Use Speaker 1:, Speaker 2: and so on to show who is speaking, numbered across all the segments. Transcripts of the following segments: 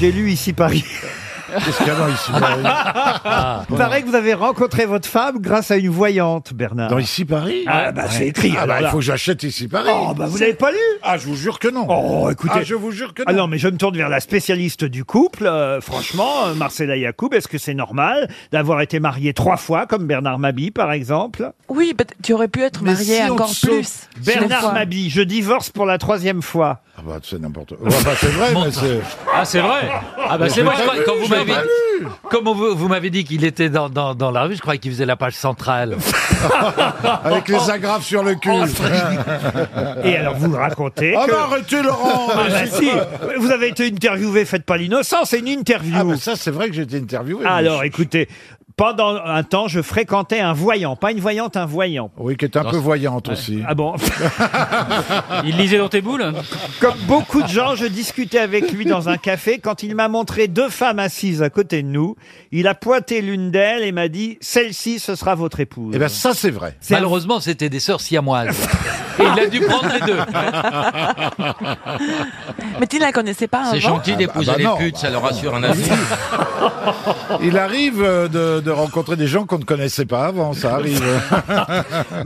Speaker 1: J'ai lu ici Paris.
Speaker 2: Qu'est-ce qu'il y a dans Ici Paris
Speaker 1: Il paraît que vous avez rencontré votre femme grâce à une voyante, Bernard.
Speaker 2: Dans Ici Paris
Speaker 1: Ah, bah, c'est écrit,
Speaker 2: Ah,
Speaker 1: alors
Speaker 2: bah,
Speaker 1: là.
Speaker 2: il faut que j'achète Ici Paris.
Speaker 1: Oh, bah, vous l'avez pas lu
Speaker 2: Ah, je vous jure que non.
Speaker 1: Oh, écoutez.
Speaker 2: Ah, je vous jure que non.
Speaker 1: Ah non, mais je me tourne vers la spécialiste du couple. Euh, franchement, euh, Marcella Yacoub, est-ce que c'est normal d'avoir été marié trois fois, comme Bernard Mabie, par exemple
Speaker 3: Oui, bah, tu aurais pu être
Speaker 2: Mais
Speaker 3: marié
Speaker 2: si on
Speaker 3: encore
Speaker 2: te sauve-
Speaker 3: plus.
Speaker 1: Bernard
Speaker 3: Mabie.
Speaker 1: Mabie, je divorce pour la troisième fois.
Speaker 2: Ah, bah, c'est n'importe quoi. Ah, bah, c'est vrai, mais c'est.
Speaker 4: Ah, c'est vrai. Ah, bah, c'est
Speaker 2: Je
Speaker 4: vrai.
Speaker 2: l'ai
Speaker 4: je
Speaker 2: pas
Speaker 4: crois- Quand
Speaker 2: vu,
Speaker 4: vous
Speaker 2: je l'ai
Speaker 4: m'avez
Speaker 2: pas vu.
Speaker 4: comme on vous, vous m'avez dit qu'il était dans, dans, dans la rue, je croyais qu'il faisait la page centrale.
Speaker 2: Avec les agrafes sur le cul.
Speaker 1: Et alors, vous racontez
Speaker 2: Ah,
Speaker 1: que...
Speaker 2: bah, arrêtez, Laurent
Speaker 1: Ah, bah, si. Vous avez été interviewé, faites pas l'innocence, c'est une interview.
Speaker 2: Ah, mais ça, c'est vrai que j'ai été interviewé.
Speaker 1: Alors, écoutez, pendant un temps, je fréquentais un voyant, pas une voyante, un voyant.
Speaker 2: Oui, qui est un peu voyante aussi.
Speaker 1: Ah bon
Speaker 5: Il lisait dans tes boules
Speaker 1: Comme beaucoup de gens, je discutais avec lui dans un café quand il m'a montré deux femmes assises à côté de nous. Il a pointé l'une d'elles et m'a dit "Celle-ci, ce sera votre épouse."
Speaker 2: Eh ben, ça, c'est vrai.
Speaker 1: C'est un-
Speaker 4: Malheureusement, c'était des sœurs siamoises. Et il a dû prendre les deux.
Speaker 3: Mais tu ne la connaissais pas hein,
Speaker 6: C'est
Speaker 3: avant
Speaker 6: gentil
Speaker 2: bah-
Speaker 6: d'épouser
Speaker 2: ah bah non,
Speaker 6: les putes, ça leur assure un avenir.
Speaker 2: Il arrive euh, de, de rencontrer des gens qu'on ne connaissait pas avant, ça arrive.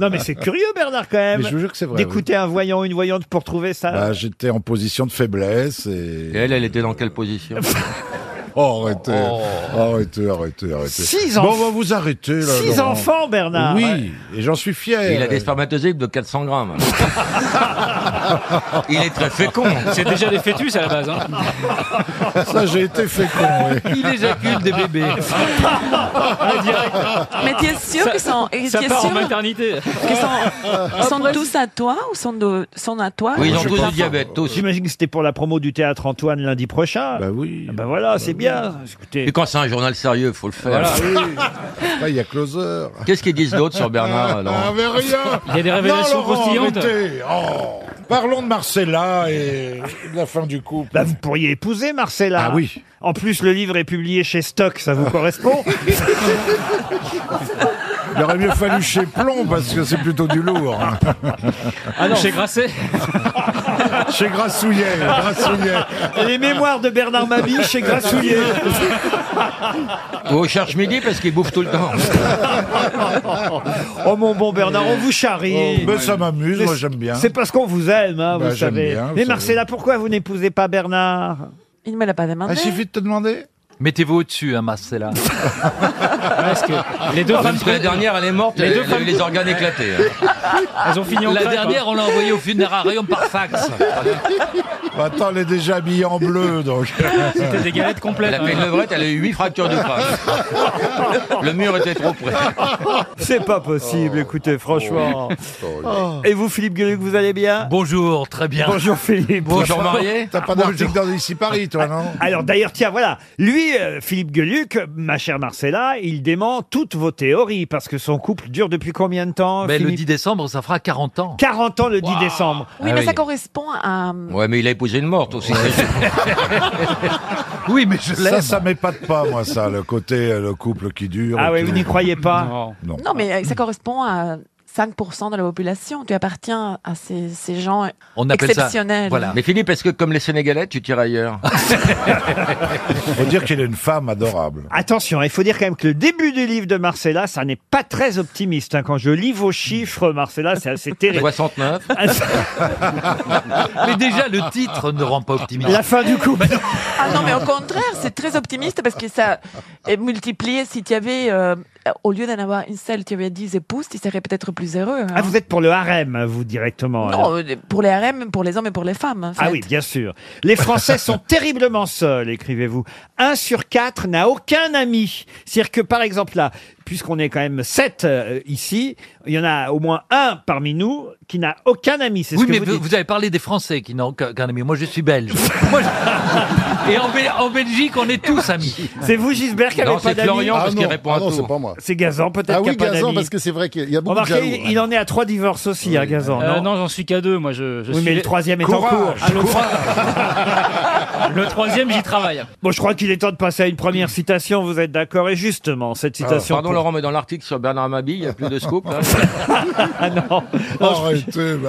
Speaker 1: Non mais c'est curieux Bernard quand même.
Speaker 2: Mais je vous jure que c'est vrai,
Speaker 1: D'écouter un voyant, une voyante pour trouver ça.
Speaker 2: Bah, J'étais en position de faiblesse
Speaker 6: Et
Speaker 2: et...
Speaker 6: elle, elle était dans quelle position
Speaker 2: Oh, arrêtez, arrêtez, arrêtez, arrêtez.
Speaker 1: Six
Speaker 2: bon,
Speaker 1: enf-
Speaker 2: bah, vous arrêtez, là.
Speaker 1: Six
Speaker 2: Laurent.
Speaker 1: enfants Bernard.
Speaker 2: Oui, et j'en suis fier.
Speaker 6: Et Il a des spermatozoïdes de 400 grammes. Il est très fécond.
Speaker 5: C'est déjà des fœtus à la base. Hein.
Speaker 2: Ça, j'ai été fécond, oui.
Speaker 4: Il éjacule des bébés.
Speaker 3: Mais tu es sûr qu'ils sont, et
Speaker 5: Ça
Speaker 3: t'es
Speaker 5: part en
Speaker 3: sûr
Speaker 5: maternité. Ah,
Speaker 3: qu'ils sont, sont tous à toi ou sont, de- sont à
Speaker 1: Ah,
Speaker 3: toi
Speaker 6: Oui, ils ont
Speaker 3: Ou-
Speaker 6: tous du diabète, tous.
Speaker 1: J'imagine que c'était pour la promo du théâtre Antoine lundi prochain.
Speaker 2: Bah oui.
Speaker 1: Ah bah voilà, c'est bien.
Speaker 6: Et
Speaker 1: Écoutez,
Speaker 6: quand c'est un journal sérieux, faut le faire.
Speaker 2: Là, il y a Closer.
Speaker 6: Qu'est-ce qu'ils disent d'autre sur Bernard alors
Speaker 2: Ah, mais rien
Speaker 5: Il y a des révélations
Speaker 2: non, Laurent,
Speaker 5: croustillantes.
Speaker 2: arrêtez. Oh. Parlons de Marcella et de la fin du couple.
Speaker 1: bah vous pourriez épouser Marcella.
Speaker 2: Ah oui.
Speaker 1: En plus, le livre est publié chez Stock, ça vous correspond
Speaker 2: Il aurait mieux fallu chez Plomb, parce que c'est plutôt du lourd. hein.
Speaker 7: Ah
Speaker 5: Chez Grasset.
Speaker 2: chez Grassouillet, Grassouillet.
Speaker 1: Les mémoires de Bernard Mabie chez Grassouillet.
Speaker 6: Ou au cherche midi parce qu'ils bouffent tout le temps.
Speaker 1: Oh mon bon Bernard, on vous charrie.
Speaker 2: Oh, Mais ça m'amuse,
Speaker 1: Mais
Speaker 2: moi j'aime bien.
Speaker 1: C'est parce qu'on vous aime, hein,
Speaker 2: Bah,
Speaker 1: vous
Speaker 2: j'aime
Speaker 1: savez.
Speaker 2: bien, vous
Speaker 1: Mais
Speaker 2: savez.
Speaker 1: Marcella, pourquoi vous n'épousez pas Bernard
Speaker 3: Il ne me l'a pas
Speaker 2: Ah,
Speaker 3: demandé.
Speaker 2: il suffit de te demander
Speaker 4: Mettez-vous au-dessus, hein, Marcella.
Speaker 5: Parce que les deux femmes,
Speaker 6: Parce que la dernière, elle est morte,
Speaker 5: Les
Speaker 6: elle,
Speaker 5: deux
Speaker 6: elle a eu
Speaker 5: femmes-
Speaker 6: les organes éclatés. hein.
Speaker 5: elles ont fini en
Speaker 4: La
Speaker 5: crêpe, hein.
Speaker 4: dernière, on l'a envoyée au funérarium par fax.
Speaker 2: Bah, Attends, elle est déjà habillée en bleu, donc.
Speaker 5: C'était des galettes
Speaker 6: Elle
Speaker 5: complètes.
Speaker 6: a fait une
Speaker 5: hein.
Speaker 6: levrette, elle a eu 8 fractures du crâne. Le mur était trop près.
Speaker 1: C'est pas possible,
Speaker 2: Oh.
Speaker 1: écoutez, franchement. Oh. Et vous, Philippe Gueluc, vous allez bien
Speaker 4: Bonjour, très bien.
Speaker 1: Bonjour Philippe.
Speaker 6: Bonjour marié.
Speaker 2: T'as pas d'article dans Ici Paris, toi, non
Speaker 1: Alors d'ailleurs, tiens, voilà, lui, euh, Philippe Gueluc, ma chère Marcella, il dément toutes vos théories parce que son couple dure depuis combien de temps
Speaker 4: Mais le
Speaker 1: Philippe
Speaker 4: 10 décembre, ça fera 40 ans.
Speaker 1: 40 ans le 10 décembre.
Speaker 3: Oui,
Speaker 4: Ah
Speaker 3: mais
Speaker 4: oui.
Speaker 3: ça correspond à.
Speaker 6: Ouais, mais il a épousé une morte aussi. c'est-
Speaker 4: Oui, mais je
Speaker 2: Ça,
Speaker 4: l'aime.
Speaker 2: ça m'épate pas, moi, ça, le côté, euh, le couple qui dure.
Speaker 1: Ah
Speaker 2: et
Speaker 1: ouais,
Speaker 2: tout.
Speaker 1: vous n'y croyez pas
Speaker 5: Non.
Speaker 2: Non.
Speaker 3: Non, mais euh, ça correspond à 5% de la population. Tu appartiens à ces, ces gens
Speaker 4: On appelle ça.
Speaker 3: exceptionnels.
Speaker 4: Voilà.
Speaker 6: Mais Philippe, est-ce que comme les Sénégalais, tu tires ailleurs
Speaker 2: Faut dire qu'il est une femme adorable.
Speaker 1: Attention, il faut dire quand même que le début du livre de Marcella, ça n'est pas très optimiste. hein. Quand je lis vos chiffres, Marcella, c'est assez terrible. Ah,
Speaker 6: 69
Speaker 4: Mais déjà, le titre ne rend pas optimiste.
Speaker 1: La fin du couple.
Speaker 3: Ah non, mais au contraire, c'est très optimiste parce que ça est multiplié. Si tu avais, euh, au lieu d'en avoir une seule, tu avais 10 épouses, tu serais peut-être plus heureux. hein.
Speaker 1: Ah, vous êtes pour le harem, vous directement. alors.
Speaker 3: Non, euh, pour les harem, pour les hommes et pour les femmes. en
Speaker 1: Ah
Speaker 3: fait.
Speaker 1: oui, bien sûr. Les Français sont terriblement seuls, écrivez-vous. Un sur quatre n'a aucun ami. C'est-à-dire que, par exemple, là, puisqu'on est quand même sept euh, ici, il y en a au moins un parmi nous qui n'a aucun ami. C'est ce
Speaker 4: Oui,
Speaker 1: que
Speaker 4: mais
Speaker 1: vous
Speaker 4: vous,
Speaker 1: dites.
Speaker 4: vous avez parlé des Français qui n'ont qu'un qu'un ami. Moi, je suis belge. Moi, je- Et en, Bel- en Belgique, on est tous amis.
Speaker 1: C'est vous, Gisbert, qui
Speaker 6: Non,
Speaker 1: n'avez pas
Speaker 6: c'est
Speaker 1: d'amis.
Speaker 6: Florian parce qu'il répond à
Speaker 8: Ah non, c'est
Speaker 6: tout.
Speaker 8: pas moi.
Speaker 1: C'est Gazan, peut-être
Speaker 8: Ah
Speaker 1: qu'il
Speaker 8: oui,
Speaker 1: n'y a pas
Speaker 8: Gazan,
Speaker 1: d'amis.
Speaker 8: parce que c'est vrai qu'il y a beaucoup de jaloux.
Speaker 1: Remarquez, il en est à trois divorces aussi, hein, Gazan.
Speaker 5: Euh,
Speaker 1: non
Speaker 5: non, j'en suis qu'à deux. Moi, je, je
Speaker 1: oui,
Speaker 5: suis.
Speaker 1: mais le troisième est en cours.
Speaker 2: Courage,
Speaker 5: Ah, le trois- Le troisième, j'y travaille.
Speaker 1: Bon, je crois qu'il est temps de passer à une première citation, vous êtes d'accord Et justement, cette citation...
Speaker 6: Euh, Pardon
Speaker 1: pour-
Speaker 6: Laurent, mais dans l'article sur Bernard Mabille, il n'y a plus de scoop. là.
Speaker 1: Ah non, Non, je-
Speaker 2: Arrêtez, mais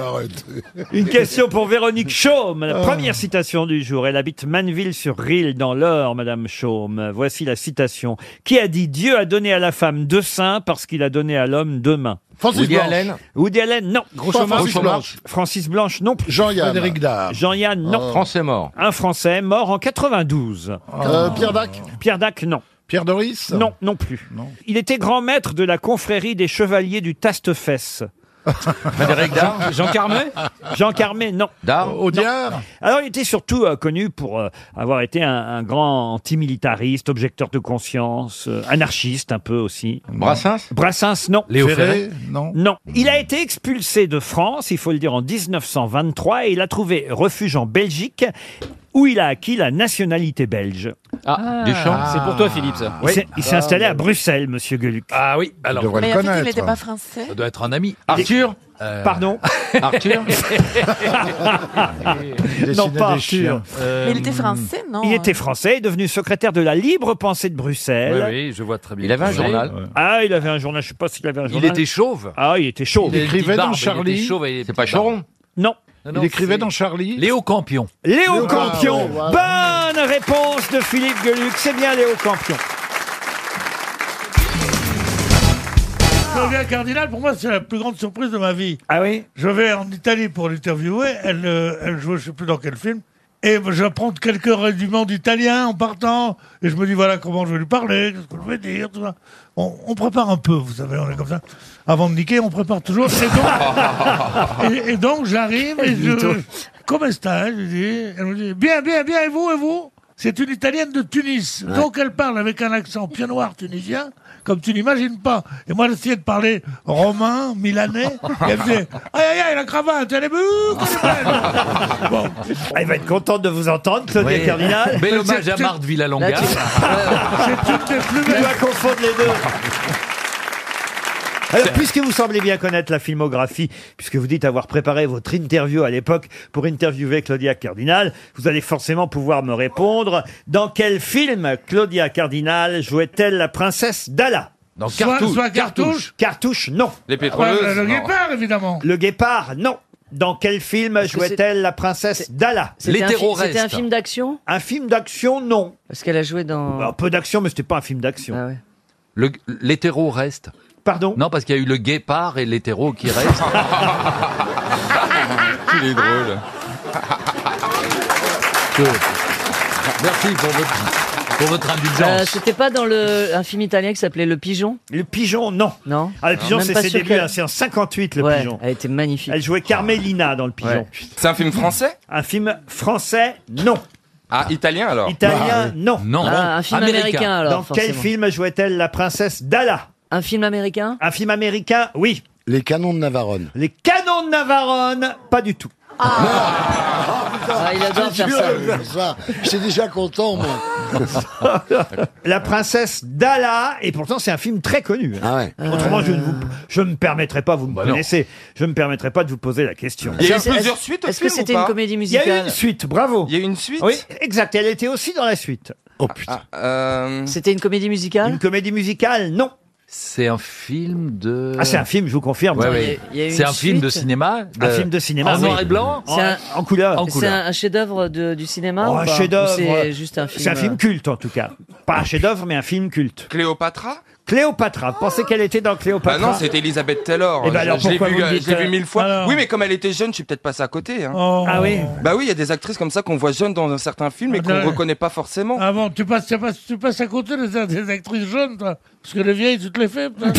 Speaker 2: arrêtez.
Speaker 1: Une question pour Véronique Chaume, la première citation du jour. Elle habite Manville-sur-Risle dans l'Or, Madame Chaume. Voici la citation. Qui a dit Dieu a donné à la femme deux seins parce qu'il a donné à l'homme deux mains
Speaker 2: Francis
Speaker 6: Woody
Speaker 2: Blanche.
Speaker 6: Allen,
Speaker 1: Woody Allen, non.
Speaker 2: Pas Francis
Speaker 6: Groucho
Speaker 2: Blanche.
Speaker 6: Marx.
Speaker 1: Francis Blanche, non.
Speaker 2: Jean-Yann.
Speaker 8: Frédéric Dard.
Speaker 1: Jean-Yann, non.
Speaker 6: France est Oh. mort.
Speaker 1: Un Français mort en 92.
Speaker 8: Euh, Pierre Dac.
Speaker 1: Pierre Dac, non.
Speaker 2: Pierre Doris
Speaker 1: Non, non plus. Il était grand maître de la confrérie des chevaliers du Taste-Fesse.
Speaker 6: Frédéric Dard
Speaker 5: Jean Carmet
Speaker 1: Jean Carmé, non.
Speaker 6: Dard
Speaker 2: Audiard
Speaker 1: Alors, il était surtout euh, connu pour euh, avoir été un, un grand antimilitariste, objecteur de conscience, euh, anarchiste un peu aussi.
Speaker 6: Brassens
Speaker 1: Brassens, non.
Speaker 4: Léo Ferré
Speaker 2: Ferré Non.
Speaker 1: Non. Il a été expulsé de France, il faut le dire, en 1923, et il a trouvé refuge en Belgique, où il a acquis la nationalité belge.
Speaker 6: Ah,
Speaker 4: Ah.
Speaker 6: Duchamp
Speaker 5: C'est pour toi, Philippe, ça.
Speaker 1: Il s'est- Il s'est installé à Bruxelles, monsieur Gueluc.
Speaker 4: Ah oui,
Speaker 2: Il
Speaker 4: alors,
Speaker 2: devrait
Speaker 3: Mais
Speaker 2: le
Speaker 3: en fait, il
Speaker 2: connaître.
Speaker 3: n'était pas français.
Speaker 4: ça doit être un ami.
Speaker 6: Arthur
Speaker 4: Euh,
Speaker 1: Pardon
Speaker 6: Arthur
Speaker 2: Il
Speaker 1: Non,
Speaker 2: dessinait
Speaker 1: pas
Speaker 2: des chiens.
Speaker 1: Arthur.
Speaker 4: euh,
Speaker 3: Mais il était français, non
Speaker 1: Il était français, devenu secrétaire de la Libre Pensée de
Speaker 4: Oui,
Speaker 1: Bruxelles.
Speaker 4: oui, je vois très bien.
Speaker 6: Il avait un
Speaker 4: Oui.
Speaker 6: journal.
Speaker 1: Ah, il avait un journal, je sais pas s'il avait un
Speaker 4: Il
Speaker 1: journal.
Speaker 4: était chauve.
Speaker 1: Ah, il était chaud.
Speaker 4: Il avait une
Speaker 2: écrivait
Speaker 4: petite
Speaker 2: dans
Speaker 4: barbe, Il
Speaker 2: Charlie.
Speaker 4: était chauve et
Speaker 6: C'est pas Choron
Speaker 1: Non.
Speaker 2: Il écrivait dans Charlie.
Speaker 4: Léo Campion.
Speaker 1: Léo
Speaker 2: Léo
Speaker 8: Campion.
Speaker 1: Campion. Bonne réponse de Philippe Gueluc. C'est bien Léo Campion.
Speaker 9: Flavia Cardinal, pour moi, c'est la plus grande surprise de ma vie.
Speaker 1: Ah oui
Speaker 9: Je vais en Italie pour l'interviewer. Elle, euh, elle joue, je sais plus dans quel film. Et j'apprends quelques rudiments d'italien en partant. Et je me dis, voilà comment je vais lui parler, qu'est-ce que je vais dire, tout ça. On, on prépare un peu, vous savez, on est comme ça. Avant de niquer, on prépare toujours. Et donc, et, et donc j'arrive et je. Comment ça Je lui dis. Elle me dit, bien, bien, bien, et vous, et vous C'est une italienne de Tunis. Donc, elle parle avec un accent pied noir tunisien, comme tu n'imagines pas. Et moi, j'essayais de parler romain, milanais. Et elle me disait, aïe, aïe, aïe, la cravate, elle est bouh, elle est belle. Bon.
Speaker 1: Ah, Il va être content de vous entendre, Claudia
Speaker 4: Oui.
Speaker 1: Cardinal.
Speaker 4: Bel hommage à
Speaker 9: c'est-
Speaker 4: Marthe Villalonga. Ah.
Speaker 9: C'est une des plus
Speaker 1: Il
Speaker 9: belles.
Speaker 1: doit confondre les deux. Alors, puisque vous semblez bien connaître la filmographie, puisque vous dites avoir préparé votre interview à l'époque pour interviewer Claudia Cardinal, vous allez forcément pouvoir me répondre. Dans quel film Claudia Cardinal jouait-elle la princesse d'Ala
Speaker 4: Dans
Speaker 9: Soit,
Speaker 4: Cartouche.
Speaker 9: soit cartouche,
Speaker 1: Cartouche, non.
Speaker 6: Les
Speaker 9: Ah ouais, le guépard, évidemment.
Speaker 1: Le guépard, non. Dans quel film
Speaker 7: que c'est-
Speaker 1: jouait-elle la princesse d'Ala
Speaker 7: C'était un
Speaker 4: Les
Speaker 7: fi-
Speaker 4: terroristes.
Speaker 7: C'était un film d'action
Speaker 1: Un film d'action, non.
Speaker 7: Parce qu'elle a joué dans.
Speaker 1: Alors, peu d'action, mais c'était pas un film d'action.
Speaker 7: Ah ouais.
Speaker 6: Le- L'hétéro reste.
Speaker 1: Pardon
Speaker 6: Non, parce qu'il y a eu le guépard et l'hétéro qui reste. Il est drôle. Merci pour votre, pour votre
Speaker 7: Euh,
Speaker 6: indulgence.
Speaker 7: C'était pas dans le un film italien qui s'appelait Le Pigeon,
Speaker 1: Le pigeon, non.
Speaker 7: non
Speaker 1: Ah, le pigeon,
Speaker 7: même
Speaker 1: c'est
Speaker 7: pas
Speaker 1: ses
Speaker 7: sûr
Speaker 1: débuts,
Speaker 7: qu'elle-
Speaker 1: hein, c'est en 58, le
Speaker 7: Ouais,
Speaker 1: pigeon.
Speaker 7: elle était magnifique.
Speaker 1: Elle jouait Carmelina dans le pigeon.
Speaker 10: C'est un film français
Speaker 1: Un film français, non.
Speaker 10: Ah, italien alors Bah,
Speaker 1: Italien, non.
Speaker 4: Non.
Speaker 7: Ah, un film américain, alors.
Speaker 1: dans quel
Speaker 7: forcément.
Speaker 1: film jouait-elle la princesse Dalla
Speaker 7: Un film américain
Speaker 1: Un film américain, oui.
Speaker 8: Les canons de Navarone.
Speaker 1: Les canons de Navarone, pas du tout.
Speaker 7: Ah, Il adore faire ça.
Speaker 8: ça. J'étais déjà content, moi.
Speaker 1: La princesse Dalla, et pourtant c'est un film très connu. hein.
Speaker 8: Ah ouais. Euh.
Speaker 1: Autrement, je ne vous, je me permettrai pas, vous me
Speaker 4: non.
Speaker 1: connaissez, je me permettrai pas de vous poser la question.
Speaker 10: Il y a eu
Speaker 7: Est-ce-
Speaker 10: plusieurs
Speaker 7: est-ce-
Speaker 10: suites au
Speaker 7: Est-ce que
Speaker 10: film ou
Speaker 7: c'était
Speaker 10: pas
Speaker 7: une comédie
Speaker 1: Il y a eu
Speaker 7: musicale
Speaker 1: une suite, bravo.
Speaker 10: Il y a eu une suite
Speaker 1: Oui, exact, elle était aussi dans la suite.
Speaker 8: Oh putain.
Speaker 10: Euh,
Speaker 7: C'était une comédie musicale
Speaker 1: Une comédie musicale, non.
Speaker 6: C'est un film de.
Speaker 1: Ah, c'est un film, je vous confirme.
Speaker 6: Ouais,
Speaker 7: Il y a-
Speaker 6: ouais.
Speaker 7: il y a eu
Speaker 6: C'est
Speaker 7: une
Speaker 6: un film de
Speaker 7: suite.
Speaker 6: cinéma.
Speaker 1: Un film de cinéma,
Speaker 6: En noir
Speaker 1: oui.
Speaker 6: et blanc.
Speaker 1: En,
Speaker 7: C'est un-
Speaker 1: en couleur.
Speaker 4: En
Speaker 7: C'est
Speaker 4: couleur.
Speaker 7: un, un chef-d'œuvre de- du cinéma
Speaker 1: Oh,
Speaker 7: ou
Speaker 1: un
Speaker 7: pas
Speaker 1: chef-d'œuvre,
Speaker 7: Ou
Speaker 1: ouais.
Speaker 7: Ah, bah, C'est juste un film. euh,
Speaker 1: C'est un film culte en tout cas. Pas un chef-d'œuvre, mais un film culte.
Speaker 10: Cléopatra
Speaker 1: Cléopatra. Vous pensez qu'elle était dans Cléopatra
Speaker 10: Bah non, c'était Elisabeth Taylor.
Speaker 1: Eh ben alors,
Speaker 10: je l'ai
Speaker 1: pourquoi
Speaker 10: vu,
Speaker 1: vous me
Speaker 10: euh,
Speaker 1: dites,
Speaker 10: je l'ai vu
Speaker 1: euh,
Speaker 10: mille fois.
Speaker 9: alors
Speaker 10: Oui, mais comme elle était jeune, je suis peut-être passé à côté. hein.
Speaker 9: Oh.
Speaker 1: Ah oui.
Speaker 10: Bah oui, il y a des actrices comme ça qu'on voit jeunes dans un certain film et qu'on
Speaker 9: Ouais.
Speaker 10: reconnaît pas forcément.
Speaker 9: Ah bon, tu passes, tu passes, tu passes à côté des, des actrices jeunes, toi Parce que les vieilles, tu te les fais, putain.
Speaker 1: ah,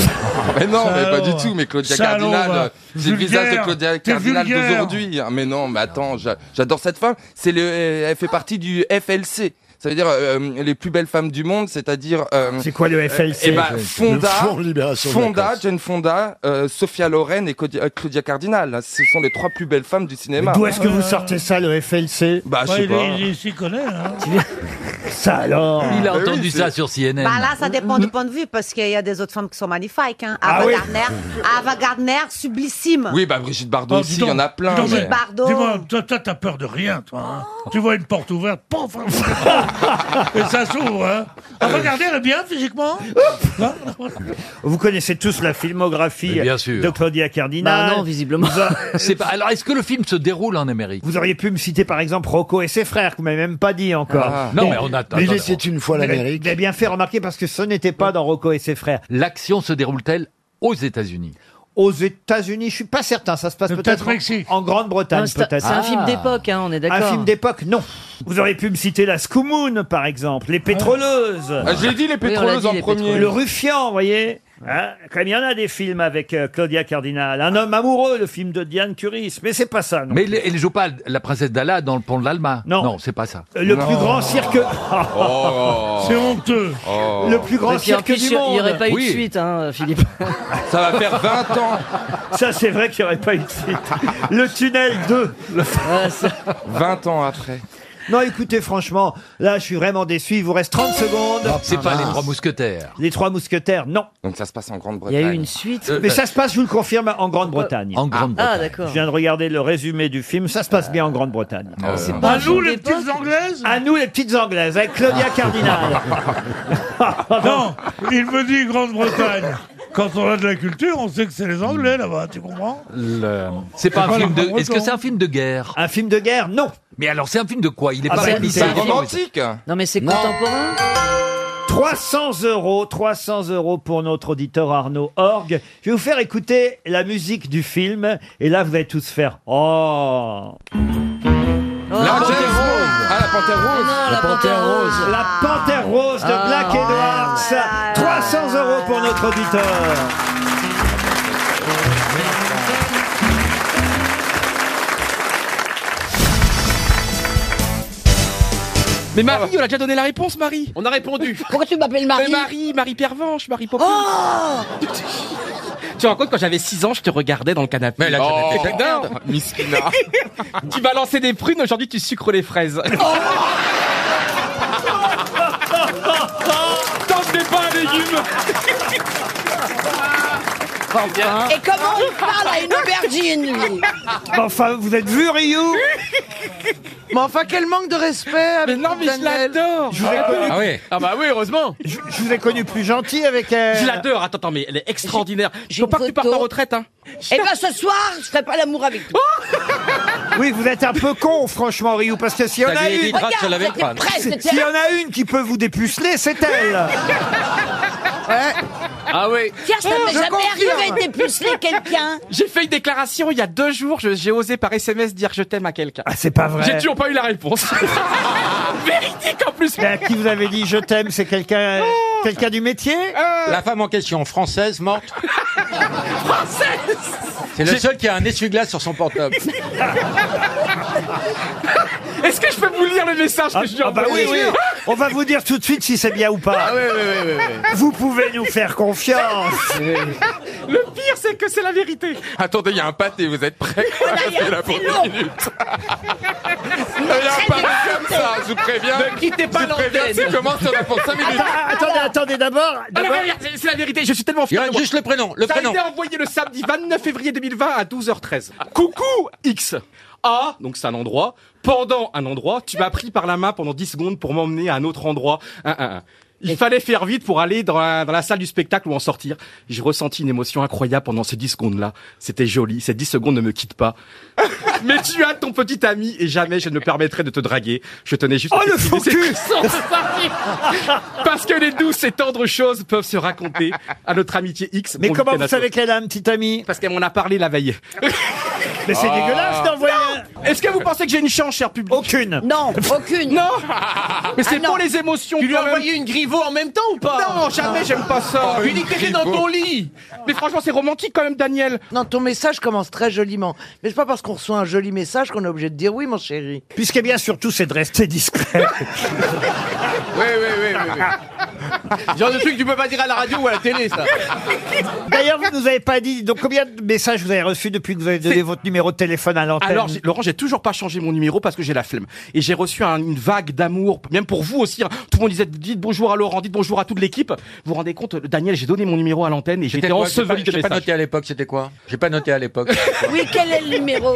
Speaker 10: mais non, mais pas
Speaker 9: Salaud,
Speaker 10: du
Speaker 9: hein.
Speaker 10: tout. Mais Claudia
Speaker 9: Salaud,
Speaker 10: Cardinal,
Speaker 1: bah,
Speaker 9: va.
Speaker 10: euh, c'est le visage de
Speaker 9: Vulgaire.
Speaker 10: Claudia
Speaker 9: T'es
Speaker 10: Cardinal
Speaker 9: vulgaire.
Speaker 10: d'aujourd'hui. Ah, Mais non, mais attends, j'a- j'adore cette femme. C'est le, euh, elle fait partie du FLC. Ça veut dire euh, les plus belles femmes du monde, c'est-à-dire. euh,
Speaker 1: C'est quoi le
Speaker 10: Eh
Speaker 1: FLC
Speaker 10: ben, Fonda,
Speaker 8: Le Front de Libération
Speaker 10: Fonda,
Speaker 8: Vacances.
Speaker 10: Jane Fonda, euh, Sophia Loren et Claudia, euh, Claudia Cardinal. Là, Ce sont les trois plus belles femmes du
Speaker 1: Mais
Speaker 11: Bah
Speaker 10: cinéma.
Speaker 1: D'où est-ce que vous sortez ça, le FLC
Speaker 10: Bah, je
Speaker 9: Ouais,
Speaker 10: sais
Speaker 9: il est-
Speaker 10: pas.
Speaker 9: il s'y connaît, hein.
Speaker 1: Ça alors bah
Speaker 4: Il a
Speaker 10: Ah oui,
Speaker 4: entendu
Speaker 10: c'est-
Speaker 4: ça sur CNN.
Speaker 12: Ben
Speaker 13: Bah là, ça dépend du point de vue, parce qu'il y a des autres femmes qui sont magnifiques. Hein.
Speaker 1: Mm-hmm. Ah
Speaker 13: Ava
Speaker 1: oui. ben-
Speaker 13: Gardner, Ava Gardner, sublissime.
Speaker 10: Oui, bah Brigitte Bardot
Speaker 9: Oh, dis
Speaker 10: aussi, il
Speaker 9: donc,
Speaker 10: y en a
Speaker 9: dis
Speaker 10: plein.
Speaker 9: donc,
Speaker 10: mais-
Speaker 13: Brigitte Bardot.
Speaker 9: Dis-moi, toi, toi, t'as peur de rien, toi. hein. tu vois une porte ouverte, pof Et ça s'ouvre, hein. Ah, regardez, elle est bien physiquement.
Speaker 1: Vous connaissez tous la filmographie
Speaker 4: Mais bien sûr.
Speaker 1: de Claudia Cardinal.
Speaker 4: Bah non,
Speaker 1: visiblement.
Speaker 4: C'est pas- Alors, est-ce que le film se déroule en Amérique
Speaker 1: Vous auriez pu me citer par exemple Rocco et ses frères, que vous m'avez même pas dit encore.
Speaker 4: Ah. Non, mais on attend- Mais attendez, c'est une fois
Speaker 1: Vous avez-
Speaker 4: l'Amérique.
Speaker 1: Vous avez bien fait remarquer parce que ce n'était pas dans Rocco et ses frères.
Speaker 4: L'action se déroule-t-elle aux États-Unis
Speaker 1: Aux États-Unis, je suis pas certain. Ça se passe peut-être en- en, Grande-Bretagne,
Speaker 7: Non, c'est un-
Speaker 1: peut-être. Ah.
Speaker 7: c'est un
Speaker 6: Ah.
Speaker 7: film d'époque, hein, on est d'accord.
Speaker 1: Un film d'époque, non. Vous auriez pu me citer la Scoumoune, par exemple, les pétroleuses.
Speaker 10: Ah, je l'ai dit, les Oui, on l'a pétroleuses dit, en les premier. pétroleuses.
Speaker 1: Le Ruffian, vous voyez. Hein, comme il y en a des films avec euh, Claudia Cardinal. Un homme amoureux, le film de Diane Curis. Mais c'est pas ça, non.
Speaker 4: Mais elle ne joue pas la princesse d'Allah dans le pont de l'Alma Non. Non, c'est pas ça.
Speaker 1: Euh, Le plus grand cirque.
Speaker 9: C'est honteux.
Speaker 1: Le plus grand
Speaker 7: Et puis, en
Speaker 1: cirque
Speaker 7: plus,
Speaker 1: du
Speaker 7: il y-
Speaker 1: monde.
Speaker 7: Il n'y aurait pas eu
Speaker 1: Oui.
Speaker 7: de suite, hein, Philippe.
Speaker 10: Ça va faire 20 ans.
Speaker 1: Ça, c'est vrai qu'il n'y aurait pas eu de suite. Le tunnel 2.
Speaker 4: Ah,
Speaker 10: 20 ans après.
Speaker 1: Non, écoutez, franchement, là, je suis vraiment déçu. Il vous reste 30 secondes.
Speaker 4: C'est pas les trois mousquetaires.
Speaker 1: Les trois mousquetaires, non.
Speaker 10: Ah, Donc ça se passe
Speaker 1: Il y
Speaker 10: en
Speaker 1: a
Speaker 10: Grande-Bretagne.
Speaker 1: eu une suite. Mais ça se passe, je vous le confirme, en Grande-Bretagne.
Speaker 4: En Grande-Bretagne.
Speaker 7: Ah, d'accord.
Speaker 1: Je viens de regarder le résumé du film. Ça se passe bien en Grande-Bretagne.
Speaker 4: Ah, c'est
Speaker 9: À nous, les petites anglaises
Speaker 1: À nous, les petites anglaises, avec Claudia Cardinal.
Speaker 9: Non, il me dit Grande-Bretagne. Quand on a de la culture, on sait que c'est les Anglais là-bas, tu comprends
Speaker 4: Le- C'est pas
Speaker 9: C'est pas
Speaker 4: un film
Speaker 9: le
Speaker 4: de.
Speaker 9: breton.
Speaker 4: Est-ce que c'est un film de guerre
Speaker 1: Un film de guerre Non.
Speaker 4: Mais alors, c'est un film de quoi Il est
Speaker 1: Ah,
Speaker 4: pas
Speaker 1: c'est-
Speaker 4: réalisé.
Speaker 1: c'est romantique.
Speaker 7: Non, mais c'est contemporain.
Speaker 1: 300 euros, 300 euros pour notre auditeur Arnaud Orgue. Je vais vous faire écouter la musique du film. Et là, vous allez tous faire « Oh !» Oh.
Speaker 10: La James Bond. Ah, la Panthère Rose.
Speaker 7: la panthère rose.
Speaker 1: La panthère rose de
Speaker 7: Ah,
Speaker 1: Black
Speaker 7: ouais.
Speaker 1: Edwards. 300 euros pour notre auditeur.
Speaker 5: Mais Marie, on a déjà donné la réponse, Marie. On a répondu.
Speaker 14: Pourquoi tu m'appelles Marie
Speaker 5: Mais Marie, Marie Pervenche, Marie Poppins.
Speaker 14: Oh
Speaker 5: tu te rends compte, quand j'avais 6 ans, je te regardais dans le canapé. Oh. Mais
Speaker 14: elle a déjà fait ta
Speaker 5: tu balançais des prunes, aujourd'hui tu sucres les fraises.
Speaker 14: Oh, T'emmenais pas un légume
Speaker 7: Hein
Speaker 14: Et comment il parle à une aubergine, lui
Speaker 1: Enfin, vous êtes vu, Ryu
Speaker 15: Mais enfin, quel manque de respect Mais non, mais je l'adore
Speaker 1: Je vous ai connu-
Speaker 5: Ah oui. Ah bah oui, heureusement.
Speaker 1: Je, je vous ai connu plus gentil avec euh, elle.
Speaker 5: Je l'adore. Attends, attends, mais elle est extraordinaire. Je peux pas que tu partes en retraite, hein.
Speaker 16: Eh
Speaker 14: Et ben ce soir, je ferai pas l'amour avec toi
Speaker 1: Oui, vous êtes un peu con, franchement, Ryu, parce que s'il y en
Speaker 14: Ça
Speaker 1: a
Speaker 14: lui
Speaker 1: une.
Speaker 14: évitera de se laver le crâne. Regarde, c'était presque-
Speaker 1: S'il y en a une qui peut vous dépuceler, c'est elle.
Speaker 5: Ah oui.
Speaker 14: Hein Tiens, ça m'est jamais arrivé de dépuceler quelqu'un
Speaker 5: J'ai fait une déclaration il y a deux jours, je- j'ai osé par SMS dire je t'aime à quelqu'un. Ah,
Speaker 1: c'est pas vrai.
Speaker 5: J'ai toujours pas eu la réponse. Véridique en plus. Ah.
Speaker 1: Mais à qui vous avez dit je t'aime, c'est quelqu'un quelqu'un du métier
Speaker 6: La femme en question, française, morte.
Speaker 14: Française
Speaker 6: C'est le seul qui a un essuie-glace sur son portable.
Speaker 5: Est-ce que je peux vous lire le message que je lui ai
Speaker 1: Ah bah oui,
Speaker 5: envoyé
Speaker 1: oui. On va vous dire tout de suite si c'est bien ou pas. Vous pouvez nous faire confiance.
Speaker 5: Le pire, c'est que c'est la vérité.
Speaker 10: Attendez, il y a un pâté, vous êtes prêts C'est là pour
Speaker 14: c'est
Speaker 10: une
Speaker 14: long.
Speaker 10: minute. Il y a un pâté comme ça, je vous préviens.
Speaker 5: Ne quittez pas
Speaker 10: Je vous préviens,
Speaker 5: l'antenne.
Speaker 10: C'est comment ça va pour 5 minutes
Speaker 1: Attendez, attendez,
Speaker 11: Oh,
Speaker 1: d'abord.
Speaker 5: Ah non, mais regarde, c'est- C'est la vérité, je suis tellement fier.
Speaker 6: Il y a
Speaker 5: de moi.
Speaker 6: juste le prénom, le
Speaker 5: Ça
Speaker 6: prénom.
Speaker 5: a été envoyé le samedi 29 février 2020 à 12h13. Coucou X A, donc c'est un endroit. Pendant un endroit, tu m'as pris par la main pendant 10 secondes pour m'emmener à un autre endroit. Un, un, un. Il fallait faire vite pour aller dans la, dans la salle du spectacle ou en sortir. J'ai ressenti une émotion incroyable pendant ces 10 secondes-là. C'était joli, ces 10 secondes ne me quittent pas. Mais tu as ton petit ami et jamais je ne me permettrai de te draguer. Je tenais juste...
Speaker 1: Oh,
Speaker 5: à
Speaker 1: le
Speaker 5: t'exprimer
Speaker 1: faux
Speaker 5: cette
Speaker 1: cul
Speaker 5: puissance. Parce que les douces et tendres choses peuvent se raconter à notre amitié X.
Speaker 1: Mais
Speaker 5: mon
Speaker 1: comment vous
Speaker 5: Lucas Nato.
Speaker 1: savez qu'elle a un petit ami
Speaker 5: Parce qu'elle m'en a parlé la veille. Ah.
Speaker 1: Mais c'est
Speaker 14: Ah.
Speaker 1: dégueulasse d'envoyer.
Speaker 5: Est-ce que vous pensez que j'ai une chance, cher public
Speaker 1: Aucune.
Speaker 14: Non, aucune
Speaker 5: Non Mais c'est
Speaker 14: Ah non.
Speaker 5: pour les émotions
Speaker 15: Tu lui as
Speaker 5: quand même.
Speaker 15: envoyé une griveau en même temps ou pas
Speaker 5: Non, jamais j'aime pas ça
Speaker 15: Tu l'écrivais dans ton lit
Speaker 5: Mais franchement, c'est romantique quand même, Daniel
Speaker 15: Non, ton message commence très joliment. Mais c'est pas parce qu'on reçoit un joli message qu'on est obligé de dire oui, mon chéri.
Speaker 1: Puisqu'il bien surtout, c'est de rester discret.
Speaker 15: Oui, oui, oui, oui.
Speaker 5: Genre de truc que tu peux pas dire à la radio ou à la télé, ça
Speaker 1: D'ailleurs, vous nous avez pas dit. Donc, combien de messages vous avez reçus depuis que vous avez donné
Speaker 5: C'est-
Speaker 1: votre numéro de téléphone à l'antenne
Speaker 5: Alors, j'ai- Laurent, j'ai toujours pas changé mon numéro parce que j'ai la flemme. Et j'ai reçu un- une vague d'amour, même pour vous aussi. hein. Tout le monde disait, dites bonjour à Laurent, dites bonjour à toute l'équipe. Vous vous rendez compte, Daniel, j'ai donné mon numéro à l'antenne et j'ai
Speaker 6: C'était
Speaker 5: été
Speaker 6: quoi J'ai pas-
Speaker 5: enseveli
Speaker 6: J'ai
Speaker 5: de
Speaker 6: pas
Speaker 5: messages.
Speaker 1: Oh
Speaker 6: noté à l'époque, c'était quoi J'ai pas noté à l'époque.
Speaker 14: Oui, quel est le numéro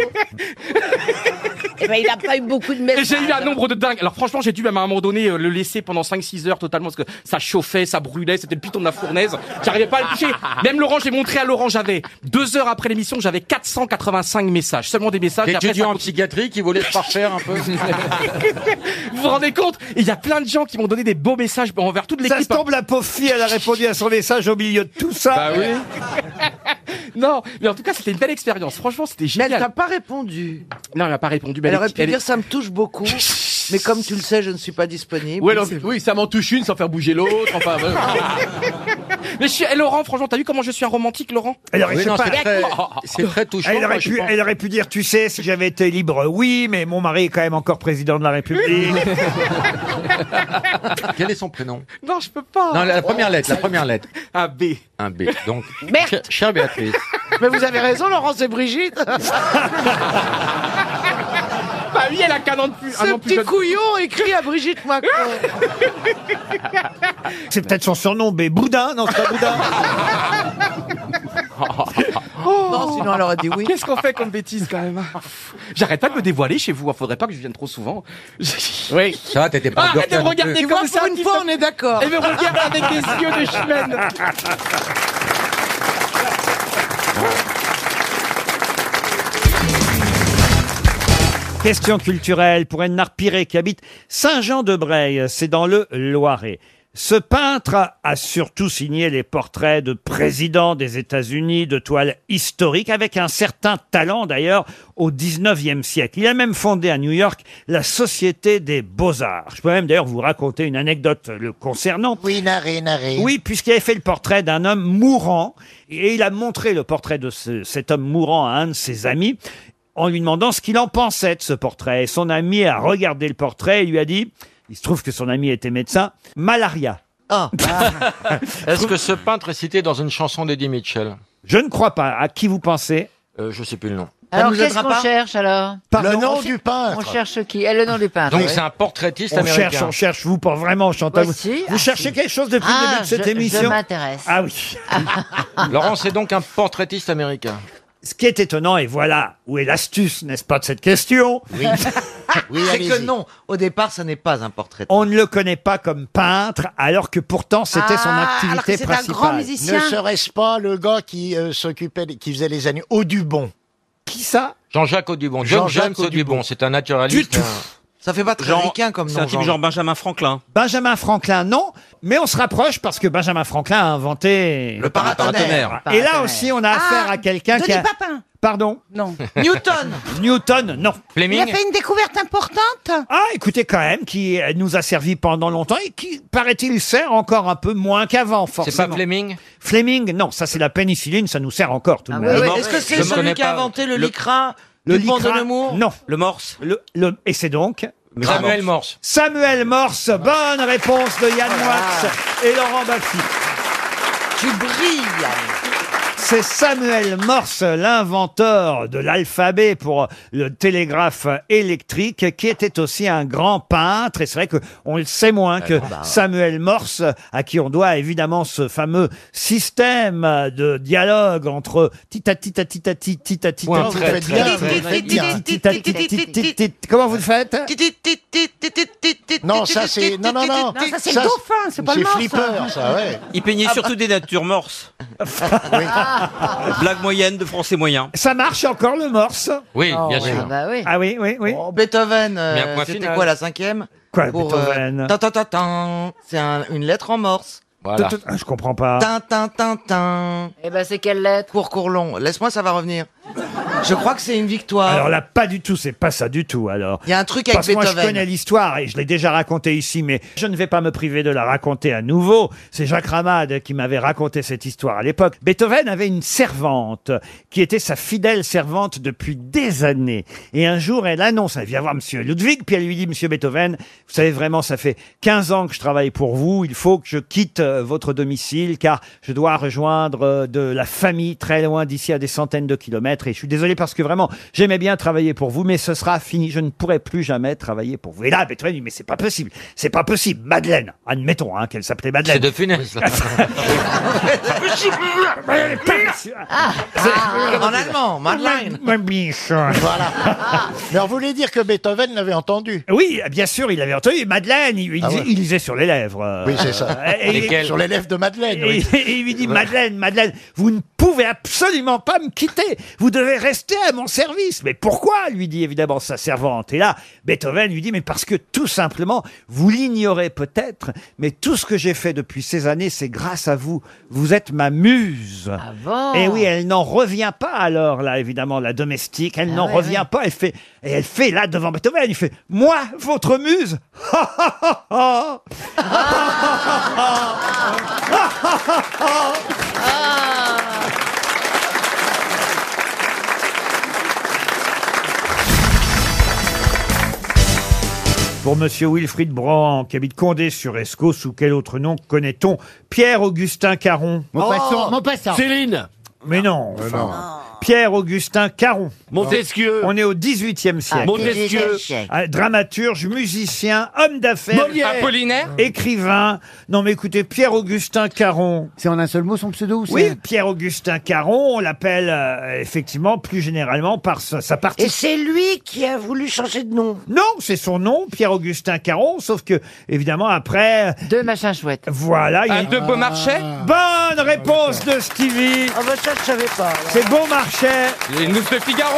Speaker 14: Eh ben, il n'a pas eu beaucoup de
Speaker 5: Et
Speaker 14: messages.
Speaker 5: j'ai eu un nombre de dingue. Alors franchement, j'ai dû même à un moment donné euh, le laisser pendant 5-6 heures totalement parce que ça chauffait, ça brûlait, c'était le piton de la fournaise. J'arrivais pas à le toucher. Même Laurent, j'ai montré à Laurent, j'avais deux heures après l'émission, j'avais 485 messages, seulement des messages.
Speaker 6: D'étudiants
Speaker 5: en psychiatrie qui voulaient se parfaire un peu. vous vous rendez compte Et Il y a plein de gens qui m'ont donné des beaux messages envers toute l'équipe.
Speaker 1: Ça se tombe, la pauvre fille, elle a répondu à son message au milieu de tout ça.
Speaker 5: Bah oui. non, Oh, mais en tout cas, c'était une belle expérience. Franchement, c'était génial.
Speaker 15: elle t'a pas répondu.
Speaker 5: Non, elle n'a pas répondu. mais
Speaker 15: Elle
Speaker 5: est-
Speaker 15: aurait pu
Speaker 5: elle est-
Speaker 15: dire ça me touche beaucoup, mais comme tu le sais, je ne suis pas disponible.
Speaker 17: Ouais, alors, oui, ça m'en touche une sans faire bouger l'autre. Enfin, voilà.
Speaker 5: Mais je suis... eh, Laurent, franchement, t'as vu comment je suis un romantique, Laurent
Speaker 1: Elle aurait, je sais pas- Elle aurait,
Speaker 5: moi, je
Speaker 1: pu,
Speaker 5: pense.
Speaker 1: elle aurait pu dire, tu sais, si j'avais été libre, oui, mais mon mari est quand même encore président de la République.
Speaker 17: Quel est son prénom
Speaker 5: Non, je peux pas.
Speaker 17: Non,
Speaker 1: Oh.
Speaker 17: la première lettre, la première lettre.
Speaker 5: Un B.
Speaker 17: Un B. Donc,
Speaker 15: Berthe.
Speaker 17: Ch- chère Béatrice.
Speaker 15: Mais vous avez raison, Laurence et Brigitte.
Speaker 5: Bah oui, elle a qu'un an de plus.
Speaker 15: Ce petit couillon écrit à Brigitte Macron.
Speaker 1: C'est peut-être son surnom, mais Boudin, non, c'est pas Boudin.
Speaker 15: Non, sinon elle aurait dit oui.
Speaker 5: Oh. Qu'est-ce qu'on fait comme bêtise quand même Ah, J'arrête pas de me dévoiler chez vous. hein. Faudrait pas que je vienne trop souvent.
Speaker 17: Oui. Ça va, t'étais pas
Speaker 5: Arrête de me regarder comme ça.
Speaker 15: une fois, on est d'accord.
Speaker 5: Et me regarde avec des yeux de chemène.
Speaker 1: Question culturelle pour Ednard Piret qui habite Saint-Jean-de-Breil, c'est dans le Loiret. Ce peintre a- a surtout signé les portraits de présidents des États-Unis de toiles historiques, avec un certain talent d'ailleurs au 19e siècle. Il a même fondé à New York la Société des Beaux-Arts. Je peux même d'ailleurs vous raconter une anecdote le concernant.
Speaker 18: Oui, narré, narré.
Speaker 1: Oui, puisqu'il avait fait le portrait d'un homme mourant, et il a montré le portrait de ce- cet homme mourant à un de ses amis, en lui demandant ce qu'il en pensait de ce portrait. Et son ami a regardé le portrait et lui a dit, il se trouve que son ami était médecin, malaria.
Speaker 19: Ah,
Speaker 17: Est-ce que ce peintre est cité dans une chanson d'Eddie Mitchell Euh,
Speaker 1: Je ne crois pas. À qui vous pensez
Speaker 17: Je sais plus le nom.
Speaker 19: Alors, qu'est-ce qu'on cherche alors
Speaker 1: Pardon
Speaker 19: On
Speaker 1: nom
Speaker 19: cher-
Speaker 1: du peintre.
Speaker 19: On cherche qui Eh, Le nom du peintre.
Speaker 17: Donc,
Speaker 19: oui.
Speaker 17: c'est un portraitiste
Speaker 1: on
Speaker 17: américain.
Speaker 1: cherche, on cherche, vous, pas vraiment, Chantal.
Speaker 19: Bah,
Speaker 1: Vous,
Speaker 19: si,
Speaker 1: vous
Speaker 19: ah,
Speaker 1: cherchez
Speaker 19: si.
Speaker 1: quelque chose depuis le
Speaker 19: Ah,
Speaker 1: début de cette
Speaker 19: je- je
Speaker 1: émission
Speaker 19: m'intéresse.
Speaker 1: Ah oui.
Speaker 17: Laurent, c'est donc un portraitiste américain.
Speaker 1: Ce qui est étonnant, et voilà où est l'astuce, n'est-ce pas, de cette question.
Speaker 15: c'est que non, au départ, ça n'est pas un portrait.
Speaker 1: On ne le connaît pas comme peintre, alors que pourtant c'était
Speaker 19: Ah,
Speaker 1: son
Speaker 11: Ah,
Speaker 1: activité principale.
Speaker 18: Ne serait-ce pas le gars qui euh, s'occupait, des- qui faisait les années Audubon
Speaker 1: Qui ça
Speaker 17: Jean-Jacques Audubon. John
Speaker 18: Jean-Jacques
Speaker 17: James Audubon, c'est un naturaliste. hein. un-
Speaker 15: Ça fait pas très
Speaker 17: Genre-
Speaker 15: américain comme nom.
Speaker 17: c'est un type genre
Speaker 15: Benjamin Franklin.
Speaker 1: Benjamin Franklin, non, mais on se rapproche parce que Benjamin Franklin a inventé le
Speaker 17: paratonnerre.
Speaker 1: Et là aussi, on a affaire à quelqu'un qui a.
Speaker 14: Denis Papin.
Speaker 1: Pardon
Speaker 14: Non.
Speaker 1: Newton Newton, non.
Speaker 14: Il a fait une découverte importante.
Speaker 1: Ah, écoutez, quand même, qui euh, nous a servi pendant longtemps et qui, paraît-il, sert encore un peu moins qu'avant, forcément.
Speaker 17: pas Fleming
Speaker 1: Fleming, non, ça c'est la pénicilline, ça nous sert encore tout de même.
Speaker 15: Ah Est-ce que c'est celui qui a inventé le, lycra,
Speaker 1: Le
Speaker 15: Dupont de
Speaker 1: lycra,
Speaker 15: Nemours
Speaker 1: Non. Le morse le, Et c'est donc
Speaker 17: Samuel Morse.
Speaker 1: Samuel Morse, bonne réponse de Yann Moix et Laurent Baffy.
Speaker 15: Tu brilles.
Speaker 1: C'est Samuel Morse, l'inventeur de l'alphabet pour le télégraphe électrique, qui était aussi un grand peintre. Et c'est vrai que on le sait moins que
Speaker 6: non, bah, ouais.
Speaker 1: Samuel Morse, à qui on doit évidemment ce fameux système de dialogue entre tita tita tita tita tita
Speaker 6: Ouais,
Speaker 1: tita
Speaker 6: vous faites bien, vous faites bien.
Speaker 1: tita tita Comment vous le faites
Speaker 18: Non, ça c'est. Non, non, non.
Speaker 14: Non, ça, c'est le dauphin, c'est pas le morse.
Speaker 18: C'est Flipper, ça, ouais.
Speaker 20: Il peignait surtout des natures morses. Blague moyenne de français moyen.
Speaker 1: Ça marche encore le morse
Speaker 20: Oui, Oh, bien ouais. sûr. Ah bah
Speaker 1: Ah oui, oui, oui.
Speaker 15: Beethoven, euh,
Speaker 1: Mais un point
Speaker 15: c'était
Speaker 1: final.
Speaker 15: quoi la cinquième
Speaker 1: Quoi,
Speaker 15: Pour,
Speaker 1: Beethoven
Speaker 15: euh, tin, tin, tin, tin. C'est un- une lettre en morse.
Speaker 1: Tout- tout- ah, Je comprends pas.
Speaker 15: Tin, tin, tin, tin.
Speaker 19: Eh ben, c'est quelle lettre
Speaker 15: Pour Courlon. Laisse-moi, ça va revenir. Je crois que c'est une victoire.
Speaker 1: Alors là, pas du tout, c'est pas ça du tout. Alors,
Speaker 15: Il y a un truc avec
Speaker 1: Parce que Moi,
Speaker 15: Beethoven.
Speaker 1: je connais l'histoire et je l'ai déjà racontée ici, mais je ne vais pas me priver de la raconter à nouveau. C'est Jacques Ramade qui m'avait raconté cette histoire à l'époque. Beethoven avait une servante qui était sa fidèle servante depuis des années. Et un jour, elle annonce, elle vient voir Monsieur Ludwig, puis elle lui dit, Monsieur Beethoven, vous savez vraiment, ça fait 15 ans que je travaille pour vous. Il faut que je quitte euh, votre domicile car je dois rejoindre euh, de la famille très loin d'ici à des centaines de kilomètres et je suis désolé désolé parce que vraiment, j'aimais bien travailler pour vous, mais ce sera fini. Je ne pourrai plus jamais travailler pour vous. Et là, Beethoven dit, mais c'est pas possible. C'est pas possible. Madeleine. Admettons, hein, qu'elle s'appelait Madeleine.
Speaker 17: C'est de funeste.
Speaker 21: Ah.
Speaker 18: Ah, en allemand, Madeleine.
Speaker 1: Voilà.
Speaker 18: Mais on voulait dire que Beethoven l'avait entendu.
Speaker 1: Oui, bien sûr, il avait entendu. Madeleine, il, il,
Speaker 18: Ah ouais.
Speaker 1: disait- il lisait sur les lèvres. euh.
Speaker 18: Oui, c'est ça.
Speaker 1: Et- et-
Speaker 18: Sur les lèvres de Madeleine. oui.
Speaker 1: Et, et il lui dit Madeleine, Madeleine, vous ne pouvez absolument pas me quitter. Vous devez rester à mon service. Mais pourquoi lui dit évidemment sa servante. Et là, Beethoven lui dit mais parce que tout simplement, vous l'ignorez peut-être, mais tout ce que j'ai fait depuis ces années, c'est grâce à vous. Vous êtes ma muse.
Speaker 7: Ah bon
Speaker 1: Et oui, elle n'en revient pas alors là évidemment la domestique, elle n'en
Speaker 7: Ah ouais,
Speaker 1: revient pas. Elle fait et elle fait là devant Beethoven, il fait moi votre muse. Ha, ha, ha, ha. Pour Monsieur Wilfried Brand, qui habite Condé-sur-Escaut, sous quel autre nom connaît-on Pierre-Augustin Caron
Speaker 11: Maupassant, Maupassant.
Speaker 1: Céline Mais non, enfin. Pierre-Augustin Caron.
Speaker 11: Ah. Montesquieu.
Speaker 1: On est au XVIIIe siècle.
Speaker 11: Ah, Montesquieu.
Speaker 1: Ah, Dramaturge, musicien, homme d'affaires.
Speaker 11: Molière. Apollinaire.
Speaker 1: Ah. Écrivain. Non mais écoutez, Pierre-Augustin Caron.
Speaker 11: C'est en un seul mot son pseudo ou
Speaker 1: Oui,
Speaker 11: c'est-
Speaker 1: Pierre-Augustin Caron, on l'appelle euh, effectivement plus généralement par sa, sa partie.
Speaker 11: Et c'est lui qui a voulu changer de nom.
Speaker 1: Non, c'est son nom, Pierre-Augustin Caron, sauf que, évidemment, après...
Speaker 19: Deux machins chouettes.
Speaker 1: Voilà. il y a-
Speaker 10: Un de Beaumarchais
Speaker 1: Bonne réponse de Stevie Ah bah ça, je savais pas. C'est Beaumarchais
Speaker 5: Les Nouvelles de Figaro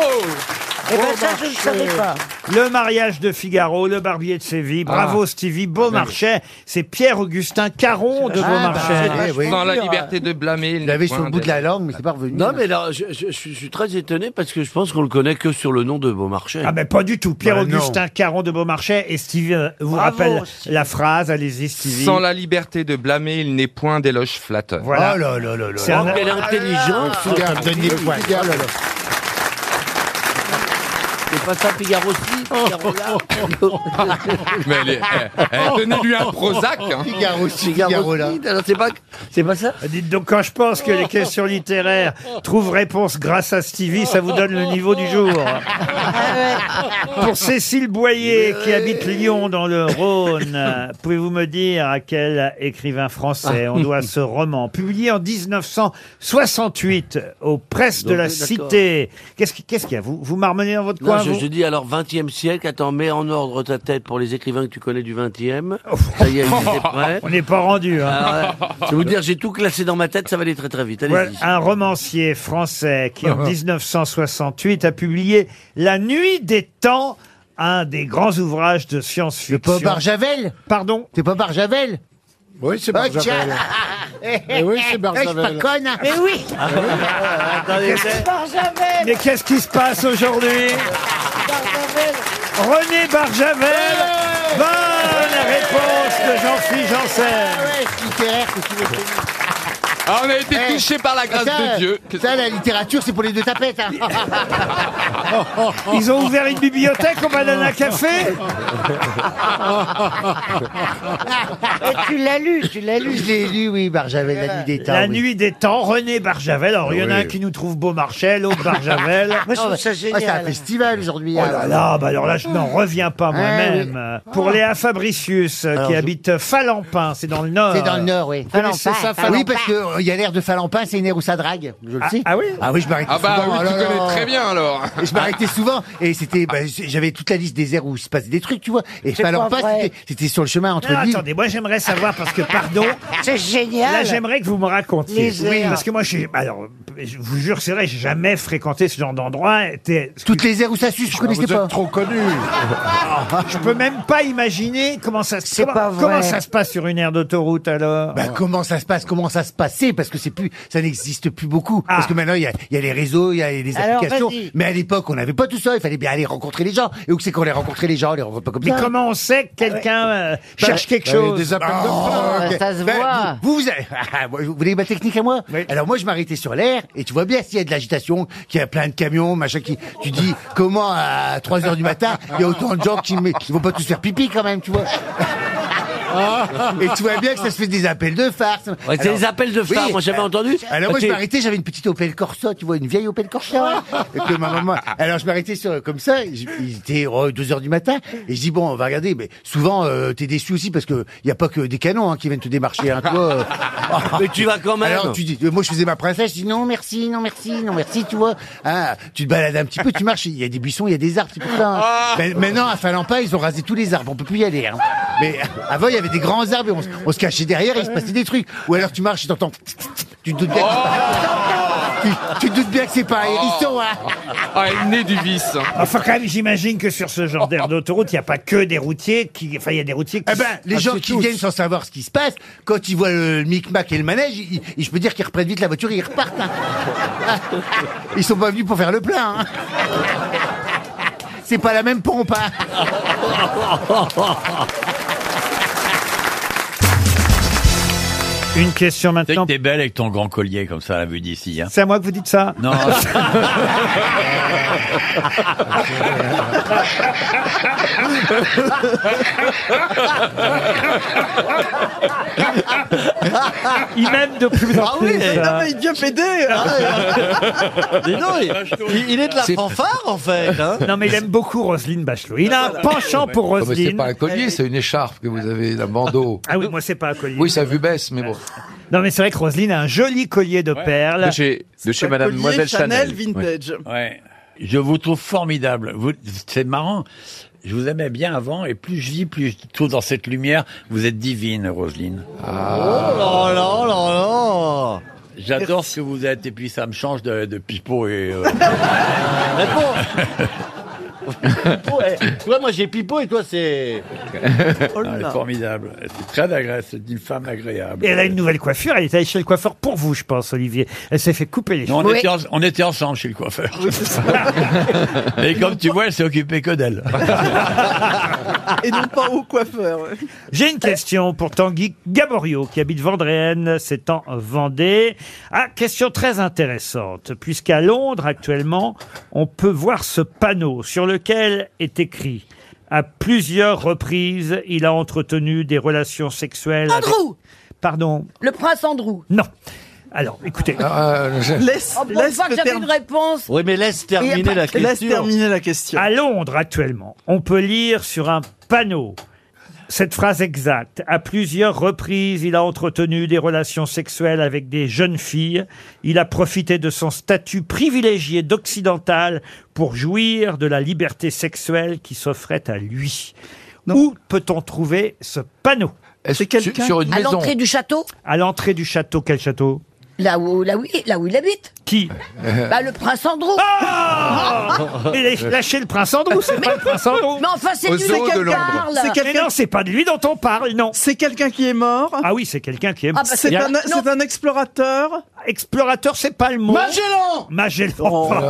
Speaker 1: Eh ben, ça, je ne savais pas. Le mariage de Figaro, le barbier de Séville, bravo Stevie, Beaumarchais, c'est Pierre-Augustin Caron de
Speaker 11: Ah,
Speaker 1: Beaumarchais.
Speaker 11: bah, c'est vachement
Speaker 10: Dans la
Speaker 11: dur,
Speaker 10: liberté de blâmer.
Speaker 11: Il l'avait sur le bout de la langue, mais c'est pas revenu.
Speaker 21: Non, mais là, je, je- je suis très étonné parce que je pense qu'on le connaît que sur le nom de Beaumarchais.
Speaker 1: Ah mais pas du tout, Pierre-Augustin
Speaker 21: Bah,
Speaker 1: Caron de Beaumarchais, et Stevie euh, vous
Speaker 21: Bravo,
Speaker 1: rappelle
Speaker 21: Stevie.
Speaker 1: la phrase, allez-y Stevie.
Speaker 10: Sans la liberté de blâmer, il n'est point d'éloge flatteur.
Speaker 1: Voilà.
Speaker 10: Oh là
Speaker 1: là là là
Speaker 10: C'est un-
Speaker 21: Quelle
Speaker 11: Ah,
Speaker 21: intelligence
Speaker 10: Figaro, Denis Lepoint.
Speaker 21: Figaro, là, là. C'est pas ça Figaro aussi Figaro là
Speaker 11: Oh,
Speaker 10: Mais elle est- eh, eh, donnez-lui un Prozac, hein. Figaro aussi, Figaro là.
Speaker 21: Alors c'est pas, c'est pas ça
Speaker 1: Dites donc, quand je pense que les questions littéraires trouvent réponse grâce à Stevie, ça vous donne le niveau du jour. Pour Cécile Boyer, qui habite Lyon dans le Rhône, euh, pouvez-vous me dire à quel écrivain français on doit ce roman Publié en 1968 aux presses de
Speaker 21: Donc,
Speaker 1: la
Speaker 21: d'accord.
Speaker 1: Cité. Qu'est-ce qui- qu'est-ce qu'il y a vous, vous marmonnez dans votre
Speaker 21: Non,
Speaker 1: coin
Speaker 21: je,
Speaker 1: vous
Speaker 21: je dis alors 20e siècle, attends, mets en ordre ta tête pour les écrivains que tu connais du 20e. Ça y est, j'étais prêt.
Speaker 1: Oh. On n'est pas rendu. hein.
Speaker 21: Ah ouais. Je vais vous dire, j'ai tout classé dans ma tête, ça va aller très très vite. Allez-y.
Speaker 1: Voilà un romancier français qui, en
Speaker 21: Ah.
Speaker 1: 1968, a publié La Nuit des Temps, un des grands ouvrages de science-fiction.
Speaker 11: C'est pas Barjavel
Speaker 1: Pardon
Speaker 11: C'est pas Barjavel Ah,
Speaker 2: Oui, c'est Barjavel.
Speaker 11: Eh
Speaker 2: oui, c'est Barjavel.
Speaker 11: Je suis pas conne. Mais oui.
Speaker 1: Qu'est-ce- Mais qu'est-ce qui se passe aujourd'hui René Barjavel Bonne réponse de Jean-Philippe Janssen
Speaker 10: Ah, on a
Speaker 11: Eh.
Speaker 10: été touchés par la grâce de Dieu.
Speaker 11: Ça, la littérature, c'est pour les deux tapettes. hein.
Speaker 1: Ils ont ouvert une bibliothèque au Banana Café
Speaker 11: tu l'as lu, tu l'as lu. Je l'ai lu, oui, Barjavel, la nuit des temps.
Speaker 1: La
Speaker 11: oui.
Speaker 1: nuit des temps, René Barjavel. Alors, il y en a un qui nous trouve Beaumarchais, l'autre Barjavel.
Speaker 11: Moi, je trouve ça génial. Ah, bah, c'est un festival aujourd'hui.
Speaker 1: Oh là là, bah alors là, je n'en reviens pas
Speaker 11: Ah,
Speaker 1: moi-même.
Speaker 11: oui.
Speaker 1: Euh, Pour Léa Fabricius, euh, qui
Speaker 11: je-
Speaker 1: habite Falampin, c'est dans le Nord.
Speaker 11: C'est dans le Nord, oui. Ah
Speaker 1: Vous connaissez ça, Falampin
Speaker 11: Oui, parce qu'il y a l'air de Falampin, c'est une aire où ça drague. Je le
Speaker 1: Ah,
Speaker 11: sais.
Speaker 1: ah oui
Speaker 11: Ah oui, je m'arrêtais
Speaker 10: Ah bah
Speaker 1: Oh
Speaker 11: souvent.
Speaker 10: oui, tu
Speaker 11: là là.
Speaker 10: connais très bien, alors.
Speaker 11: Et Je m'arrêtais souvent et c'était, bah, j'avais toute la liste des aires où il se passait des trucs, tu vois. Et Falampin, c'était- c'était sur le chemin entre
Speaker 1: Non,
Speaker 11: Lille.
Speaker 1: attendez, moi j'aimerais savoir parce que pardon.
Speaker 11: C'est génial.
Speaker 1: Là j'aimerais que vous me racontiez.
Speaker 11: Les airs.
Speaker 1: parce que moi j'ai alors je vous jure c'est vrai, j'ai jamais fréquenté ce genre d'endroit.
Speaker 11: Toutes les aires où ça
Speaker 10: Ah,
Speaker 11: suce, je connaissais pas.
Speaker 1: trop connu. je peux même pas imaginer comment ça se comment,
Speaker 11: pas vrai.
Speaker 1: comment ça se passe sur une aire d'autoroute alors.
Speaker 11: Bah, comment ça se passe Comment ça se passait Parce que c'est plus, ça n'existe plus beaucoup.
Speaker 1: Ah.
Speaker 11: Parce que maintenant il y a, il y a les réseaux, il y a les
Speaker 1: Alors,
Speaker 11: applications.
Speaker 1: vas-y.
Speaker 11: Mais à l'époque, on n'avait pas tout ça. Il fallait bien aller rencontrer les gens. Et où c'est qu'on les rencontrait les gens On les rencontre pas comme
Speaker 1: Mais
Speaker 11: ça.
Speaker 1: comment on sait que quelqu'un euh,
Speaker 11: Bah,
Speaker 1: cherche quelque
Speaker 11: bah,
Speaker 1: chose Ah,
Speaker 11: des appels de phare.
Speaker 1: ok.
Speaker 11: Ben,
Speaker 10: Bah,
Speaker 11: Vous, vous, avez- Ah, moi, vous voulez ma technique à moi Alors moi, je m'arrêtais sur l'air et tu vois bien s'il y a de l'agitation, qu'il y a plein de camions, machin. Qui, tu dis comment à 3 heures du matin, il y a autant de gens qui ne vont pas tous faire pipi quand même, tu vois Et tu vois bien que ça se fait des appels de farce. euh,
Speaker 21: Ouais, c'est des appels de phare, moi, j'avais entendu.
Speaker 11: Alors moi
Speaker 21: Bah,
Speaker 11: je
Speaker 21: t'es-
Speaker 11: m'arrêtais, j'avais une petite Opel Corsa, tu vois, une vieille Opel Corsa. Et que ma maman- Alors je m'arrêtais sur comme ça, j- il était 2h du matin et je dis bon, on va regarder mais souvent euh, t'es déçu aussi parce que il y a pas que des canons hein, qui viennent te démarcher hein, toi. euh.
Speaker 21: Mais tu vas quand même.
Speaker 11: Alors tu dis euh, moi je faisais ma princesse, je dis non merci, non merci, non merci, tu vois. Ah, tu te balades un petit peu, tu marches, il y a des buissons, il y a des arbres, c'est pour ça. hein.
Speaker 21: Ah.
Speaker 11: Mais- maintenant à Falampa, ils ont rasé tous les arbres, on peut plus y aller hein. Mais avant il y avait des grands arbres et on, se- on se cachait derrière, et il se passait des trucs. Ou alors tu marches et t'entends tu te doutes bien que c'est pas- tu, tu te doutes bien que c'est pas un hérisson, hein.
Speaker 5: Ah, elle est née du vice. hein.
Speaker 1: Enfin, Ah, quand même, j'imagine que sur ce genre d'aire d'autoroute, il n'y a pas que des routiers qui. Enfin, il y a des routiers qui. Ah,
Speaker 11: Eh ben,
Speaker 18: Ah,
Speaker 11: les gens qui viennent sans savoir ce qui se passe, quand ils voient le micmac et le manège, ils- ils- je peux dire qu'ils reprennent vite la voiture et ils repartent. hein. Ils sont pas venus pour faire le plein. hein. C'est pas la même pompe. hein.
Speaker 9: Ah
Speaker 1: Une question maintenant.
Speaker 22: T'es belle avec ton grand collier comme ça à la vue d'ici. Hein.
Speaker 1: C'est à moi que vous dites ça
Speaker 22: Non.
Speaker 1: Il m'aime de plus en
Speaker 23: Ah oui,
Speaker 1: plus,
Speaker 23: non,
Speaker 1: hein.
Speaker 23: mais il devient pédé ah, ouais. Dis donc, il, il- il est de la fanfare en fait hein.
Speaker 1: Non, mais il aime beaucoup Roselyne Bachelot. Il a un penchant pour
Speaker 24: Oh, mais c'est
Speaker 1: Roselyne.
Speaker 24: pas un collier, c'est une écharpe que vous avez, un bandeau.
Speaker 1: Ah oui, moi c'est pas un collier.
Speaker 24: Oui, ça vue baisse, mais bon.
Speaker 1: Non, mais c'est vrai que Roselyne a un joli collier de perles.
Speaker 22: De chez- de chez
Speaker 1: Un
Speaker 22: Madame
Speaker 1: collier
Speaker 22: Moiselle Chanel.
Speaker 23: vintage.
Speaker 22: Ouais. Ouais. Je vous trouve formidable. Vous- C'est marrant. Je vous aimais bien avant et plus je vis, plus je trouve dans cette lumière. Vous êtes divine, Roselyne.
Speaker 23: Oh là là là là
Speaker 22: J'adore ce que vous êtes et puis ça me change de, de pipeau et. euh,
Speaker 6: Toi, moi, j'ai pipeau et toi, c'est.
Speaker 1: Oh là
Speaker 22: non,
Speaker 1: là.
Speaker 22: elle est Ah, formidable. C'est très agréable. C'est une femme agréable.
Speaker 1: Et elle a une nouvelle coiffure. Elle est allée chez le coiffeur pour vous, je pense, Olivier. Elle s'est fait couper les
Speaker 22: Non,
Speaker 1: cheveux.
Speaker 22: on, était en- on était ensemble chez le coiffeur. et comme tu vois, elle s'est occupée que d'elle.
Speaker 1: Et non pas au coiffeur. J'ai une question pour Tanguy Gaborio, qui habite Vendréenne, c'est en Vendée. Ah, question très intéressante, puisqu'à Londres, actuellement, on peut voir ce panneau sur lequel est écrit à plusieurs reprises, il a entretenu des relations sexuelles. avec-
Speaker 16: Andrew
Speaker 1: Pardon
Speaker 16: Le prince Andrew.
Speaker 1: Non. Alors, écoutez.
Speaker 16: Laisse, oh, pour une fois que j'avais une réponse.
Speaker 1: Oui, mais laisse
Speaker 16: terminer Et après- la question. Laisse terminer
Speaker 1: la question. À Londres, actuellement, on peut lire sur un panneau cette phrase exacte. À plusieurs reprises, il a entretenu des relations sexuelles avec des jeunes filles. Il a profité de son statut privilégié d'occidental pour jouir de la liberté sexuelle qui s'offrait à lui. Où peut-on trouver ce panneau C'est
Speaker 24: quelqu'un sur une
Speaker 16: À
Speaker 1: maison.
Speaker 16: l'entrée du château
Speaker 1: À l'entrée du château, quel château
Speaker 16: Là où, là, où, là où il habite
Speaker 1: Qui Ah
Speaker 16: Bah, le prince Andrew.
Speaker 1: Et lâchez le prince Andrew, c'est pas le prince Andrew.
Speaker 16: Mais enfin, c'est Au du zoo mec de qui Londres. parle.
Speaker 1: C'est quelqu'un-
Speaker 23: Mais
Speaker 1: non, c'est pas de lui dont on parle, non.
Speaker 23: C'est quelqu'un qui est mort
Speaker 1: Ah oui, c'est quelqu'un qui est
Speaker 23: Ah bah, c'est un- c'est un
Speaker 1: explorateur. Explorateur, c'est pas le mot.
Speaker 23: Magellan
Speaker 1: Magellan.
Speaker 23: bah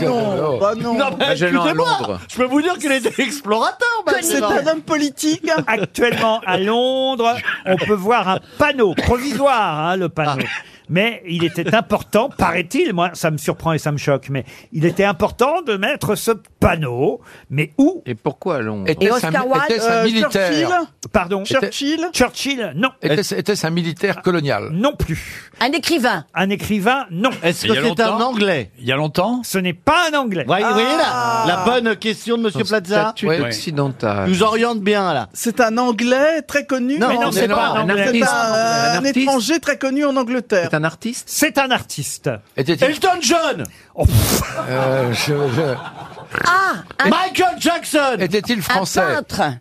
Speaker 23: non, bah non.
Speaker 1: Non, mais Magellan à
Speaker 23: excusez-moi,
Speaker 1: Londres.
Speaker 23: Je peux vous dire qu'il était explorateur,
Speaker 1: C'est
Speaker 23: Magellan.
Speaker 1: un homme politique. Actuellement, à Londres, on peut voir un panneau provisoire, hein, le panneau. Mais il était important, paraît-il, moi, ça me surprend et ça me choque, mais il était important de mettre ce panneau. Mais où Et pourquoi à Londres
Speaker 24: Était-ce Et Oscar un- Wilde était-ce un Euh, militaire Churchill
Speaker 1: Pardon
Speaker 24: Churchill
Speaker 1: Churchill, non.
Speaker 24: Était-ce était-ce un militaire colonial
Speaker 1: Non plus. Un écrivain Un écrivain, non.
Speaker 24: Est-ce que Il y a c'est un longtemps Anglais
Speaker 22: Il y a longtemps
Speaker 1: Ce n'est pas un Anglais.
Speaker 24: Ouais, vous voyez là,
Speaker 23: la bonne question de
Speaker 24: Monsieur Plaza. Ouais.
Speaker 5: occidental.
Speaker 23: nous oriente bien là. C'est un Anglais très connu.
Speaker 1: Non, Mais non, c'est pas un Anglais.
Speaker 23: C'est
Speaker 1: Un
Speaker 23: un, un
Speaker 1: artiste.
Speaker 23: étranger très connu en Angleterre.
Speaker 1: un artiste C'est un artiste.
Speaker 23: Elton John. Euh,
Speaker 16: Ah
Speaker 23: Michael Jackson.
Speaker 24: Était-il français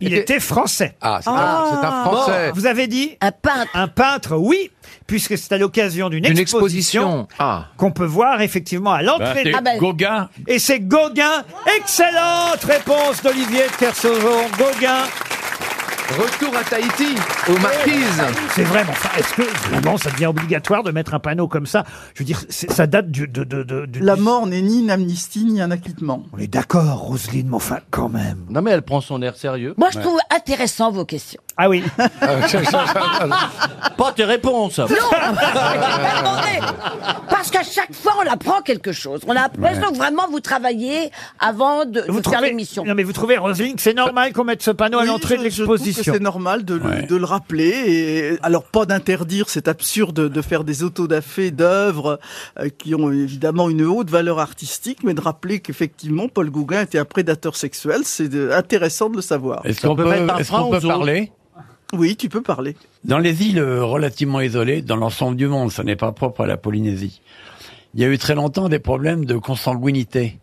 Speaker 1: Il était français.
Speaker 24: Ah, c'est un- Ah. c'est un Français.
Speaker 1: Vous avez dit Un peintre. Un peintre, oui, puisque c'est à l'occasion d'une
Speaker 24: D'une
Speaker 1: exposition,
Speaker 24: exposition.
Speaker 23: Ah.
Speaker 1: qu'on peut voir effectivement à l'entrée.
Speaker 24: Bah, c'est Ah ben. Gauguin.
Speaker 1: Et c'est Gauguin. Excellente réponse d'Olivier de Kersauzon. Gauguin.
Speaker 5: Retour à Tahiti, aux marquises.
Speaker 1: C'est vrai, mais enfin, est-ce que vraiment ça devient obligatoire de mettre un panneau comme ça Je veux dire, c'est- ça date du, de, de, de- du-
Speaker 23: La mort n'est ni une amnistie ni un acquittement.
Speaker 1: On est d'accord, Roselyne, mais enfin quand même.
Speaker 23: Non mais elle prend son air sérieux.
Speaker 16: Moi, je trouve intéressant vos questions.
Speaker 1: Ah oui.
Speaker 23: Pas tes réponses.
Speaker 16: Attendez, Parce qu'à chaque fois, on apprend quelque chose. On a l'impression
Speaker 1: Ouais.
Speaker 16: que vraiment vous travaillez avant de, de faire l'émission.
Speaker 1: Non mais vous trouvez, Roselyne, que c'est normal qu'on mette ce panneau à l'entrée de l'exposition
Speaker 3: C'est normal de, le- de le rappeler. Et, alors, pas d'interdire, c'est absurde de faire des autodafés d'œuvres euh, qui ont évidemment une haute valeur artistique, mais de rappeler qu'effectivement, Paul Gauguin était un prédateur sexuel, c'est de- intéressant de le savoir.
Speaker 22: Est-ce qu'on peut, est-ce qu'on peut parler
Speaker 3: Oui, tu peux parler.
Speaker 22: Dans les îles euh, relativement isolées, dans l'ensemble du monde, ce n'est pas propre à la Polynésie, il y a eu très longtemps des problèmes de consanguinité.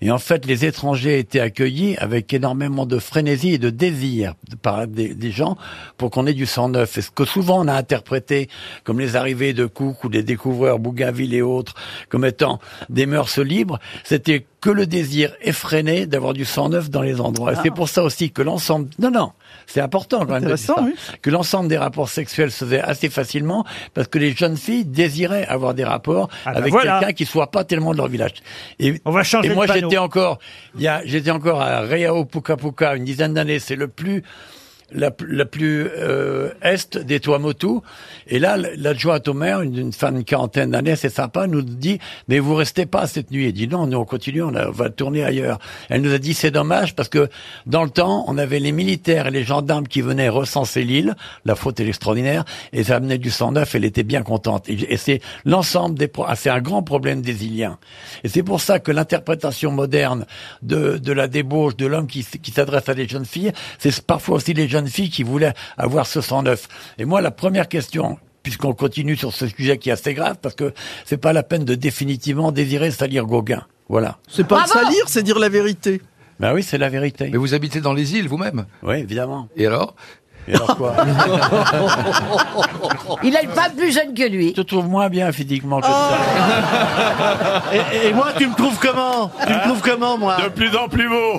Speaker 22: Et en fait, les étrangers étaient accueillis avec énormément de frénésie et de désir par des, des gens pour qu'on ait du sang neuf. Et ce que souvent on a interprété comme les arrivées de Cook ou des découvreurs Bougainville et autres comme étant des mœurs libres, c'était que le désir effréné d'avoir du sang neuf dans les endroits. Et
Speaker 3: Ah.
Speaker 22: c'est pour ça aussi que l'ensemble... Non, non, c'est important quand même de dire
Speaker 3: Intéressant,
Speaker 22: ça
Speaker 3: oui.
Speaker 22: que l'ensemble des rapports sexuels se faisait assez facilement parce que les jeunes filles désiraient avoir des rapports
Speaker 1: Ah bah
Speaker 22: avec
Speaker 1: voilà.
Speaker 22: quelqu'un qui soit pas tellement de leur village. Et,
Speaker 1: On va changer
Speaker 22: et
Speaker 1: de
Speaker 22: moi
Speaker 1: panneau.
Speaker 22: j'étais encore, il y a, j'étais encore à Reao Pukapuka une dizaine d'années, c'est le plus la, pl- la plus euh, est des Tuamotu. Et là, l- l'adjointe au maire, une, une femme de quarantaine d'années, c'est sympa, nous dit « Mais vous restez pas cette nuit ». Elle dit « Non, nous on continue, on, a- on va tourner ailleurs ». Elle nous a dit « C'est dommage parce que dans le temps, on avait les militaires et les gendarmes qui venaient recenser l'île, la faute est extraordinaire, et ça amenait du sang neuf, elle était bien contente. Et, j- et c'est l'ensemble des... pro- ah, C'est un grand problème des Iliens. Et c'est pour ça que l'interprétation moderne de, de la débauche, de l'homme qui, s- qui s'adresse à des jeunes filles, c'est parfois aussi les jeunes filles qui voulaient avoir ce 109. Et moi, la première question puisqu'on continue sur ce sujet qui est assez grave, parce que c'est pas la peine de définitivement désirer salir Gauguin. Voilà.
Speaker 3: C'est pas le salir, c'est dire la vérité.
Speaker 22: Ben oui, c'est la vérité. Mais vous habitez dans les îles vous-même Oui, évidemment. Et alors Et alors quoi
Speaker 16: Il a une femme plus jeune que lui. Oh.
Speaker 22: Je te trouve moins bien physiquement que
Speaker 23: Et, et moi, tu me trouves comment Tu me trouves comment, moi
Speaker 22: De plus en plus beau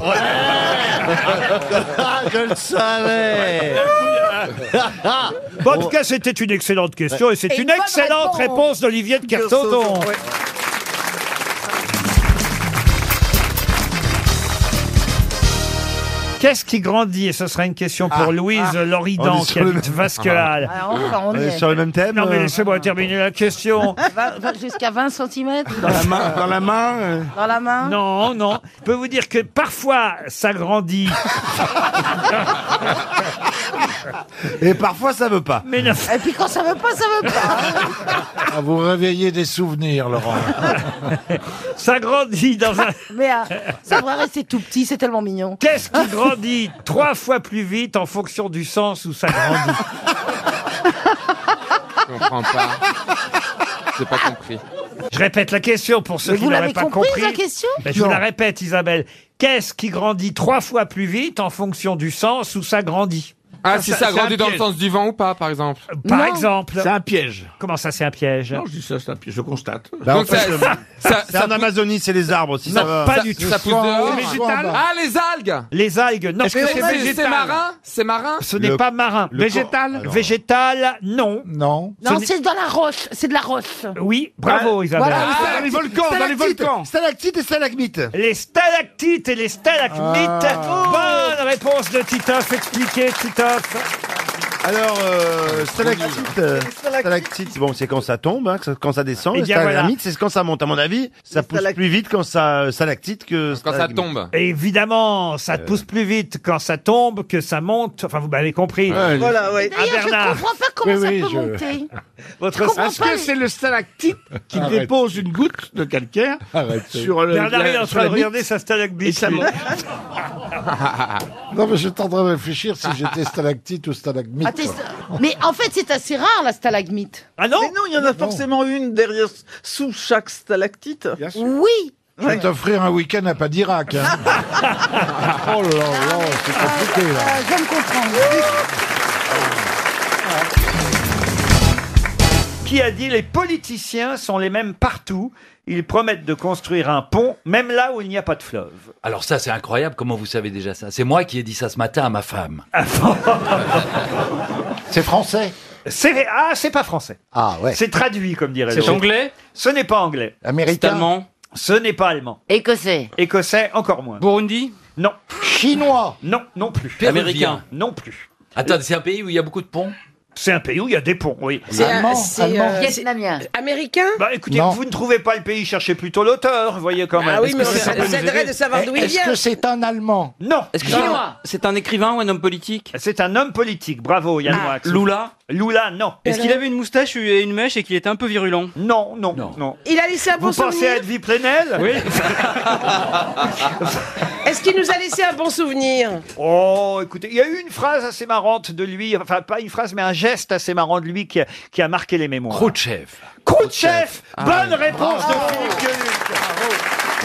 Speaker 23: Ah, je le savais
Speaker 1: Bon, en tout cas, c'était une excellente question et c'est
Speaker 23: Et
Speaker 1: une
Speaker 23: une bonne
Speaker 1: excellente
Speaker 23: réponse.
Speaker 1: réponse d'Olivier de Kersauzon. Qu'est-ce qui grandit Et ce sera une question pour
Speaker 8: Ah,
Speaker 1: Louise
Speaker 8: ah. On
Speaker 1: Loridan
Speaker 8: est
Speaker 1: qui
Speaker 8: sur le
Speaker 1: habite
Speaker 8: même-
Speaker 1: Vasquelal.
Speaker 8: Ah, enfin, on On y est est. sur le même thème,
Speaker 1: Non, mais
Speaker 8: euh.
Speaker 1: laissez-moi terminer la question.
Speaker 8: Va- va Jusqu'à 20 cm
Speaker 1: dans la main
Speaker 8: Dans la main euh.
Speaker 1: Non, non. Je peux vous dire que parfois, ça grandit.
Speaker 2: Et parfois, ça veut pas.
Speaker 1: Mais non.
Speaker 8: Et puis quand ça veut pas, ça veut pas.
Speaker 2: Ah, vous réveillez des souvenirs, Laurent.
Speaker 1: ça grandit dans un...
Speaker 8: Mais euh, ça devrait rester tout petit, c'est tellement mignon.
Speaker 1: Qu'est-ce qui grandit trois fois plus vite en fonction du sens où ça grandit
Speaker 10: Je comprends pas. J'ai pas compris.
Speaker 1: Je répète la question pour ceux
Speaker 8: Mais
Speaker 1: qui
Speaker 8: vous
Speaker 1: n'auraient
Speaker 8: l'avez
Speaker 1: pas
Speaker 8: comprise,
Speaker 1: compris.
Speaker 8: la question
Speaker 1: Ben, je vous
Speaker 8: Non.
Speaker 1: la répète, Isabelle. Qu'est-ce qui grandit trois fois plus vite en fonction du sens où ça grandit
Speaker 10: Ah, si ça grandit dans le sens du vent ou pas, par exemple
Speaker 1: Euh, Par exemple.
Speaker 8: C'est un piège.
Speaker 1: Comment ça, c'est un piège
Speaker 8: Non, je dis ça, c'est un piège, je constate.
Speaker 10: Bah, en Donc, fait, ça- le- ça- ça-
Speaker 8: c'est en Amazonie, c'est les arbres aussi.
Speaker 10: Non,
Speaker 8: ça va.
Speaker 10: pas du tout. Ça pousse dehors.
Speaker 8: C'est végétal.
Speaker 10: Ah, les algues
Speaker 1: Les algues, non.
Speaker 10: Est-ce que c'est c'est marin C'est marin
Speaker 1: Ce n'est pas marin.
Speaker 10: le
Speaker 1: végétal
Speaker 10: cor- alors.
Speaker 1: Végétal, Ah non.
Speaker 2: Non.
Speaker 8: Non,
Speaker 1: Ce n'est-
Speaker 8: c'est dans la roche, c'est de la roche.
Speaker 1: Oui, bravo
Speaker 8: Ah,
Speaker 1: Isabelle.
Speaker 8: voilà, Ah, dans les volcans, dans les
Speaker 2: stalactites, volcans.
Speaker 1: Stalactites et stalagmites. Les stalactites et les stalagmites.
Speaker 8: Ah.
Speaker 1: Bonne réponse de Titoff. Expliquez, Titoff.
Speaker 8: Alors, euh,
Speaker 1: stalactite,
Speaker 8: euh, stalactite, bon, c'est quand ça tombe, hein, que ça- quand ça descend.
Speaker 1: Eh
Speaker 8: Et
Speaker 1: bien, voilà.
Speaker 8: stalagmite, c'est quand ça monte. À mon avis, ça pousse plus vite quand ça euh, stalactite que stalagmite. Euh.
Speaker 1: Évidemment, ça pousse plus vite quand ça tombe que ça monte. Enfin, vous m'avez compris.
Speaker 8: Voilà, ouais.
Speaker 1: Ah, Bernard. Votre
Speaker 8: Est-ce que c'est le stalactite qui
Speaker 1: Ah, Arrête.
Speaker 8: dépose une goutte de calcaire sur le
Speaker 1: Bernard est en
Speaker 8: la- sur
Speaker 1: train
Speaker 8: la
Speaker 1: de regarder
Speaker 8: bite
Speaker 1: sa
Speaker 8: et
Speaker 1: stalagmite.
Speaker 8: ça monte.
Speaker 12: Ah.
Speaker 2: Non, mais je tenterais de réfléchir si j'étais stalactite ou stalagmite.
Speaker 20: Ah, t'es- Mais en fait, c'est assez rare la stalagmite.
Speaker 1: Ah non
Speaker 8: Mais non, il y en a forcément une derrière, sous chaque stalactite.
Speaker 20: Oui.
Speaker 2: Je vais t'offrir un week-end à Padirac. hein. oh là
Speaker 12: Ah,
Speaker 2: là, c'est compliqué, là.
Speaker 8: Ah, Je me comprends.
Speaker 1: Qui a dit les politiciens sont les mêmes partout. Ils promettent de construire un pont, même là où il n'y a pas de fleuve.
Speaker 4: Alors ça, c'est incroyable, comment vous savez déjà ça C'est moi qui ai dit ça ce matin à ma femme.
Speaker 1: Ah. C'est français. C'est ah, c'est pas français. Ah ouais. C'est traduit comme dirait.
Speaker 4: C'est
Speaker 1: l'autre.
Speaker 4: anglais
Speaker 1: Ce n'est pas anglais.
Speaker 4: Américain C'est allemand
Speaker 1: Ce n'est pas allemand.
Speaker 19: Écossais.
Speaker 1: Écossais encore moins. Burundi Non. Chinois Non, non plus.
Speaker 4: Péruvien.
Speaker 1: Non plus.
Speaker 4: Attends, c'est un pays où il y a beaucoup de ponts
Speaker 1: C'est un pays où il y a des ponts, oui.
Speaker 4: C'est un- Allemand,
Speaker 1: c'est
Speaker 4: c'est, allemand. euh,
Speaker 19: Vietnamien.
Speaker 9: Américain
Speaker 1: Bah écoutez, vous ne trouvez pas le pays, cherchez plutôt l'auteur, vous voyez quand même.
Speaker 9: Ah oui,
Speaker 1: Est-ce que
Speaker 9: mais
Speaker 1: ça
Speaker 9: ça
Speaker 1: peut
Speaker 9: nous
Speaker 1: nous
Speaker 9: aiderait
Speaker 1: aider
Speaker 9: de savoir
Speaker 18: Eh,
Speaker 9: d'où il
Speaker 1: Est-ce
Speaker 9: vient.
Speaker 1: que
Speaker 9: c'est un Allemand
Speaker 1: Non.
Speaker 9: Est-ce que c'est- Chinois.
Speaker 1: C'est un écrivain ou un homme politique C'est un homme politique, bravo Yann
Speaker 13: Ah,
Speaker 1: Moix.
Speaker 13: Lula
Speaker 1: Lula, non.
Speaker 13: Est-ce qu'il avait une moustache et une mèche et qu'il était un peu virulent
Speaker 1: Non, non, non.
Speaker 9: Il a laissé un bon
Speaker 1: Vous pensez
Speaker 9: souvenir.
Speaker 1: à Edwy Plenel
Speaker 13: Oui.
Speaker 9: Est-ce qu'il nous a laissé un bon souvenir
Speaker 1: Oh, écoutez, il y a eu une phrase assez marrante de lui, enfin pas une phrase, mais un geste assez marrant de lui qui a, qui a marqué les mémoires. Khrouchtchev. Khrouchtchev
Speaker 4: Ah,
Speaker 1: Ah Bonne réponse de Philippe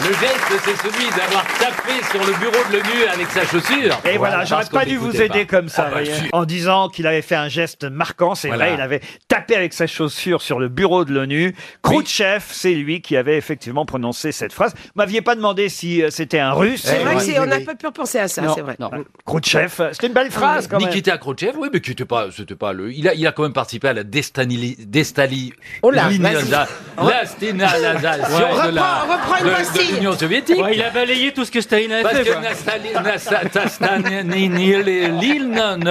Speaker 4: Le geste, c'est celui d'avoir tapé sur le bureau de l'ONU avec sa chaussure.
Speaker 1: Et voilà, j'aurais
Speaker 4: parce qu'on
Speaker 1: pas dû vous
Speaker 4: m'écoutait
Speaker 1: aider
Speaker 4: pas.
Speaker 1: comme ça,
Speaker 4: Ah bah,
Speaker 1: voyez. Oh,
Speaker 4: si.
Speaker 1: en disant qu'il avait fait un geste marquant. C'est
Speaker 4: Voilà.
Speaker 1: vrai, il avait tapé avec sa chaussure sur le bureau de l'ONU. Khrouchtchev, c'est lui qui avait effectivement prononcé cette phrase. Vous m'aviez pas demandé si euh, c'était un
Speaker 8: Eh
Speaker 1: Russe.
Speaker 9: C'est vrai que c'est- on n'a pas pu penser à ça,
Speaker 1: Non,
Speaker 9: c'est vrai.
Speaker 1: non. Khrouchtchev, c'était une belle phrase quand même.
Speaker 4: Nikita Khrouchtchev, oui, mais qui était pas, c'était pas le. Il a, il a quand même participé à la destali, destali,
Speaker 9: Oh là,
Speaker 4: l'iniolda-
Speaker 9: vas-y.
Speaker 4: la sténalisation
Speaker 9: Ouais.
Speaker 4: de la,
Speaker 9: Reprends- reprends une
Speaker 4: de- de
Speaker 9: pastille.
Speaker 4: l'Union soviétique.
Speaker 13: Ouais, il a balayé tout ce que Staline avait
Speaker 4: Parce
Speaker 13: fait.
Speaker 4: que
Speaker 13: quoi.
Speaker 4: Nastali- Nasta- Tastaninililne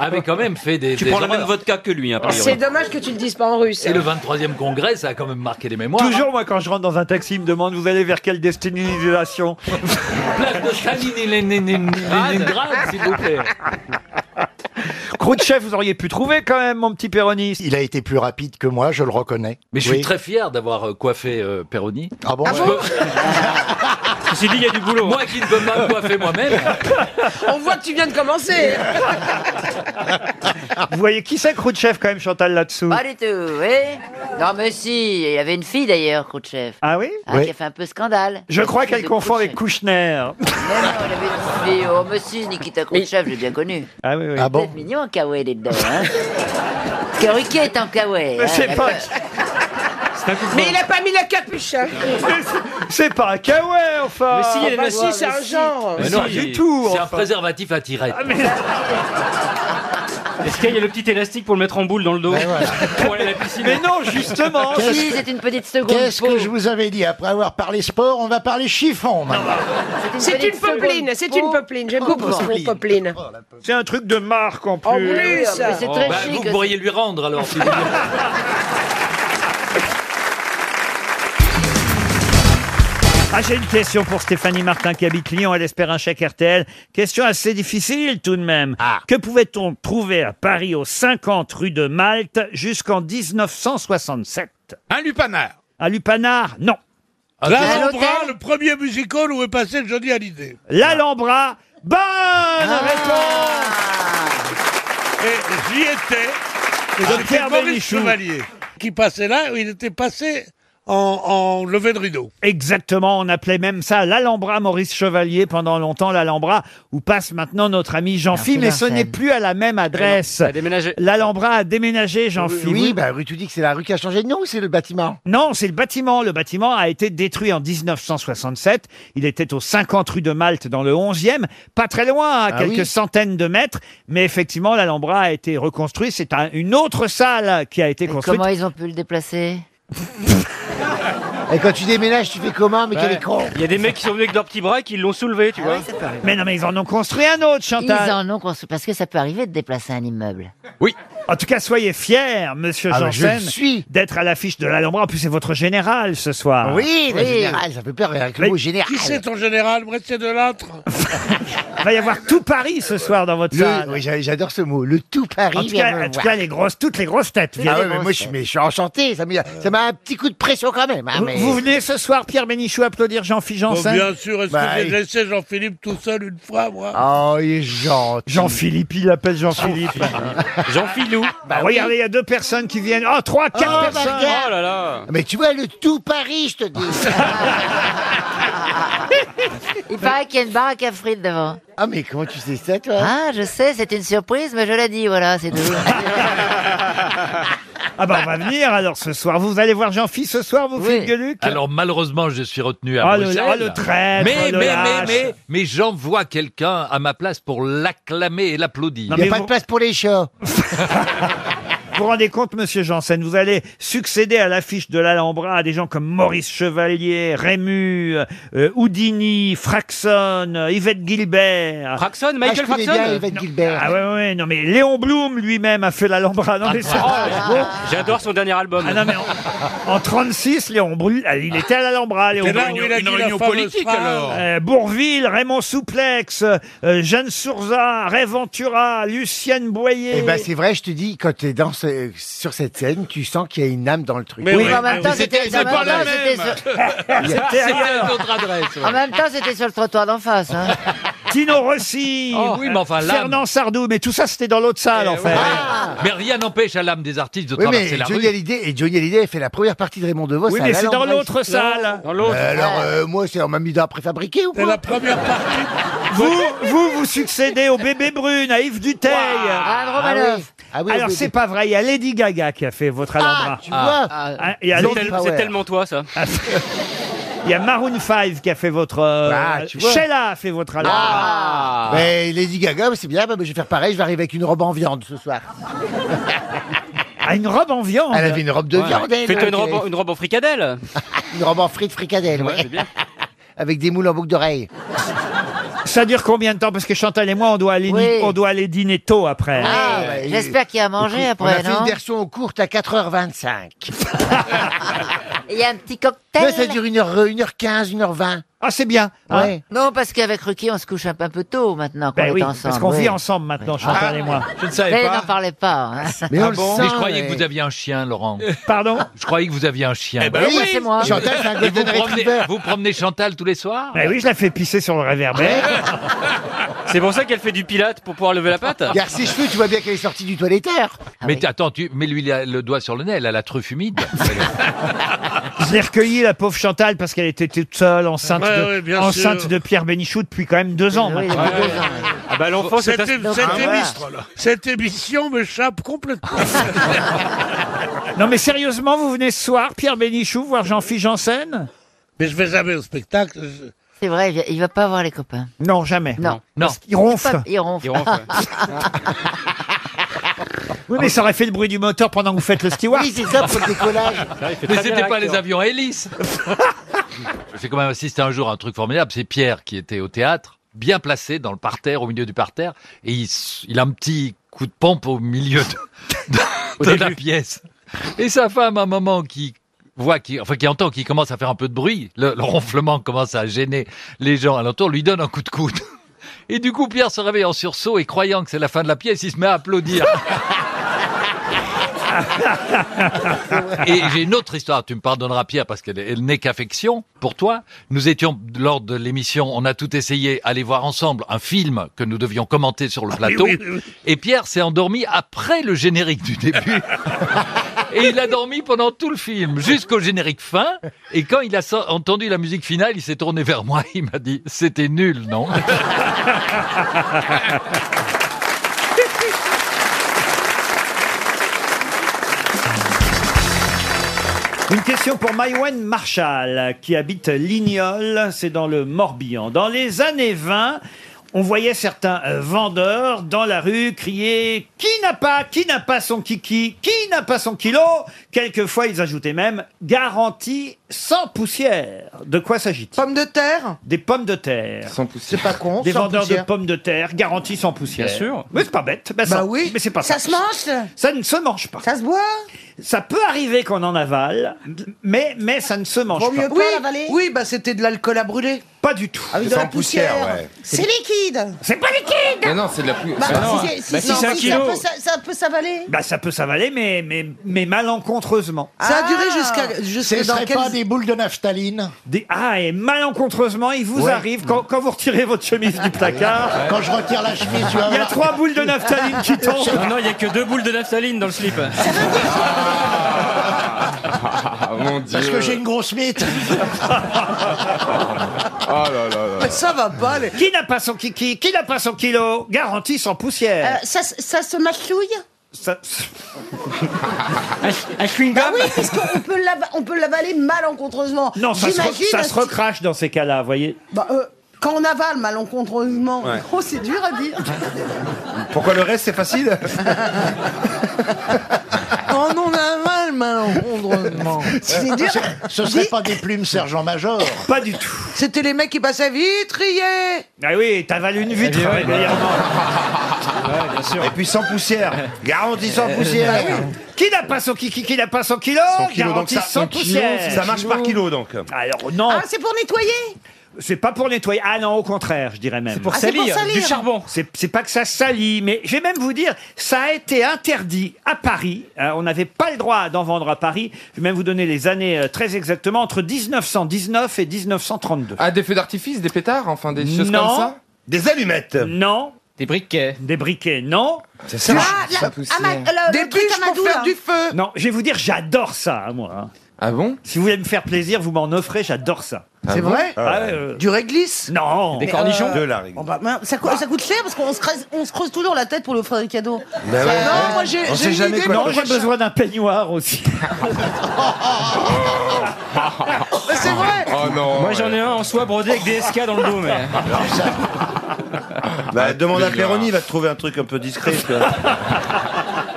Speaker 4: avait quand même fait des.
Speaker 13: Tu
Speaker 4: des
Speaker 13: prends la même
Speaker 4: horreurs.
Speaker 13: vodka que lui, hein, a
Speaker 9: Ah, C'est dommage que tu le dises pas en russe. hein.
Speaker 4: Et le 23e congrès, ça a quand même marqué les mémoires. hein.
Speaker 1: Toujours, moi, quand je rentre dans un taxi, il me demande Vous allez vers quelle destination
Speaker 4: Place de Stalingrad, s'il vous plaît.
Speaker 1: Khrouchtchev, vous auriez pu trouver quand même, mon petit Péroni.
Speaker 18: Il a été plus rapide que moi, je le reconnais.
Speaker 4: Mais je
Speaker 18: Oui.
Speaker 4: suis très fier d'avoir euh, coiffé euh, Perroni.
Speaker 18: Ah bon,
Speaker 4: Je
Speaker 18: ouais.
Speaker 4: peux- Ceci dit, il y a du boulot. hein. Ah, Moi qui ne peux pas me coiffer moi-même.
Speaker 9: On voit que tu viens de commencer.
Speaker 1: Vous voyez qui c'est Khrouchtchev quand même, Chantal, là-dessous
Speaker 18: Bah,
Speaker 19: Pas du tout, oui. Non, mais si, il y avait une fille d'ailleurs, Khrouchtchev.
Speaker 1: Ah oui,
Speaker 19: Ah, Qui a fait un peu scandale.
Speaker 1: Je crois qu'elle
Speaker 19: De
Speaker 1: confond avec Kouchner.
Speaker 19: Mais non, il avait une fille. Oh, mais si, Nikita Khrouchtchev, j'ai bien connu.
Speaker 1: Ah oui, oui.
Speaker 19: C'est peut-être mignon, Kawaii, dedans, hein. Parce que Ruquier est en hein. Kawaii.
Speaker 1: Mais c'est pas-
Speaker 9: Mais il a pas mis la capuche. hein.
Speaker 1: C'est pas un kawaii, enfin
Speaker 9: Mais si, il y a-
Speaker 1: Ah,
Speaker 9: mais si, c'est un genre.
Speaker 1: Mais non,
Speaker 4: si,
Speaker 1: du tout,
Speaker 4: C'est un
Speaker 1: enfin.
Speaker 4: préservatif à tirette.
Speaker 13: Est-ce qu'il y a le petit élastique pour le mettre en boule dans le dos Pour aller à la piscine.
Speaker 1: Mais non, justement
Speaker 19: Si, c'est une petite seconde.
Speaker 18: Qu'est-ce que je vous avais dit Après avoir parlé sport, on va parler chiffon maintenant.
Speaker 9: C'est une
Speaker 19: petite seconde
Speaker 9: popeline, c'est une
Speaker 11: Oh.
Speaker 19: peau.
Speaker 9: popeline. J'aime beaucoup ce mot popeline.
Speaker 1: C'est un truc de marque en plus.
Speaker 9: En plus.
Speaker 19: Ah, Mais c'est
Speaker 4: Oh,
Speaker 19: très
Speaker 4: bah,
Speaker 19: chic
Speaker 4: vous
Speaker 19: aussi.
Speaker 4: pourriez lui rendre alors. si vous voulez.
Speaker 1: Ah, j'ai une question pour Stéphanie Martin qui habite Lyon. Elle espère un chèque RTL. Question assez difficile tout de même. Que pouvait-on trouver à Paris aux 50 rue de Malte jusqu'en 1967
Speaker 14: Un lupanard.
Speaker 1: Un lupanard Non. Ah,
Speaker 14: L'Alhambra, le premier musical où est passé Johnny Hallyday.
Speaker 1: L'Alhambra. Bonne
Speaker 14: Ah,
Speaker 1: réponse
Speaker 14: Et j'y étais.
Speaker 1: Et de
Speaker 14: C'était
Speaker 1: Pierre
Speaker 14: Maurice
Speaker 1: Bénichou.
Speaker 14: Chevalier qui passait là. Il était passé en, en levée de rideau.
Speaker 1: Exactement, on appelait même ça l'Alhambra Maurice Chevalier pendant longtemps, l'Alhambra où passe maintenant notre ami Jean-Phi, mais ce n'est plus à la même adresse. L'Alhambra a déménagé, Jean-Phi.
Speaker 11: Oui, bah, rue, tu dis que c'est la rue qui a changé de nom ou c'est le bâtiment
Speaker 1: Non, c'est le bâtiment. Le bâtiment a été détruit en 1967. Il était aux 50 rue de Malte dans le 11e, pas très loin, à
Speaker 11: Ah
Speaker 1: quelques
Speaker 11: oui.
Speaker 1: centaines de mètres. Mais effectivement, l'Alhambra a été reconstruite. C'est un- une autre salle qui a été construite.
Speaker 19: Comment ils ont pu le déplacer
Speaker 11: Et quand tu déménages, tu fais comment Mais quel écran
Speaker 13: Il y a des mecs qui sont venus avec leurs petits bras et qui l'ont soulevé,
Speaker 14: Ah
Speaker 13: tu vois.
Speaker 1: Mais non, mais ils en ont construit un autre, Chantal.
Speaker 19: Ils en ont construit parce que ça peut arriver de déplacer un immeuble.
Speaker 1: Oui. En tout cas, soyez fiers, monsieur
Speaker 11: Ah, mais je
Speaker 1: Janssen,
Speaker 11: le suis.
Speaker 1: d'être à l'affiche de l'Alhambra. En plus, c'est votre général ce soir.
Speaker 11: Ah. Oui, le général, ça fait peur avec le
Speaker 1: Mais-
Speaker 11: mot général.
Speaker 14: Qui c'est ton général Bretier de l'âtre
Speaker 1: Il va y avoir tout Paris ce soir dans votre
Speaker 11: Le-
Speaker 1: salle.
Speaker 11: oui, j'a- j'adore ce mot, le tout Paris.
Speaker 1: En tout
Speaker 11: vient
Speaker 1: cas,
Speaker 11: me
Speaker 1: en tout
Speaker 11: voir.
Speaker 1: cas, les grosses, toutes les grosses têtes viennent.
Speaker 11: Ah ouais, mais moi je suis, mais je suis enchanté, ça m'a ça m'a un petit coup de pression quand même. hein,
Speaker 1: Vous-
Speaker 11: mais-
Speaker 1: Vous venez ce soir, Pierre Bénichou, applaudir Jean-Philippe
Speaker 14: Oh,
Speaker 1: Janssen
Speaker 14: Bien sûr, est-ce
Speaker 11: Bah,
Speaker 14: que j'ai
Speaker 11: il-
Speaker 14: laissé Jean-Philippe tout seul une fois, moi
Speaker 11: Oh, il est gentil.
Speaker 1: Jean-Philippe, il appelle Jean-Philippe.
Speaker 11: Ah,
Speaker 14: Jean-Philou.
Speaker 1: Bah, regardez, il y a deux personnes qui viennent. Oh, trois, quatre
Speaker 11: Oh, bah,
Speaker 1: personnes.
Speaker 11: regarde.
Speaker 13: Oh là là.
Speaker 11: Mais tu vois, le tout Paris, je te dis.
Speaker 19: Il paraît qu'il y a une baraque à frites devant.
Speaker 11: ah, mais comment tu sais ça, toi
Speaker 19: Ah, je sais, c'était une surprise, mais je l'ai dit, voilà, c'est tout.
Speaker 1: Ah bah on va venir alors ce soir. Vous allez voir Jean-Philippe ce soir, vous faites Gueuluc
Speaker 11: Ah,
Speaker 4: Alors malheureusement, je suis retenu à
Speaker 1: Ah, le-
Speaker 4: Bruxelles.
Speaker 1: ah, le traître,
Speaker 4: mais,
Speaker 1: le
Speaker 4: mais, mais,
Speaker 1: lâche.
Speaker 4: mais, mais j'envoie quelqu'un à ma place pour l'acclamer et l'applaudir.
Speaker 11: Il n'y a pas de place pour les chats.
Speaker 1: vous rendez compte, monsieur Janssen, vous allez succéder à l'affiche de l'Alhambra à des gens comme Maurice Chevalier, Rému, euh, Houdini, Fraxon, euh, Yvette Gilbert.
Speaker 5: Fraxon, Michael Ah, je connais Fraxon bien Yvette
Speaker 1: Gilbert. Ah ouais, ouais, non mais Léon Blum lui-même a fait l'Alhambra.
Speaker 13: Ah,
Speaker 1: Non,
Speaker 5: Ah,
Speaker 1: mais c'est-
Speaker 13: oh, J'adore son dernier album.
Speaker 1: Ah non, mais en 36, Léon Brul, ah, il était à l'Alhambra, Léon
Speaker 13: C'est là
Speaker 1: Brul.
Speaker 13: où il a Une dit la réunion fameuse politique, phrase. alors.
Speaker 1: Euh, Bourville, Raymond Souplex, euh, Jeanne Sourzat, Ray Ventura, Lucienne Boyer.
Speaker 11: Eh ben c'est vrai, je te dis, quand t'es dans ce- sur cette scène, tu sens qu'il y a une âme dans le truc.
Speaker 19: Mais Oui, oui, mais en même mais temps, Ah, c'était- c'était- en même temps, c'était sur-
Speaker 11: C'était
Speaker 19: ailleurs.
Speaker 11: une autre adresse, ouais.
Speaker 19: En même temps, c'était sur le trottoir d'en face. hein.
Speaker 1: Tino Rossi,
Speaker 4: Oh, oui, mais enfin, l'âme.
Speaker 1: Fernand Sardou, mais tout ça c'était dans l'autre
Speaker 11: Eh
Speaker 1: salle en fait.
Speaker 4: Mais rien n'empêche à l'âme des artistes de
Speaker 11: Oui,
Speaker 4: traverser
Speaker 11: mais
Speaker 4: la
Speaker 11: Johnny
Speaker 4: rue.
Speaker 11: Hallyday, et Johnny Hallyday a fait la première partie de Raymond Devos.
Speaker 1: Oui,
Speaker 11: à
Speaker 1: mais c'est dans
Speaker 11: l'Alhambra,
Speaker 1: l'autre
Speaker 11: ici.
Speaker 1: salle. Dans l'autre.
Speaker 11: Euh, alors, euh, moi, c'est on m'a mis d'un préfabriqué ou quoi
Speaker 1: la première Vous, vous, vous succédez au bébé Brune, à Yves Duteil.
Speaker 19: Ah, à Andromanoff. Ah oui. Ah,
Speaker 11: Ah oui, au
Speaker 1: Alors
Speaker 11: bébé.
Speaker 1: c'est pas vrai, il y a Lady Gaga qui a fait votre
Speaker 18: Ah,
Speaker 1: Alhambra.
Speaker 19: tu vois.
Speaker 1: Ah, il y a
Speaker 13: C'est
Speaker 1: Lady-
Speaker 13: tel- c'est tellement toi, ça.
Speaker 1: Il y a Maroon 5 qui a fait votre. euh,
Speaker 11: Ah, tu vois.
Speaker 1: Sheila a fait votre Alhambra.
Speaker 11: Ah. Mais Lady Gaga, c'est bien, bah, bah, je vais faire pareil, je vais arriver avec une robe en viande ce soir.
Speaker 1: Ah, une robe en viande
Speaker 11: Elle avait une robe de
Speaker 13: Ouais.
Speaker 11: viande, elle.
Speaker 13: Fais-toi une
Speaker 11: elle,
Speaker 13: robe, en- une robe en fricadelle.
Speaker 11: Une robe en frites fricadelles, ouais. avec des moules en boucle d'oreille.
Speaker 1: Ça dure combien de temps Parce que Chantal et moi, on doit aller,
Speaker 11: Oui.
Speaker 1: on doit aller dîner tôt après.
Speaker 19: Ah, ouais, J'espère qu'il y a à manger
Speaker 11: On
Speaker 19: après,
Speaker 11: a fait
Speaker 19: non
Speaker 11: une version courte à 4h25.
Speaker 19: Il y a un petit cocktail.
Speaker 11: Ouais, ça dure euh, 1h, 1h15, 1h20.
Speaker 1: Ah, c'est bien. hein.
Speaker 11: Ouais.
Speaker 19: Non, parce qu'avec Ruki, on se couche un peu un peu tôt maintenant qu'on
Speaker 1: Ben
Speaker 19: est
Speaker 1: oui,
Speaker 19: ensemble.
Speaker 11: Ah
Speaker 1: parce qu'on
Speaker 19: oui.
Speaker 1: vit ensemble maintenant, Chantal et moi.
Speaker 19: Je ne savais Mais pas. n'en parlez pas. hein.
Speaker 11: Mais on le sent,
Speaker 4: Ah Mais je croyais
Speaker 11: mais-
Speaker 4: que vous aviez un chien, Laurent.
Speaker 1: Pardon
Speaker 4: Je croyais que vous aviez un chien.
Speaker 11: Eh ben Oui, oui. c'est moi. Chantal, c'est un
Speaker 4: Et vous,
Speaker 11: golden
Speaker 4: promenez,
Speaker 11: retriever.
Speaker 4: vous promenez Chantal tous les soirs
Speaker 1: Ben oui, je la fais pisser sur le réverbère.
Speaker 13: C'est pour ça qu'elle fait du pilate pour pouvoir lever la patte.
Speaker 11: Regarde ses cheveux, tu vois bien qu'elle est sortie du toiletteur.
Speaker 4: Mais t- attends, tu mets-lui la- le doigt sur le nez, elle a la truffe humide.
Speaker 1: Je l'ai recueillie, la pauvre Chantal, parce qu'elle était toute seule, enceinte,
Speaker 4: Ouais,
Speaker 1: de,
Speaker 4: ouais, bien
Speaker 1: enceinte
Speaker 4: sûr.
Speaker 1: de Pierre Bénichou depuis quand même deux ans.
Speaker 4: Oui,
Speaker 1: maintenant.
Speaker 4: depuis deux ans,
Speaker 13: Ah bah l'enfant, c'est
Speaker 14: Cette,
Speaker 13: un-
Speaker 14: cette émission,
Speaker 1: Ah,
Speaker 14: cette émission m'échappe complètement.
Speaker 1: Non mais sérieusement, vous venez ce soir, Pierre Bénichou, voir Jean-Philippe Janssen
Speaker 14: Mais je vais jamais au spectacle.
Speaker 19: C'est vrai, il- il va pas voir les copains.
Speaker 1: Non, jamais.
Speaker 19: Non.
Speaker 1: Non. Il ronfle.
Speaker 19: Il ronfle.
Speaker 1: Il ronfle, Oui, mais ça aurait fait le bruit du moteur pendant que vous faites le steward.
Speaker 11: Oui, c'est ça, pour le décollage.
Speaker 4: Mais c'était pas les avions à hélice. J'ai quand même assisté un jour à un truc formidable. C'est Pierre qui était au théâtre, bien placé dans le parterre, au milieu du parterre, et il, s- il a un petit coup de pompe au milieu de, de- de la pièce. Et sa femme, à un moment, qui voit, qui, enfin, qui entend qu'il commence à faire un peu de bruit, le, le ronflement commence à gêner les gens alentour, lui donne un coup de coude. Et du coup, Pierre se réveille en sursaut et croyant que c'est la fin de la pièce, il se met à applaudir. Et j'ai une autre histoire, tu me pardonneras Pierre parce qu'elle elle n'est qu'affection pour toi. Nous étions lors de l'émission On a tout essayé, aller voir ensemble un film que nous devions commenter sur le plateau.
Speaker 14: Ah, oui, oui, oui.
Speaker 4: Et Pierre s'est endormi après le générique du début. Et il a dormi pendant tout le film, jusqu'au générique fin. Et quand il a so- entendu la musique finale, il s'est tourné vers moi. Il m'a dit, c'était nul, non
Speaker 1: Une question pour Maïwen Marshall, qui habite Lignol, c'est dans le Morbihan. Dans les années 20, on voyait certains euh, vendeurs dans la rue crier « Qui n'a pas Qui n'a pas son kiki Qui n'a pas son kilo ?» Quelquefois, ils ajoutaient même « Garantie sans poussière ». De quoi s'agit-il Pommes de terre Des pommes de terre.
Speaker 10: Sans poussière.
Speaker 1: C'est pas con, Des
Speaker 10: sans
Speaker 1: vendeurs
Speaker 10: poussière.
Speaker 1: de pommes de terre, garantie sans poussière.
Speaker 10: Bien sûr.
Speaker 1: Mais c'est pas bête. Ben, ça-
Speaker 10: oui.
Speaker 1: Mais c'est pas ça.
Speaker 10: se mange
Speaker 1: Ça ne se mange pas. Ça se boit Ça peut arriver qu'on en avale, mais, mais ça ne se mange pas.
Speaker 7: oui, oui, bah c'était de l'alcool à brûler.
Speaker 1: Pas du tout.
Speaker 7: Ah oui, de
Speaker 10: C'est
Speaker 7: la
Speaker 10: en poussière,
Speaker 7: poussière.
Speaker 10: ouais.
Speaker 7: C'est liquide.
Speaker 1: C'est pas liquide.
Speaker 10: Mais non, c'est de la poussière.
Speaker 7: Bah,
Speaker 10: non.
Speaker 7: si c'est- si
Speaker 10: Bah, si
Speaker 7: c'est-
Speaker 10: c'est un
Speaker 7: si Ça
Speaker 10: kilo.
Speaker 7: peut, s'a- ça peut s'avaler.
Speaker 1: Bah, ça peut s'avaler, mais, mais, mais malencontreusement.
Speaker 7: Ça a
Speaker 11: Ah.
Speaker 7: duré jusqu'à- jusque
Speaker 18: Ce
Speaker 7: dans
Speaker 18: serait
Speaker 7: quel-
Speaker 18: pas des boules de naphtaline
Speaker 1: Des- Ah, et malencontreusement, il vous
Speaker 18: Ouais.
Speaker 1: arrive, quand, quand vous retirez votre chemise du placard...
Speaker 18: Quand je retire la chemise, tu vas
Speaker 1: Il y a
Speaker 18: voir.
Speaker 1: trois boules de naphtaline qui tombent.
Speaker 13: Non, il n'y a que deux boules de naphtaline dans le slip.
Speaker 10: Ah, mon dieu.
Speaker 18: Parce que j'ai une grosse mythe.
Speaker 10: Oh là là là.
Speaker 1: ça va pas, Euh, Qui n'a pas son kiki Qui n'a pas son kilo Garantie sans poussière.
Speaker 7: Euh, ça, se- ça se mâchouille
Speaker 1: Ça-
Speaker 7: Un Bah oui, puisqu'on peut l'ava- on peut l'avaler malencontreusement.
Speaker 1: Non, ça se,
Speaker 7: J'imagine
Speaker 1: re- ça
Speaker 7: un
Speaker 1: se
Speaker 7: petit-
Speaker 1: recrache dans ces cas-là, vous voyez.
Speaker 7: Bah, euh, quand on avale malencontreusement,
Speaker 1: Ouais.
Speaker 7: oh, c'est dur à dire.
Speaker 2: Pourquoi le reste, c'est facile
Speaker 7: Oh,
Speaker 18: malencontreusement.
Speaker 15: Euh,
Speaker 16: C'est dur.
Speaker 18: Ah, Ce serait pas des plumes sergent-major.
Speaker 1: Pas du tout.
Speaker 16: C'était les mecs qui passaient vitrier.
Speaker 1: Ah oui, t'avales une vitre
Speaker 23: Eh bien, ouais,
Speaker 1: régulièrement.
Speaker 23: Et puis sans poussière. Garantie sans poussière.
Speaker 1: Ah oui. Qui n'a pas son kiki, qui n'a pas son kilo, Garantie sans poussière.
Speaker 23: ça marche par kilo donc.
Speaker 1: Alors non,
Speaker 20: Ah, c'est pour nettoyer
Speaker 1: c'est pas pour nettoyer. Ah non, au contraire, je dirais même. C'est
Speaker 13: pour Ah, c'est salir, pour salir. du
Speaker 1: charbon. C'est pas que ça salit, mais je vais même vous dire, ça a été interdit à Paris. Euh, on n'avait pas le droit d'en vendre à Paris. Je vais même vous donner les années euh, très exactement, entre 1919 et 1932.
Speaker 10: Ah, des feux d'artifice, des pétards, enfin des choses
Speaker 1: Non.
Speaker 10: comme ça
Speaker 1: Des allumettes Non. Des briquets Des briquets, non. C'est
Speaker 10: ça, Ah, la- ça poussière. ama-
Speaker 1: euh,
Speaker 10: le-
Speaker 16: Des bûches pour faire du feu.
Speaker 1: Non, je vais vous dire, j'adore ça, hein, moi. Ah bon Si vous voulez me faire plaisir, vous m'en offrez, j'adore ça.
Speaker 16: Ah C'est bon vrai
Speaker 1: Du réglisse Non.
Speaker 16: Mais, euh, oh bah, mince, ça, co- ça coûte cher parce qu'on se, creuse- on se creuse toujours la tête pour lui offrir des cadeaux.
Speaker 1: Ben ouais.
Speaker 16: Ah, non, moi j'ai
Speaker 1: On
Speaker 16: j'ai
Speaker 1: sait
Speaker 16: une
Speaker 1: jamais
Speaker 16: idée.
Speaker 1: quoi
Speaker 16: mais
Speaker 1: Non, j'ai besoin d'un peignoir aussi.
Speaker 16: Mais c'est vrai.
Speaker 10: oh,
Speaker 13: Moi j'en ai un en soie brodé avec des SK dans le dos, mais.
Speaker 24: Bah, demande à Péroni, il va te trouver un truc un peu discret. tu vois.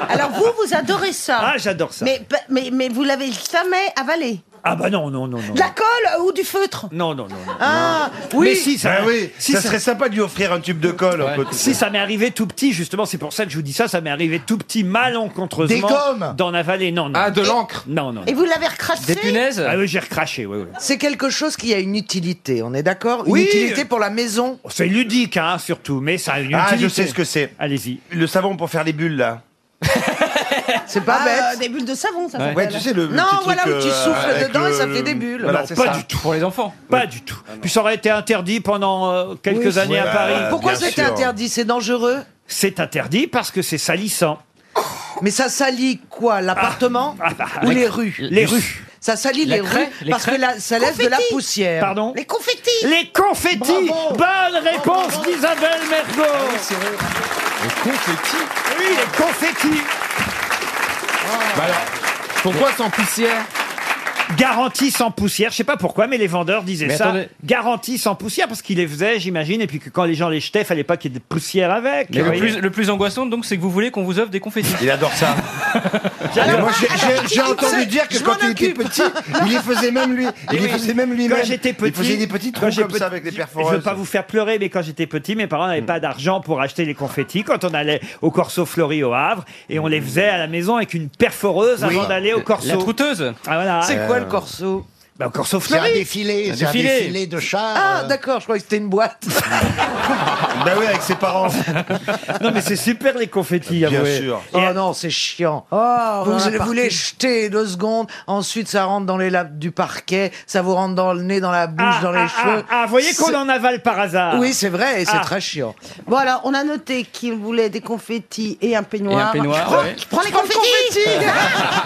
Speaker 16: Alors vous, vous adorez ça.
Speaker 1: Ah, j'adore ça.
Speaker 16: Mais, pa- mais, mais vous l'avez jamais avalé.
Speaker 1: Ah bah non, non, non, non.
Speaker 16: De la colle ou du feutre
Speaker 1: Non, non, non. non.
Speaker 16: Ah,
Speaker 1: Non.
Speaker 16: oui.
Speaker 1: Mais si, ça,
Speaker 24: Ben oui,
Speaker 1: si
Speaker 24: ça serait sympa de lui offrir un tube de colle. un peu.
Speaker 1: Si ça m'est arrivé tout petit, justement, c'est pour ça que je vous dis ça, ça m'est arrivé tout petit, malencontreusement.
Speaker 16: Des gommes
Speaker 1: D'en avaler, non, non. Ah, de l'encre Non, non. non.
Speaker 16: Et vous l'avez recrassé
Speaker 1: Ah oui, j'ai recraché, oui, oui.
Speaker 15: C'est quelque chose qui a une utilité, on est d'accord Une
Speaker 1: Oui.
Speaker 15: utilité pour la maison.
Speaker 1: C'est ludique, hein, surtout, mais ça a une
Speaker 24: Ah,
Speaker 1: utilité.
Speaker 24: je sais ce que c'est.
Speaker 1: Allez-y.
Speaker 24: Le savon pour faire les bulles, là.
Speaker 16: C'est pas bête. Ah, Des bulles de savon, ça
Speaker 24: Ouais,
Speaker 16: s'appelle.
Speaker 24: tu sais, le.
Speaker 16: Non, voilà
Speaker 24: où
Speaker 16: où tu
Speaker 1: euh,
Speaker 16: souffles dedans et ça fait des bulles.
Speaker 1: Non, pas du tout. Pour les enfants Pas du tout. Puis ça aurait été interdit pendant euh, quelques
Speaker 15: Oui.
Speaker 1: années
Speaker 15: Ouais,
Speaker 1: à Paris.
Speaker 15: Pourquoi c'était interdit C'est dangereux
Speaker 1: C'est interdit parce que c'est salissant. Ah.
Speaker 15: Mais ça salit quoi L'appartement ou
Speaker 1: la-
Speaker 15: les rues
Speaker 1: les rues.
Speaker 15: Ça salit
Speaker 1: La
Speaker 15: les
Speaker 1: craie,
Speaker 15: rues
Speaker 1: les
Speaker 15: parce
Speaker 1: craies.
Speaker 15: que la- ça laisse de la
Speaker 1: Confetti.
Speaker 15: poussière.
Speaker 1: Pardon
Speaker 15: Les
Speaker 16: confettis
Speaker 1: Les confettis Bonne réponse d'Isabelle Mergo
Speaker 15: Ah
Speaker 10: Les confettis
Speaker 1: Oui, les confettis
Speaker 10: Bah alors, pourquoi sans poussière
Speaker 1: Garantie sans poussière, je sais pas pourquoi, mais les vendeurs disaient
Speaker 10: Mais
Speaker 1: ça.
Speaker 10: attendez.
Speaker 1: Garantie sans poussière, parce qu'ils les faisaient, j'imagine, et puis que quand les gens les jetaient, fallait pas qu'il y ait de poussière avec.
Speaker 13: Mais
Speaker 1: vous
Speaker 13: le
Speaker 1: voyez.
Speaker 13: plus, le plus angoissant, donc, c'est que vous voulez qu'on vous offre des confettis.
Speaker 24: Il adore ça.
Speaker 1: J'adore.
Speaker 24: Moi, j'ai- j'ai- j'ai entendu dire que
Speaker 1: Je
Speaker 24: quand
Speaker 1: m'en
Speaker 24: il était
Speaker 1: occupe.
Speaker 24: petit, il les faisait même lui. Il les
Speaker 1: Oui.
Speaker 24: faisait même lui-même.
Speaker 1: Quand j'étais petit,
Speaker 24: Il faisait des petits
Speaker 1: quand
Speaker 24: trous
Speaker 1: j'ai
Speaker 24: comme
Speaker 1: petit-
Speaker 24: ça avec des
Speaker 1: Je
Speaker 24: perforeuses.
Speaker 1: veux pas vous faire pleurer, mais quand j'étais petit, mes parents n'avaient pas d'argent pour acheter les confettis. Quand on allait au Corso Flori au Havre, et on les faisait à la maison avec une perforeuse
Speaker 13: Oui.
Speaker 1: avant d'aller au Corso.
Speaker 13: La trouteuse.
Speaker 1: Ah, voilà.
Speaker 15: C'est quoi le corso
Speaker 1: Bah, au Corso
Speaker 15: C'est un
Speaker 1: Flori.
Speaker 15: défilé,
Speaker 1: Un
Speaker 15: c'est un
Speaker 1: défilé.
Speaker 15: défilé de chars. Ah d'accord, je croyais que c'était une boîte.
Speaker 1: Ah,
Speaker 24: Bah oui, avec ses parents.
Speaker 1: Non, mais c'est super les confettis,
Speaker 15: Bien
Speaker 1: avouez.
Speaker 15: sûr.
Speaker 1: Et
Speaker 15: Oh non, c'est chiant. vous voilà, vous les parti. jetez deux secondes, ensuite ça rentre dans les laps du parquet, ça vous rentre dans le nez, dans la bouche,
Speaker 1: Ah,
Speaker 15: dans les
Speaker 1: ah,
Speaker 15: cheveux.
Speaker 1: ah, ah, voyez qu'on
Speaker 15: C'est-
Speaker 1: en avale par hasard.
Speaker 15: Oui, c'est vrai, et c'est
Speaker 1: Ah.
Speaker 15: très chiant.
Speaker 16: Bon, alors, on a noté qu'il voulait des confettis et un peignoir.
Speaker 15: Et un peignoir,
Speaker 16: je prends,
Speaker 1: Oh,
Speaker 15: ouais.
Speaker 16: je prends les confettis,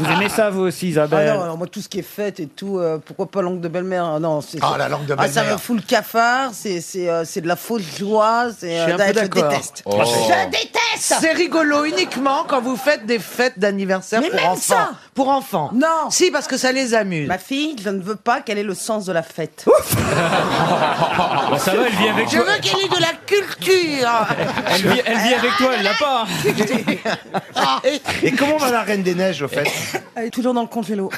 Speaker 1: Vous aimez ça, vous aussi, Isabelle
Speaker 16: Ah non, alors moi, tout ce qui est fête et tout, euh, pourquoi pas langue de belle-mère hein, Non, c'est.
Speaker 1: Ah,
Speaker 15: la langue de
Speaker 16: Ah, ça
Speaker 15: belle-mère.
Speaker 16: me fout le cafard, c'est c'est, euh, c'est de la fausse joie, c'est.
Speaker 15: Je suis un
Speaker 16: euh,
Speaker 15: peu
Speaker 16: je
Speaker 15: d'accord.
Speaker 16: déteste.
Speaker 15: Oh.
Speaker 16: Je déteste
Speaker 15: C'est rigolo uniquement quand vous faites des fêtes d'anniversaire
Speaker 16: Mais
Speaker 15: pour
Speaker 16: même
Speaker 15: enfants.
Speaker 16: ça
Speaker 15: Pour enfants.
Speaker 16: Non
Speaker 15: Si, parce que ça les amuse.
Speaker 16: Ma fille, je ne veux pas qu'elle ait le sens de la fête.
Speaker 1: Ah,
Speaker 13: Bah, ça va, elle vit avec
Speaker 16: Je
Speaker 13: toi.
Speaker 16: veux qu'elle ait de la culture
Speaker 13: Elle vit, elle vit avec toi, elle l'a pas.
Speaker 16: Ah,
Speaker 24: Et comment va la Reine des Neiges, au fait
Speaker 16: Elle est toujours dans le congélo.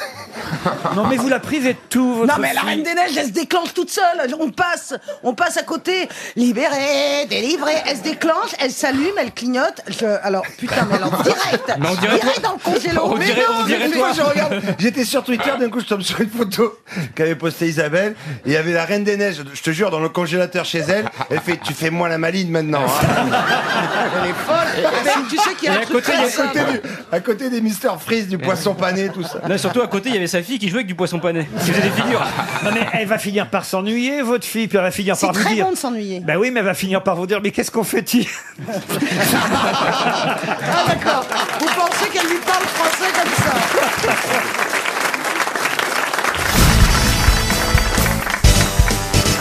Speaker 1: Non, mais vous la privez de tout, votre
Speaker 16: Non mais la
Speaker 1: fille.
Speaker 16: Reine des Neiges, elle se déclenche toute seule. On passe, on passe à côté. Libérée, délivrée, elle se déclenche, elle s'allume, elle clignote. Je- alors putain, mais alors direct.
Speaker 24: Mais on dirait
Speaker 16: direct
Speaker 24: toi.
Speaker 16: dans le congélo.
Speaker 24: On
Speaker 16: Mais
Speaker 24: dirait,
Speaker 16: non,
Speaker 24: on dirait
Speaker 16: mais
Speaker 24: toi.
Speaker 16: non.
Speaker 24: je regarde, j'étais sur Twitter, d'un coup je tombe sur une photo qu'avait postée Isabelle. et Il y avait la Reine des Neiges, je te jure, dans le congélateur chez elle. Elle fait, tu fais moins la maline maintenant. hein. Elle est folle.
Speaker 15: Mais tu sais qu'il y a un truc très simple.
Speaker 24: à côté des Mister Freeze, du poisson pané, tout ça.
Speaker 13: Là, surtout à côté, il y avait sa fille qui jouait avec du poisson pané. Qui faisait des figures.
Speaker 1: Non, mais elle va finir par s'ennuyer, votre fille, puis elle va finir
Speaker 16: C'est
Speaker 1: par vous
Speaker 16: très
Speaker 1: dire.
Speaker 16: bon de s'ennuyer.
Speaker 1: Ben oui, mais elle va finir par vous dire, mais qu'est-ce qu'on fait-il
Speaker 16: Ah d'accord. Vous pensez qu'elle lui parle français comme ça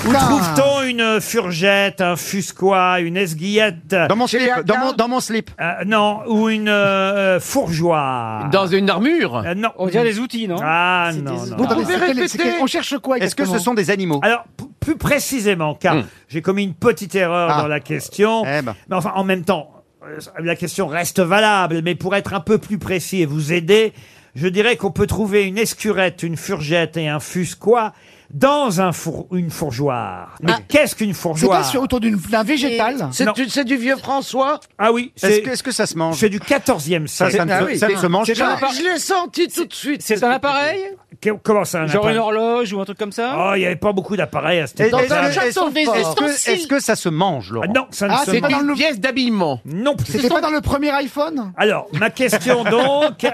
Speaker 1: Où trouve-t-on une furgette, un fusquois, une esguillette Dans mon slip. Dans mon, slip. non, ou une euh, fourgeoire. Dans une armure Non. On dirait des outils, non Ah non, non.
Speaker 17: Vous pouvez répéter. On cherche quoi exactement
Speaker 1: des animaux Alors, p- plus précisément, car j'ai commis une petite erreur
Speaker 17: Hmm. Ah. ben.
Speaker 1: dans la question. Mais enfin, en même temps. euh, la question reste valable, mais pour être un peu plus précis et vous aider, je dirais qu'on peut trouver une escurette, une furgette et un fusquois dans un four- une fourgeoire. Mais qu'est-ce qu'une
Speaker 17: C'est
Speaker 1: fourgeoire
Speaker 17: pas sur- autour d'une- d'un végétal
Speaker 1: C'est du, vieux François Ah oui.
Speaker 17: Est-ce que-
Speaker 1: que ça se mange C'est du 14e siècle.
Speaker 17: Ça, ça ne Ah se- oui, ça ne c'est- se mange c'est un pas. appare-
Speaker 20: Je l'ai senti tout de suite. C'est un appareil
Speaker 1: Que- Comment ça un
Speaker 13: Genre
Speaker 1: appareil
Speaker 13: une horloge ou un truc comme ça
Speaker 1: Oh, il n'y avait pas beaucoup d'appareils à cette
Speaker 13: Dans un
Speaker 1: époque-là.
Speaker 13: château, Est-ce que- des est-ce que- ustensiles. est-ce que
Speaker 1: ça se mange, Laurent Non, ça ne
Speaker 17: Ah,
Speaker 1: se
Speaker 17: c'est
Speaker 1: mange
Speaker 17: pas dans le-
Speaker 1: pièce d'habillement Non. plus.
Speaker 17: C'était pas dans le premier iPhone
Speaker 1: Alors, ma question donc...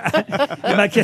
Speaker 1: ma que-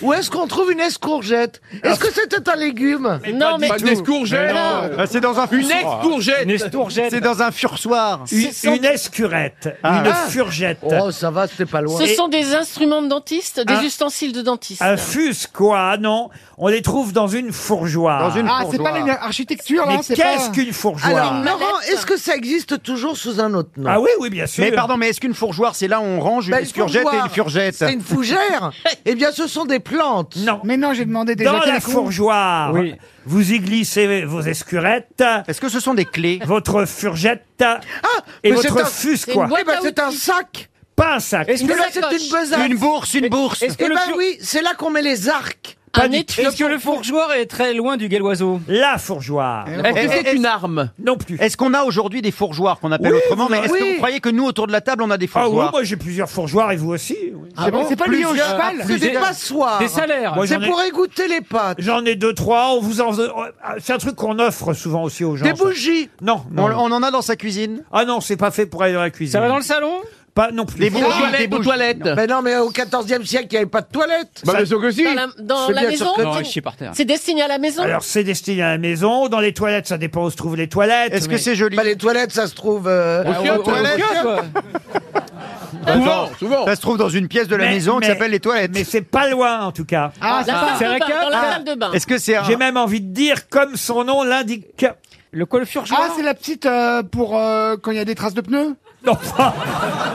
Speaker 15: Où est-ce qu'on trouve une escourgette Est-ce que c'était un légume Non,
Speaker 1: mais- Ah. Pas une escourgette.
Speaker 13: Ah,
Speaker 15: Non. Ah,
Speaker 1: Euh, c'est dans un Une fursoir. escourgette. Une escourgette. C'est dans
Speaker 15: un fursoir.
Speaker 1: Une, une escurette,
Speaker 15: Ah.
Speaker 1: une
Speaker 15: Ah.
Speaker 1: furgette.
Speaker 15: Oh, ça va, c'était pas loin.
Speaker 3: Ce sont des instruments de dentiste, des
Speaker 1: Un-
Speaker 3: ustensiles de dentiste.
Speaker 1: Un fusquois, non. On les trouve dans une fourgeoire.
Speaker 17: Ah, c'est pas l'architecture là
Speaker 1: Mais qu'est-ce qu'une fourgeoire
Speaker 15: hein, Alors, Laurent, est-ce que ça existe toujours sous un autre nom
Speaker 1: Ah oui, oui, bien sûr.
Speaker 15: Mais
Speaker 1: pardon,
Speaker 11: mais est-ce qu'une fourgeoire, c'est là où on range une
Speaker 15: Ben,
Speaker 11: escurgette et une
Speaker 15: fourgeoire,
Speaker 11: furgette
Speaker 15: C'est une fougère Eh bien, ce sont des plantes.
Speaker 1: Non.
Speaker 15: Mais non, j'ai demandé
Speaker 1: Dans la fourgeoire, vous y glissez vos escurettes. Est-ce que ce sont des clés Votre furgette et
Speaker 15: Ah, mais c'est
Speaker 1: votre
Speaker 15: un- c'est
Speaker 1: fusquois.
Speaker 15: une boîte Eh ben, à c'est un outils. sac.
Speaker 1: Pas un sac.
Speaker 15: Est-ce que là, c'est une besace
Speaker 13: Est-ce que
Speaker 15: Eh
Speaker 13: le
Speaker 15: ben
Speaker 13: fur-
Speaker 15: oui, c'est là qu'on met les arcs.
Speaker 13: Pas du tout. Est-ce que le fourgeoir est très loin du guéloiseau
Speaker 1: La fourgeoire.
Speaker 15: Eh,
Speaker 13: Est-ce que c'est une arme
Speaker 1: Non plus.
Speaker 11: Est-ce qu'on a aujourd'hui des fourgeoires qu'on appelle
Speaker 1: Oui,
Speaker 11: autrement
Speaker 1: vous
Speaker 11: Mais est-ce
Speaker 1: avez-
Speaker 11: que
Speaker 1: oui.
Speaker 11: vous croyez que nous, autour de la table, on a des
Speaker 1: Ah oui,
Speaker 11: fourgeoires
Speaker 1: moi j'ai plusieurs fourgeoires et vous aussi. oui.
Speaker 11: Ah C'est bon bon, c'est pas lié au Plusieurs- cheval
Speaker 15: c'est des plusieurs- passoires. des salaires.
Speaker 1: Moi,
Speaker 15: C'est
Speaker 1: j'en ai-
Speaker 15: pour égoutter les pâtes.
Speaker 1: J'en ai deux, trois. On vous en... C'est un truc qu'on offre souvent aussi aux gens.
Speaker 15: Des
Speaker 1: ça.
Speaker 15: bougies
Speaker 1: Non, non.
Speaker 11: On- on en a dans sa cuisine
Speaker 1: Ah non, c'est pas fait pour aller dans la cuisine.
Speaker 15: Ça va dans le
Speaker 1: salon Pas non plus.
Speaker 15: Des bougies, des bougies. Non. Mais non, mais au 14e siècle, il n'y avait pas de toilette.
Speaker 1: Bah, bien sûr que si.
Speaker 3: Dans la, dans
Speaker 1: C'est
Speaker 3: la
Speaker 1: bien
Speaker 3: maison
Speaker 1: sûr que Non, je suis par terre.
Speaker 3: C'est destiné à la maison
Speaker 1: Alors c'est destiné à la maison. Dans les toilettes, ça dépend où se trouvent les toilettes.
Speaker 15: Est-ce que c'est joli Bah, Les toilettes, ça se trouve. euh,
Speaker 1: Au chiottes,
Speaker 15: aux
Speaker 1: aux
Speaker 15: toilettes.
Speaker 1: chiottes,
Speaker 11: Souvent, souvent. Ça se trouve dans une pièce de la maison qui s'appelle
Speaker 1: les toilettes. Mais c'est pas loin en tout cas. Ah.
Speaker 3: Ah, La ça- salle de c'est bain, récap dans la salle de bain. Est-ce que c'est un-
Speaker 1: J'ai même envie de dire comme son nom l'indique. Le coiffure
Speaker 17: Ah, c'est la petite euh, pour euh, quand il y a des traces de pneus
Speaker 1: Non,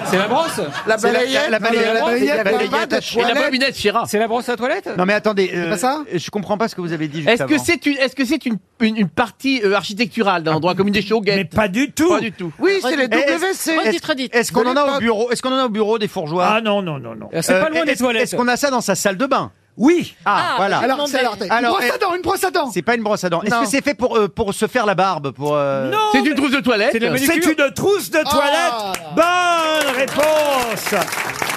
Speaker 13: C'est la brosse
Speaker 17: La balayette,
Speaker 11: la balayette,
Speaker 17: la balayette,
Speaker 11: la balayette
Speaker 17: la balayette,
Speaker 11: à
Speaker 17: la
Speaker 11: toilette.
Speaker 17: balayette.
Speaker 13: C'est la brosse à toilette
Speaker 11: Non mais attendez,
Speaker 13: C'est
Speaker 11: euh,
Speaker 13: pas ça
Speaker 11: je comprends pas ce que vous avez dit juste
Speaker 6: Est-ce que
Speaker 11: avant.
Speaker 6: c'est une, est-ce que c'est une, une, une partie euh, architecturale d'un endroit comme une des showgates Mais
Speaker 1: pas du tout.
Speaker 6: Pas du tout.
Speaker 5: Euh,
Speaker 15: Oui, c'est les
Speaker 11: Est-ce-
Speaker 5: Eh,
Speaker 15: WC.
Speaker 11: est-ce- Est-ce qu'on en a au bureau Est-ce qu'on en a au bureau des fourgeois Euh,
Speaker 1: Ah non non non non.
Speaker 17: C'est pas loin des toilettes.
Speaker 11: Est-ce qu'on a ça dans sa salle de bain
Speaker 1: Oui.
Speaker 11: Ah,
Speaker 17: Ah,
Speaker 11: voilà.
Speaker 17: je me Alors, c'est- demandais. alors, une brosse à
Speaker 11: est-
Speaker 17: dents, une brosse à dents.
Speaker 11: C'est pas une brosse à dents. Est-ce
Speaker 17: Non.
Speaker 11: que c'est fait pour euh, pour se faire la barbe pour euh,
Speaker 1: Non, C'est une trousse de toilette
Speaker 11: C'est de la
Speaker 1: C'est
Speaker 11: manucure
Speaker 1: une trousse de toilette. Bonne réponse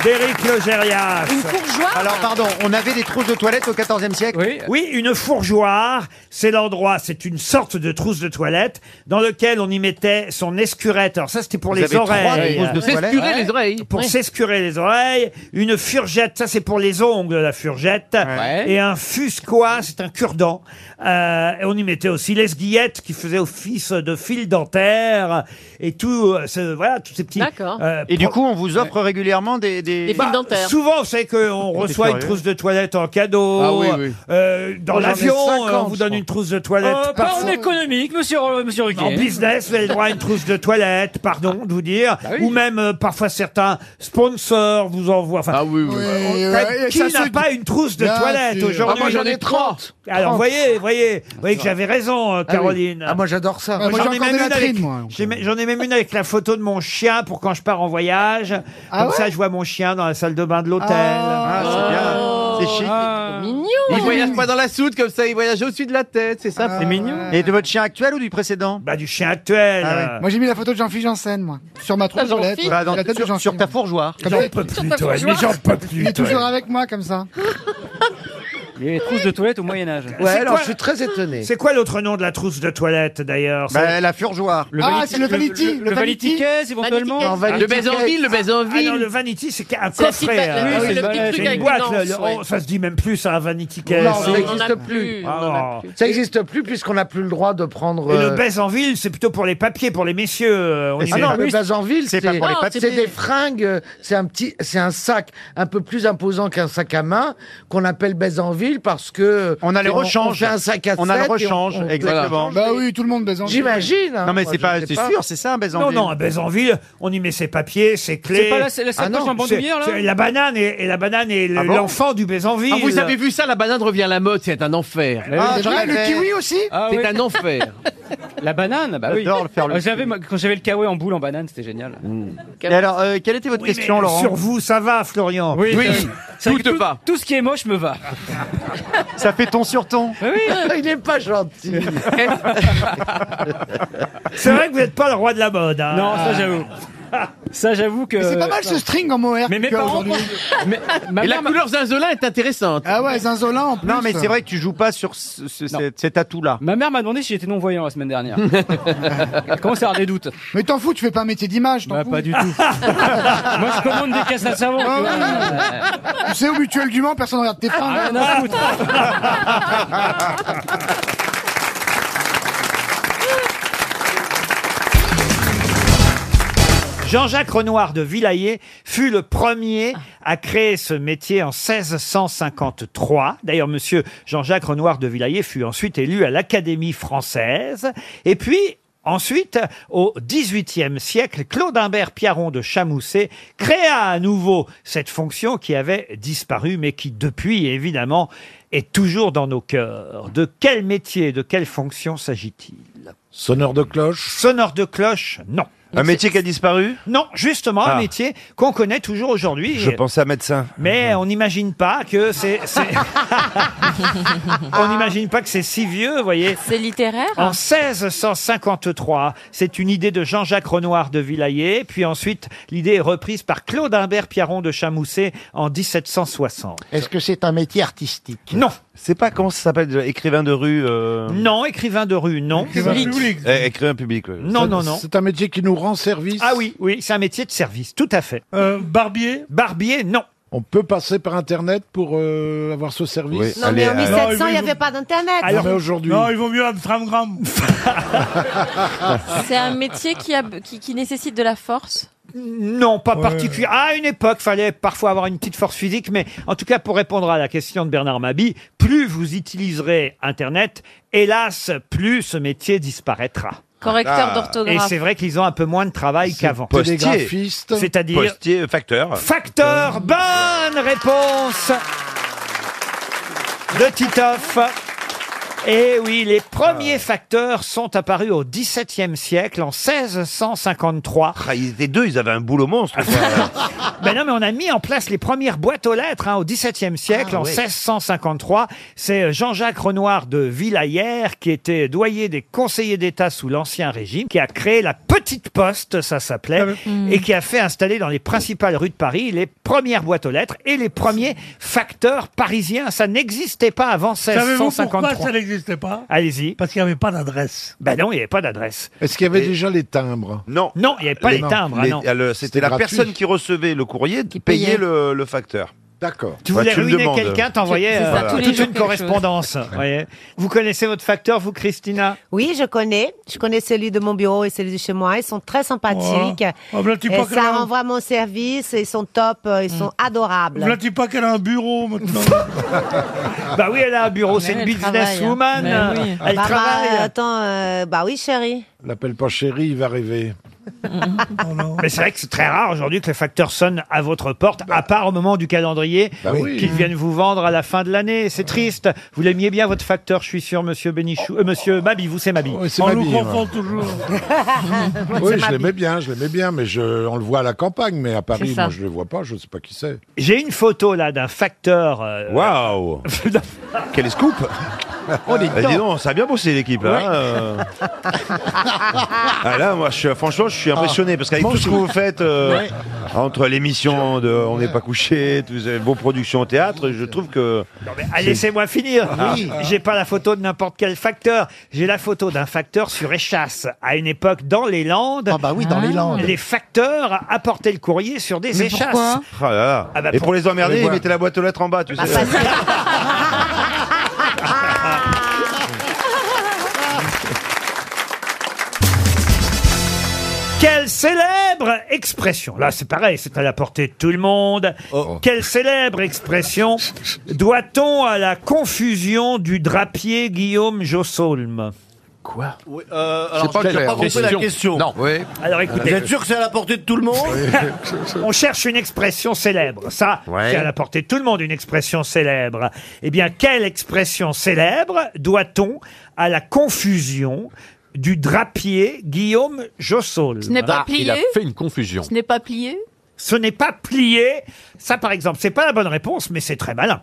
Speaker 1: d'Éric Logérias.
Speaker 11: Une fourgeoire Alors, pardon, on avait des trousses de toilette au 14e siècle
Speaker 1: Oui. une fourgeoire, c'est l'endroit, c'est une sorte de trousse de toilette dans lequel on y mettait son escurette. Alors ça, c'était pour
Speaker 11: Vous
Speaker 1: les
Speaker 11: avez trois
Speaker 1: oreilles.
Speaker 11: trousses de S'escurer toilette. les
Speaker 1: oreilles. Pour s'escurer les oreilles. Une furgette, ça c'est pour les ongles, la furgette. Et un fusquois, c'est un cure-dent. Euh, et on y mettait aussi l'esguillette qui faisait office de fil dentaire et tout, euh, ce- voilà, tous ces petits.
Speaker 11: D'accord.
Speaker 1: euh,
Speaker 11: Et du
Speaker 1: pro-
Speaker 11: coup, on vous offre régulièrement des des,
Speaker 1: bah, Souvent, vous savez qu'on
Speaker 11: T'es
Speaker 1: reçoit une
Speaker 11: curieux.
Speaker 1: trousse de toilette en cadeau.
Speaker 11: Ah oui, oui.
Speaker 1: Euh, dans
Speaker 11: Moi, j'en ai
Speaker 1: l'avion,
Speaker 11: 50,
Speaker 1: euh, on vous donne
Speaker 11: je crois. Oh,
Speaker 1: une trousse de toilette.
Speaker 13: Euh, pas en économique, monsieur, euh, monsieur Riquet.
Speaker 1: En business, vous avez le droit à une trousse de toilette, pardon de vous dire.
Speaker 13: oui.
Speaker 1: Ou même, euh, parfois, certains sponsors vous envoient. ah oui, oui.
Speaker 13: ouais,
Speaker 1: qui
Speaker 13: ça
Speaker 1: n'a
Speaker 13: se-
Speaker 1: pas une trousse de
Speaker 13: Bien
Speaker 1: toilette
Speaker 13: sûr.
Speaker 1: aujourd'hui
Speaker 13: Ah, moi, j'en ai 30.
Speaker 1: Alors,
Speaker 13: 30.
Speaker 1: voyez, voyez, voyez que j'avais raison, euh,
Speaker 15: Ah oui.
Speaker 1: Caroline.
Speaker 15: Ah, moi, j'adore ça.
Speaker 1: Moi,
Speaker 15: Moi,
Speaker 1: j'en
Speaker 15: j'ai
Speaker 1: ai
Speaker 15: encore
Speaker 1: même
Speaker 15: des
Speaker 1: une
Speaker 15: latrines,
Speaker 1: avec-
Speaker 15: moi, donc.
Speaker 1: j'ai- J'en ai, même une avec la photo de mon chien pour quand je pars en voyage.
Speaker 15: Ah
Speaker 1: Comme
Speaker 15: ouais
Speaker 1: ça, je vois mon chien dans la salle de bain de l'hôtel.
Speaker 6: Ah, c'est bien.
Speaker 3: C'est mignon.
Speaker 6: Il voyage pas dans la soute comme ça, il voyage au-dessus de la tête, c'est ça.
Speaker 11: C'est mignon. Et de votre chien actuel ou du précédent
Speaker 1: Bah du chien actuel.
Speaker 11: Ah,
Speaker 17: Moi j'ai mis la photo de Jean-Philippe Janssen, moi, sur ma
Speaker 15: Ah,
Speaker 17: trousse de toilette.
Speaker 11: Bah, dans-
Speaker 17: la tête de
Speaker 11: sur, sur
Speaker 17: Jean-Philippe.
Speaker 11: ta fourgeoire.
Speaker 17: Comme J'en ça, peux
Speaker 1: plus, toi, mais j'en peux plus,
Speaker 17: Il est toujours
Speaker 1: toi.
Speaker 17: avec moi comme ça.
Speaker 13: Il y a les trousses de toilette au Moyen-Âge.
Speaker 1: Ah C'est quoi-
Speaker 15: très étonné.
Speaker 1: C'est quoi l'autre nom de la trousse de toilette d'ailleurs
Speaker 11: Bah,
Speaker 1: C'est-
Speaker 11: la furgeoire.
Speaker 1: Le
Speaker 13: Ah, vanity- c'est le vanity, le- le le vanity vanity. case, éventuellement. Vanity case. Le Baisanville, le Baisanville.
Speaker 1: Ah non, le vanity, c'est un
Speaker 13: C'est la petite
Speaker 1: coffret.
Speaker 11: Ah
Speaker 13: boîte, là,
Speaker 1: hein.
Speaker 13: oui, c'est le petit
Speaker 1: c'est
Speaker 13: truc
Speaker 1: une
Speaker 13: avec
Speaker 1: boîte,
Speaker 13: des
Speaker 1: le-
Speaker 13: lances,
Speaker 1: oh,
Speaker 13: ouais.
Speaker 1: Ça se dit même plus, un vanity case.
Speaker 15: Non, ça
Speaker 1: Si.
Speaker 15: n'existe plus.
Speaker 1: Ah.
Speaker 15: Ça n'existe plus puisqu'on n'a plus le droit de prendre.
Speaker 1: Et
Speaker 15: euh,
Speaker 1: le Baisanville, c'est plutôt pour les papiers, pour les messieurs. euh, on y
Speaker 15: Ah
Speaker 1: met.
Speaker 15: non, le Bazanville, c'est Oh,
Speaker 11: c'est pas pour les Non, papiers.
Speaker 15: c'est des fringues, euh, c'est un petit, c'est un sac un peu plus imposant qu'un sac à main qu'on appelle Bazanville parce que
Speaker 11: On a le rechange.
Speaker 15: fait un sac à
Speaker 11: On a le
Speaker 15: sept et
Speaker 11: rechange, exactement.
Speaker 17: Bah oui, tout le monde baise en
Speaker 15: J'imagine. hein,
Speaker 11: Non, mais
Speaker 15: moi,
Speaker 11: c'est
Speaker 15: je
Speaker 11: pas-
Speaker 15: sais
Speaker 11: c'est sûr, c'est ça, Ah, un Baisanville.
Speaker 1: Non, non, un Baisanville, on y met ses papiers, ses clés.
Speaker 6: pas la- c'est la sacoche en bandoulière, là
Speaker 1: Ah c'est La banane et, et la banane et le-
Speaker 6: Ah bon
Speaker 1: l'enfant du Baisanville.
Speaker 6: Ah,
Speaker 11: euh.
Speaker 5: Eh
Speaker 6: vous avez vu ça, la banane revient à la mode, c'est un enfer.
Speaker 1: Ah, oui, Ah, c'est vrai, le
Speaker 6: kiwi
Speaker 17: aussi
Speaker 6: C'est un enfer.
Speaker 8: La banane, bah oui.
Speaker 21: J'adore le faire le
Speaker 8: Euh, j'avais, moi, quand j'avais le kawaii en boule en banane, c'était génial.
Speaker 17: Mm.
Speaker 21: Et alors, euh, quelle était votre question, Laurent
Speaker 1: ça va, Florian.
Speaker 8: Oui,
Speaker 21: Oui.
Speaker 8: ça- c'est vrai que tout, tout ce qui est moche me va.
Speaker 21: Ça fait ton sur ton.
Speaker 1: Ah,
Speaker 8: Il n'est pas gentil.
Speaker 1: C'est vrai que vous n'êtes pas le roi de la mode. hein.
Speaker 8: Non, Oh, ça j'avoue. Ça j'avoue que.
Speaker 17: Mais c'est pas mal ce string en mohair.
Speaker 8: Mais mes
Speaker 17: que tu as
Speaker 8: parents-
Speaker 17: aujourd'hui.
Speaker 8: Mais- ma
Speaker 17: Et la
Speaker 8: mère m'a-
Speaker 6: couleur zinzolin est intéressante.
Speaker 17: Ah ouais, Zinzola en plus.
Speaker 21: Non, mais c'est vrai que tu joues pas sur ce- ce- cet, cet atout-là.
Speaker 8: Ma mère m'a demandé si j'étais non-voyant la semaine dernière. Elle commence à avoir des doutes.
Speaker 17: Mais t'en fous, tu fais pas un métier d'image, t'en
Speaker 8: Bah,
Speaker 17: fous.
Speaker 8: pas du tout. Moi, je commande des caisses à savon.
Speaker 17: Ah ouais. tu sais, au mutuel du Mans, personne regarde tes hein.
Speaker 8: Ah,
Speaker 17: fins.
Speaker 8: rien à foutre.
Speaker 1: Jean-Jacques Renoir de Villayer fut le premier à créer ce métier en 1653. D'ailleurs, monsieur Jean-Jacques Renoir de Villayer fut ensuite élu à l'Académie française. Et puis, Ensuite, au XVIIIe siècle, Claude Imbert Piaron de Chamousset créa à nouveau cette fonction qui avait disparu, mais qui depuis, évidemment, est toujours dans nos cœurs. De quel métier, de quelle fonction s'agit-il
Speaker 2: Sonneur de cloche
Speaker 1: Sonneur de cloche, non.
Speaker 2: Un métier qui a disparu
Speaker 1: Non, justement, un
Speaker 2: Ah.
Speaker 1: métier qu'on connaît toujours aujourd'hui.
Speaker 2: Je pensais à médecin.
Speaker 1: Mais on n'imagine pas que c'est. c'est- on n'imagine pas que c'est si vieux, vous voyez.
Speaker 22: C'est littéraire
Speaker 1: En 1653, c'est une idée de Jean-Jacques Renoir de Villayer, puis ensuite l'idée est reprise par Claude Imbert Piaron de Chamousset en 1760.
Speaker 18: Est-ce que c'est un métier artistique
Speaker 1: Non.
Speaker 21: C'est pas comment ça s'appelle déjà, écrivain de rue. euh, Eh,
Speaker 1: Non, écrivain de rue, non.
Speaker 21: écrivain public. ouais.
Speaker 1: Non, non, non.
Speaker 2: C'est un métier qui nous rend service.
Speaker 1: Ah oui, oui, c'est un métier de service, tout à fait. barbier Barbier, non.
Speaker 2: On peut passer par Internet pour euh, avoir ce service
Speaker 12: Oui, Non, mais en 1700, il n'y avait pas d'internet.
Speaker 2: Alors, mais aujourd'hui. il vaut mieux Amstramgram.
Speaker 1: Ah,
Speaker 22: C'est un métier qui, a, qui, qui nécessite de la force.
Speaker 1: Non, pas particulier. À une époque, fallait parfois avoir une petite force physique, mais en tout cas, pour répondre à la question de Bernard Mabi, plus vous utiliserez Internet, hélas, plus ce métier disparaîtra.
Speaker 22: Correcteur
Speaker 1: Ah.
Speaker 22: d'orthographe.
Speaker 1: Et c'est vrai qu'ils ont un peu moins de travail qu'avant.
Speaker 21: Postier.
Speaker 1: C'est-à-dire
Speaker 21: Postier, facteur. Euh,
Speaker 1: facteur. Bonne réponse de Titoff. Et Eh oui, les
Speaker 21: Ah.
Speaker 1: premiers facteurs sont apparus au XVIIe siècle, en 1653.
Speaker 21: Ah, ils étaient deux, ils avaient un boulot monstre.
Speaker 1: Ben non, mais on a mis en place les premières boîtes aux lettres hein, au XVIIe siècle,
Speaker 21: Ah,
Speaker 1: en
Speaker 21: ouais.
Speaker 1: 1653. C'est Jean-Jacques Renoir de Villayer, qui était doyer des conseillers d'État sous l'Ancien Régime, qui a créé la Petite Poste, ça s'appelait,
Speaker 14: Ah, Hmm.
Speaker 1: et qui a fait installer dans les principales rues de Paris les premières boîtes aux lettres et les premiers facteurs parisiens. Ça n'existait pas avant
Speaker 14: Savez-vous pourquoi
Speaker 1: 1653.
Speaker 14: ça n'existait pas
Speaker 1: Allez-y.
Speaker 14: Parce qu'il n'y avait pas d'adresse.
Speaker 1: Ben non, il n'y avait pas d'adresse.
Speaker 2: Est-ce qu'il y avait déjà les timbres
Speaker 21: Non.
Speaker 1: Non, il n'y avait pas les, timbres. ah
Speaker 21: les-
Speaker 1: non.
Speaker 21: ah, le-
Speaker 2: C'était
Speaker 21: C'était la
Speaker 2: gratuit.
Speaker 21: personne qui recevait le courrier qui payait le, le facteur.
Speaker 2: D'accord.
Speaker 1: Tu voulais
Speaker 21: Bah, tu le
Speaker 1: ruiner
Speaker 21: demandes.
Speaker 1: quelqu'un, t'envoyais
Speaker 21: C'est ça,
Speaker 1: euh,
Speaker 21: tous les
Speaker 1: toute
Speaker 21: jours
Speaker 1: une
Speaker 21: quelque chose.
Speaker 1: correspondance. voyez. Vous connaissez votre facteur, vous, Christina
Speaker 12: Oui, je connais. Je connais celui de mon bureau et celui de chez moi. Ils sont très sympathiques.
Speaker 14: Ouais. Ah, voilà, tu
Speaker 12: et
Speaker 14: pas que
Speaker 12: ça
Speaker 14: là.
Speaker 12: renvoie à mon service. Ils sont top. euh, Ils
Speaker 1: Mm.
Speaker 12: sont adorables.
Speaker 14: Là, tu pas qu'elle a un bureau maintenant.
Speaker 1: Bah oui, elle a un bureau, c'est une
Speaker 12: Elle travaille,
Speaker 1: businesswoman.
Speaker 12: hein.
Speaker 1: euh,
Speaker 12: Bah,
Speaker 1: Elle
Speaker 12: bah,
Speaker 1: travaille.
Speaker 12: attends, euh, bah oui, chérie.
Speaker 2: L'appelle pas chérie, il va rêver.
Speaker 1: Mais c'est vrai que c'est très rare aujourd'hui que le facteur sonne à votre porte, à part au moment du calendrier,
Speaker 2: Bah oui.
Speaker 1: qu'il vienne vous vendre à la fin de l'année. C'est triste. Vous l'aimiez bien, votre facteur, je suis sûr, monsieur Bénichou. euh, monsieur Mabi, vous, c'est Mabi.
Speaker 14: On nous
Speaker 2: hein.
Speaker 14: confond toujours.
Speaker 2: Oui, je l'aimais bien, je l'aimais bien, mais je, on le voit à la campagne, mais à Paris,
Speaker 1: C'est ça.
Speaker 2: moi, je le vois pas, je sais pas qui c'est.
Speaker 1: J'ai une photo là d'un facteur. euh,
Speaker 21: Waouh Quel scoop
Speaker 2: Oh,
Speaker 1: On est
Speaker 21: Bah,
Speaker 1: dedans.
Speaker 21: Dis donc, ça a bien bossé l'équipe. hein, euh. Ah, là, moi, je, suis- franchement, je suis impressionné parce qu'avec tout ce que vous faites euh,
Speaker 2: Ouais.
Speaker 21: entre l'émission de On n'est pas couché, toutes ces vos productions au théâtre, je trouve que.
Speaker 1: Ah, laissez-moi finir.
Speaker 21: Ah.
Speaker 1: Oui. J'ai pas la photo de n'importe quel facteur. J'ai la photo d'un facteur sur échasse. À une époque, dans les Landes. Ah bah oui,
Speaker 21: dans les Landes.
Speaker 1: Les facteurs apportaient le courrier sur des échasses.
Speaker 21: Ah là là.
Speaker 1: Ah bah,
Speaker 21: Et
Speaker 1: pour-
Speaker 21: pour les
Speaker 1: Mais
Speaker 21: emmerder, ils
Speaker 1: voilà.
Speaker 21: mettaient la boîte aux lettres en bas, tu sais.
Speaker 1: Quelle célèbre expression, là c'est pareil, c'est à la portée de tout le monde.
Speaker 21: Oh.
Speaker 1: Quelle célèbre expression doit-on à la confusion du drapier Guillaume Jossolme Quoi
Speaker 23: euh, alors,
Speaker 1: pas
Speaker 23: j'ai
Speaker 1: clair.
Speaker 23: pas compris la
Speaker 1: Question.
Speaker 23: question.
Speaker 1: Non. Alors écoutez.
Speaker 23: Vous êtes sûr que c'est à la portée de tout le monde
Speaker 1: On cherche une expression célèbre. Ça,
Speaker 23: Ouais.
Speaker 1: c'est à la portée de tout le monde, une expression célèbre. Eh bien, quelle expression célèbre doit-on à la confusion du drapier Guillaume Jossol.
Speaker 22: Ce n'est pas plié.
Speaker 1: une confusion.
Speaker 22: Ce n'est pas plié.
Speaker 1: Ce n'est pas plié. Ça, par exemple, c'est pas la bonne réponse, mais c'est très malin.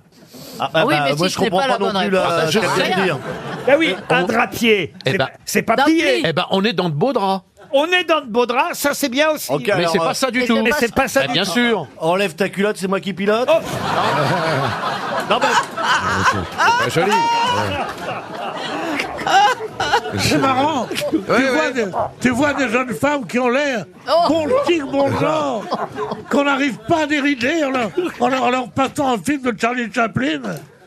Speaker 22: bah, Oui, mais moi, si je ce n'est comprends pas pas la non bonne plus la- réponse,
Speaker 1: Je
Speaker 22: ça sert à rien.
Speaker 1: Ben oui, un drapier, c'est c'est pas plié. Eh ben, on est dans de beaux draps. On est dans de beaux draps, ça c'est bien aussi.
Speaker 23: Ok, alors, euh,
Speaker 1: Mais c'est pas ça du tout.
Speaker 23: Enlève ta culotte, c'est moi qui pilote.
Speaker 17: Oh.
Speaker 23: non,
Speaker 19: Ah,
Speaker 23: mais.
Speaker 14: joli. C'est marrant. tu, vois des, tu vois des jeunes femmes qui ont l'air
Speaker 3: Oh.
Speaker 14: bon style, bon
Speaker 9: Ah,
Speaker 14: genre, qu'on n'arrive pas à dérider en leur, en leur- en leur passant un film de Charlie Chaplin.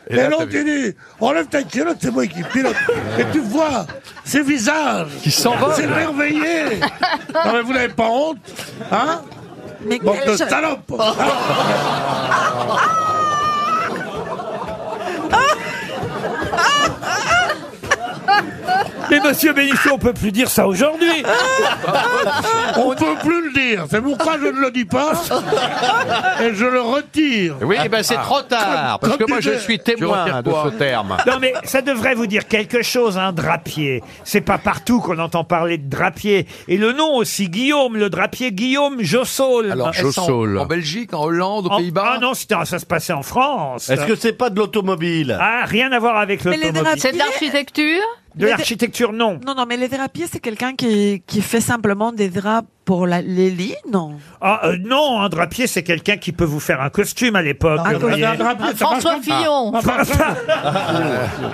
Speaker 4: Et
Speaker 14: Et,
Speaker 4: là,
Speaker 14: l'autre,
Speaker 4: t'as vu.
Speaker 14: il dit Enlève ta culotte, c'est moi qui pilote. Et tu vois ces visages.
Speaker 4: Qui s'envolent.
Speaker 14: C'est merveilleux. non, mais vous n'avez pas honte Hein Bande de
Speaker 4: quelle-
Speaker 14: salopes
Speaker 1: Mais monsieur Bénichou, on peut plus dire ça aujourd'hui.
Speaker 14: On peut plus le dire. C'est pourquoi je ne le dis pas. Et je le retire.
Speaker 13: Oui, ben c'est
Speaker 9: Ah.
Speaker 13: trop tard, parce
Speaker 14: Comme-
Speaker 13: que
Speaker 14: comme
Speaker 13: moi je
Speaker 14: disait-
Speaker 13: suis témoin de ce terme.
Speaker 1: Non mais ça devrait vous dire quelque chose, un drapier. C'est pas partout qu'on entend parler de drapier. Et le nom aussi, Guillaume, le drapier Guillaume Jossol.
Speaker 13: Alors, Jossol.
Speaker 1: En Belgique, en Hollande, aux Pays-Bas Ah non, c'était- ça se passait en France.
Speaker 23: Est-ce que c'est pas de l'automobile
Speaker 1: Ah, rien à voir avec
Speaker 22: Mais les
Speaker 1: l'automobile.
Speaker 22: drapiers. C'est de l'architecture
Speaker 1: De l'architecture, non.
Speaker 5: Non, non, mais les drapiers, c'est quelqu'un qui, qui fait simplement des draps pour la- les lits, non
Speaker 1: Ah euh, non, un drapier, c'est quelqu'un qui peut vous faire un costume à l'époque. Ah,
Speaker 5: Un
Speaker 1: vous voyez.
Speaker 5: costume, un drapier,
Speaker 14: ça François marche pas. Fillon.
Speaker 1: Ah, bah,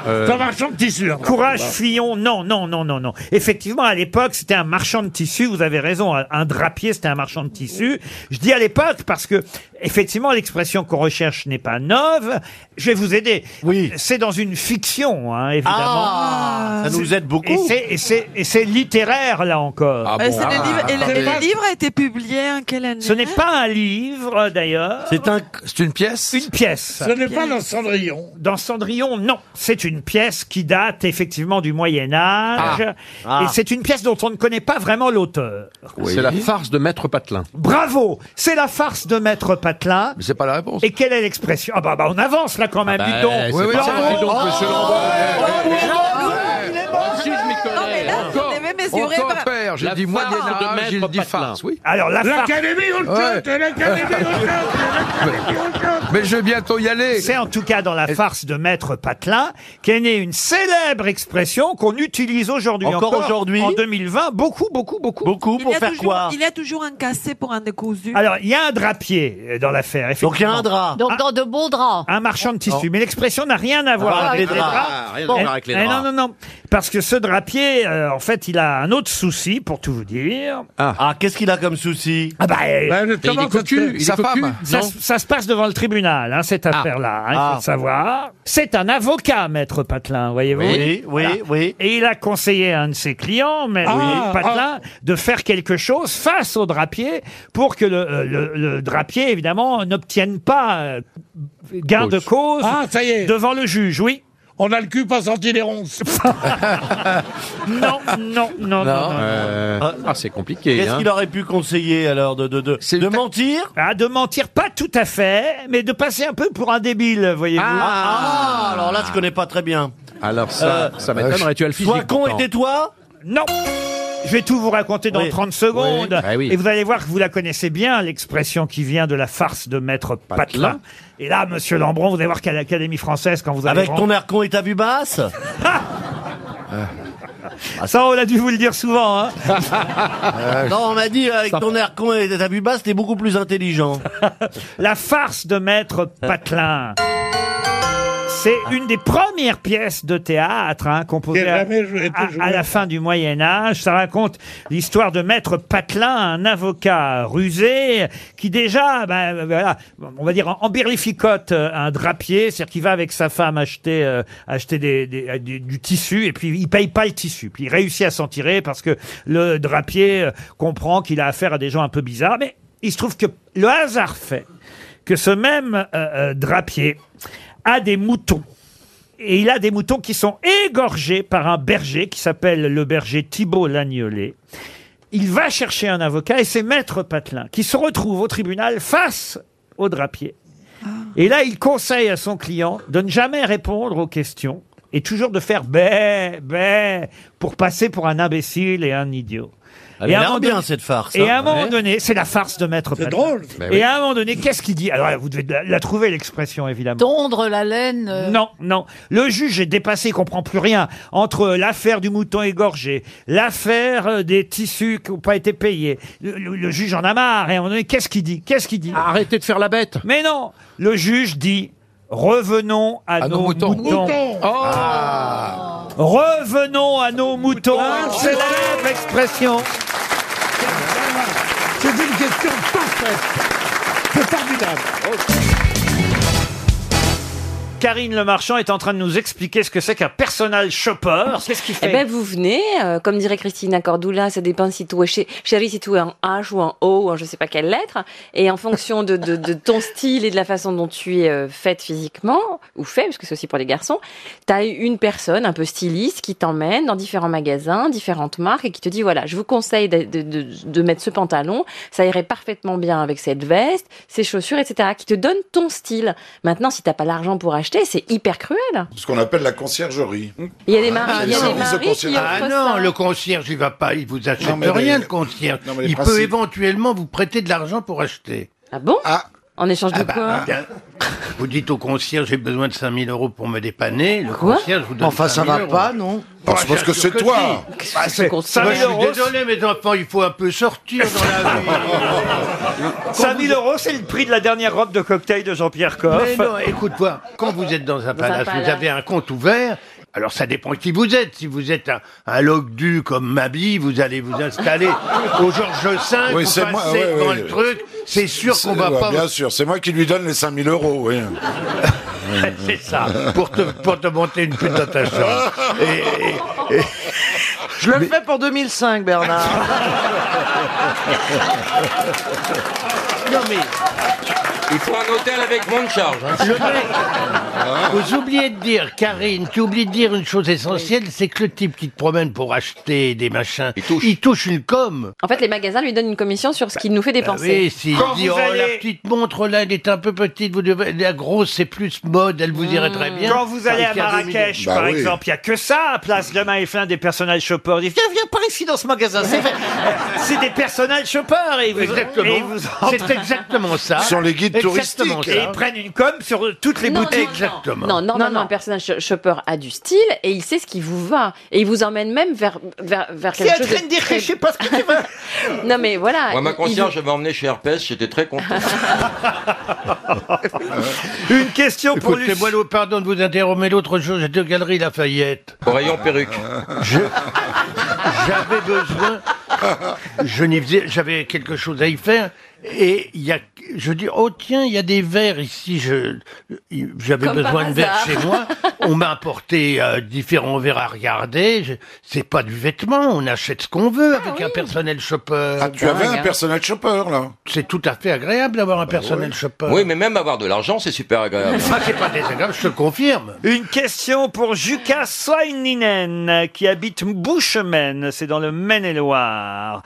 Speaker 14: Euh, Ça marchand de tissu. un
Speaker 1: Courage
Speaker 14: drapier.
Speaker 1: Fillon, non, non, non, non, non. Effectivement, à l'époque, c'était un marchand de tissus. Vous avez raison, un- un drapier, c'était un marchand de tissus. Je dis à l'époque parce que, effectivement, l'expression qu'on recherche n'est pas neuve. Je vais vous aider. Oui. C'est dans une fiction, hein, évidemment.
Speaker 23: Ah, ça nous aide beaucoup.
Speaker 1: Et c'est- Et c'est- et c'est littéraire, là encore.
Speaker 5: Euh, c'est
Speaker 1: ah,
Speaker 5: des livres- et le, et le livre a été publié en quelle année
Speaker 1: Ce n'est pas un livre, d'ailleurs. C'est un, c'est une pièce. Une pièce.
Speaker 14: Ce n'est pas dans Cendrillon.
Speaker 1: Dans Cendrillon, non. C'est une pièce qui date effectivement du Moyen Âge.
Speaker 13: Ah. Ah.
Speaker 1: Et c'est une pièce dont on ne connaît pas vraiment l'auteur.
Speaker 13: C'est la farce de Maître Patelin.
Speaker 1: Bravo, c'est la farce de Maître Patelin. Mais c'est pas la réponse. Et quelle est l'expression Ah bah, bah, on avance là quand même,
Speaker 13: Ah bah,
Speaker 1: dis donc.
Speaker 13: c'est Oui, oui, pas ça,
Speaker 1: Bravo.
Speaker 13: dis donc, monsieur Lambert.
Speaker 5: Ah, Mais même mes yeux
Speaker 13: Encore
Speaker 5: rêvent-
Speaker 13: père, j'ai dit moyen âge, j'ai dit farce, oui.
Speaker 1: Alors la farce-
Speaker 14: L'Académie Holtut,
Speaker 13: Ouais.
Speaker 14: l'Académie
Speaker 1: Mais je vais bientôt y aller. C'est en tout cas dans la farce de Maître Patelin qu'est née une célèbre expression qu'on utilise aujourd'hui.
Speaker 23: Encore aujourd'hui
Speaker 1: En 2020, beaucoup, beaucoup, beaucoup. Beaucoup
Speaker 5: il y a toujours- Il y a toujours un cassé pour un décousu.
Speaker 1: Alors, il Ah. y a un drapier euh, dans l'affaire, effectivement.
Speaker 22: Donc dans de beaux draps.
Speaker 1: Un marchand de tissus. Mais l'expression n'a rien à voir
Speaker 23: Ah,
Speaker 1: avec
Speaker 23: les
Speaker 1: les
Speaker 23: draps.
Speaker 1: draps.
Speaker 23: Ah, rien à voir
Speaker 1: Eh,
Speaker 23: avec les
Speaker 1: eh,
Speaker 23: draps.
Speaker 1: Non, non, non. Parce que ce drapier, euh, en fait, il a un autre souci, pour tout vous dire.
Speaker 23: Ah, qu'est-ce qu'il a comme souci
Speaker 1: Ah bah, euh,
Speaker 23: sa femme.
Speaker 1: Ça, se- ça se passe devant le tribunal, hein, cette affaire-là, hein, il faut
Speaker 23: Ah.
Speaker 1: le savoir. C'est un avocat, maître Patelin, voyez-vous.
Speaker 23: Oui, oui,
Speaker 1: oui. Et il a conseillé à un de ses clients, maître
Speaker 23: Ah,
Speaker 1: Patelin, de faire quelque chose face au drapier pour que le, euh, le- le drapier, évidemment, n'obtienne pas euh, gain de cause
Speaker 14: Ah, ça y est.
Speaker 1: devant le juge, oui.
Speaker 14: On a le cul pas sorti des ronces.
Speaker 1: non, non, non, non. non.
Speaker 13: Euh, Ah, c'est compliqué.
Speaker 23: Qu'est-ce
Speaker 13: hein.
Speaker 23: qu'il aurait pu conseiller alors de, de, de, de mentir
Speaker 1: Ah, de mentir, pas tout à fait, mais de passer un peu pour un débile, voyez-vous.
Speaker 23: Ah, alors là, je connais pas très bien.
Speaker 13: Alors ça,
Speaker 1: Euh,
Speaker 13: ça m'étonnerait, bah, tu as le physique.
Speaker 1: Sois con
Speaker 13: pourtant.
Speaker 1: et tais-toi Non je vais tout vous raconter dans
Speaker 23: Oui.
Speaker 1: 30 secondes.
Speaker 23: Oui. Ah oui.
Speaker 1: Et vous allez voir que vous la connaissez bien, l'expression qui vient de la farce de Maître Patelin. Et là, monsieur Lambron, vous allez voir qu'à l'Académie française, quand vous allez...
Speaker 23: Avec ton air con et ta vue basse
Speaker 1: Ça, on a dû vous le dire souvent, hein
Speaker 23: Euh, Non, on a dit avec ton air con et ta vue basse, t'es beaucoup plus intelligent.
Speaker 1: La farce de Maître Patelin. C'est une des premières pièces de théâtre hein, composée
Speaker 14: J'ai
Speaker 1: à,
Speaker 14: jamais joué,
Speaker 1: à-
Speaker 14: toujours.
Speaker 1: à la fin du Moyen Âge. Ça raconte l'histoire de Maître Patelin, un avocat rusé qui déjà, ben, euh, voilà, on va dire, en- emberlificote euh, un drapier, c'est-à-dire qu'il va avec sa femme acheter, euh, acheter des- des- euh, du, du tissu et puis il paye pas le tissu. Puis il réussit à s'en tirer parce que le drapier euh, comprend qu'il a affaire à des gens un peu bizarres. Mais il se trouve que le hasard fait que ce même euh, euh, drapier a des moutons. Et il a des moutons qui sont égorgés par un berger qui s'appelle le berger Thibault Lagnolet. Il va chercher un avocat et c'est Maître Patelin qui se retrouve au tribunal face au drapier. Et là, il conseille à son client de ne jamais répondre aux questions et toujours de faire bé, bé, pour passer pour un imbécile et un idiot.
Speaker 23: Elle
Speaker 1: à
Speaker 23: a
Speaker 1: un
Speaker 23: l'air
Speaker 1: moment
Speaker 23: bien,
Speaker 1: donné-
Speaker 23: cette farce,
Speaker 1: Et à
Speaker 23: hein.
Speaker 1: un moment
Speaker 23: Ouais.
Speaker 1: donné, c'est la farce de Maître
Speaker 23: C'est
Speaker 1: Patard.
Speaker 23: drôle. Ben oui.
Speaker 1: Et à un moment donné, qu'est-ce qu'il dit Alors, là, vous devez la, la trouver l'expression évidemment.
Speaker 25: Tondre la laine. euh,
Speaker 1: Non, non. Le juge est dépassé, il comprend plus rien. Entre euh, l'affaire du mouton égorgé, l'affaire euh, des tissus qui n'ont pas été payés, le, le- le juge en a marre. Et à un moment donné, qu'est-ce qu'il dit Qu'est-ce qu'il dit Arrêtez de faire la bête. Mais non, le juge dit revenons à, nos, moutons.
Speaker 26: Oh.
Speaker 1: Ah. Revenons à nos moutons.
Speaker 26: Ah,
Speaker 1: Célèbre expression.
Speaker 26: C'est une question parfaite. C'est formidable.
Speaker 1: Karine Le Marchand est en train de nous expliquer ce que c'est qu'un personnel shopper. Qu'est-ce qu'il fait
Speaker 27: Eh ben, vous venez, euh, comme dirait Christina Cordula, ça dépend si tu es chez, chérie, si tu es en H ou en O ou en je sais pas quelle lettre. Et en fonction de, de- de ton style et de la façon dont tu es euh, faite physiquement, ou fait, parce que c'est aussi pour les garçons, tu as une personne un peu styliste qui t'emmène dans différents magasins, différentes marques et qui te dit voilà, je vous conseille de, de- de- de mettre ce pantalon, ça irait parfaitement bien avec cette veste, ces chaussures, etc. qui te donne ton style. Maintenant, si t'as pas l'argent pour acheter, c'est hyper cruel.
Speaker 2: Ce qu'on appelle la conciergerie.
Speaker 27: Il y a des maris, il y a
Speaker 2: Ah,
Speaker 27: des
Speaker 2: les
Speaker 27: maris qui
Speaker 2: services de concierge.
Speaker 27: offrent
Speaker 2: Ah,
Speaker 27: ça.
Speaker 23: Non, le concierge, il va pas, il vous achète
Speaker 2: Non, mais
Speaker 23: rien,
Speaker 2: les-
Speaker 23: le concierge.
Speaker 2: Non, mais les
Speaker 23: il peut
Speaker 2: principes-
Speaker 23: éventuellement vous prêter de l'argent pour acheter. Ah bah,
Speaker 27: Ah bon En échange de quoi
Speaker 23: Vous dites au concierge, j'ai besoin de 5000 euros pour me dépanner. Le
Speaker 27: Quoi
Speaker 23: concierge vous donne
Speaker 27: Enfin, ça
Speaker 23: 5 000
Speaker 27: va
Speaker 23: euros.
Speaker 27: pas, non
Speaker 23: Bah,
Speaker 2: Je pense
Speaker 23: bien
Speaker 2: que
Speaker 23: sûr
Speaker 2: c'est toi.
Speaker 23: si.
Speaker 2: Bah, c'est-
Speaker 23: Moi,
Speaker 2: 5 000
Speaker 23: je suis
Speaker 2: euros,
Speaker 23: Désolé, mes enfants, il faut un peu sortir dans la vie.
Speaker 1: 5000 euros, c'est le prix de la dernière robe de cocktail de Jean-Pierre Coff.
Speaker 23: Mais non, écoute-moi, quand vous êtes dans un
Speaker 1: Dans un
Speaker 23: palace,
Speaker 1: palace.
Speaker 23: vous avez un compte ouvert. Alors ça dépend qui vous êtes. Si vous êtes un, un du comme Mabi, vous allez vous installer au Georges V,
Speaker 2: Oui,
Speaker 23: vous
Speaker 2: c'est
Speaker 23: passez
Speaker 2: moi, ouais,
Speaker 23: dans
Speaker 2: ouais.
Speaker 23: le truc. C'est sûr qu'on
Speaker 2: C'est-
Speaker 23: va
Speaker 2: ouais,
Speaker 23: pas.
Speaker 2: Bien sûr, c'est moi qui lui donne les 5000 euros, oui.
Speaker 23: c'est ça, pour te, pour te monter une pute dans ta chambre. Et- et- et-
Speaker 15: Je le fais pour 2005, Bernard.
Speaker 6: Non mais. Il faut un hôtel avec moins de charge.
Speaker 17: hein.
Speaker 23: Le
Speaker 2: Hein
Speaker 17: Ah.
Speaker 23: mec, vous oubliez de dire, Karine, tu oublies de dire une chose essentielle, c'est que le type qui te promène pour acheter des machins, il touche, une com.
Speaker 27: En fait, les magasins lui donnent une commission sur ce qui nous fait
Speaker 23: Ah
Speaker 27: dépenser.
Speaker 23: oui, si il dit, oh, la petite montre là, elle est un peu petite, vous devez- la grosse c'est plus mode, elle vous irait très bien.
Speaker 1: Quand vous allez à
Speaker 23: Avec un
Speaker 1: Marrakech,
Speaker 23: demi-million.
Speaker 1: par exemple, il n'y a que ça à place de Maïflin, des personnages shoppers. Ils disent Viens, viens par ici dans ce magasin, c'est vrai. C'est des personnages shoppers. Et ils vous,
Speaker 23: Exactement.
Speaker 1: et ils vous
Speaker 23: C'est
Speaker 1: emmènent.
Speaker 23: exactement ça. Ce sont les guides Exactement touristiques. ça.
Speaker 1: Et ils prennent une com sur toutes les
Speaker 27: Non, non,
Speaker 1: boutiques.
Speaker 27: non. Non, normalement, un personnage sh- shopper a du style et il sait ce qui vous va. Et il vous emmène même vers, vers, vers quelque chose. de très-
Speaker 1: pas ce que tu
Speaker 27: veux. non, mais voilà.
Speaker 6: Moi, ma
Speaker 27: il-
Speaker 6: concierge, j'avais emmené chez Herpès, j'étais très content.
Speaker 1: Une question
Speaker 23: pour lui. moi pardon de vous interrompre, mais l'autre jour, j'étais aux Galeries Lafayette.
Speaker 6: Au rayon perruque.
Speaker 23: J'avais besoin. Je n'y faisais, j'avais quelque chose à y faire. Et il y a, je dis, oh tiens, il y a des verres ici. Je, j'avais
Speaker 27: Comme par
Speaker 23: besoin de verres
Speaker 27: hasard.
Speaker 23: chez moi. On m'a apporté euh, différents verres à regarder. Je- c'est pas du vêtement. On achète ce qu'on veut avec
Speaker 27: Ah
Speaker 23: un personnel shopper. Ah,
Speaker 2: tu avais un personnel Bah
Speaker 23: shopper là. C'est tout à fait agréable d'avoir un personnel shopper.
Speaker 6: Oui, mais même avoir de l'argent, c'est super agréable.
Speaker 23: Ah, c'est pas désagréable, je te confirme.
Speaker 1: Une question pour Jukka Soininen, qui habite Bouchemène, c'est dans le Maine-et-Loire.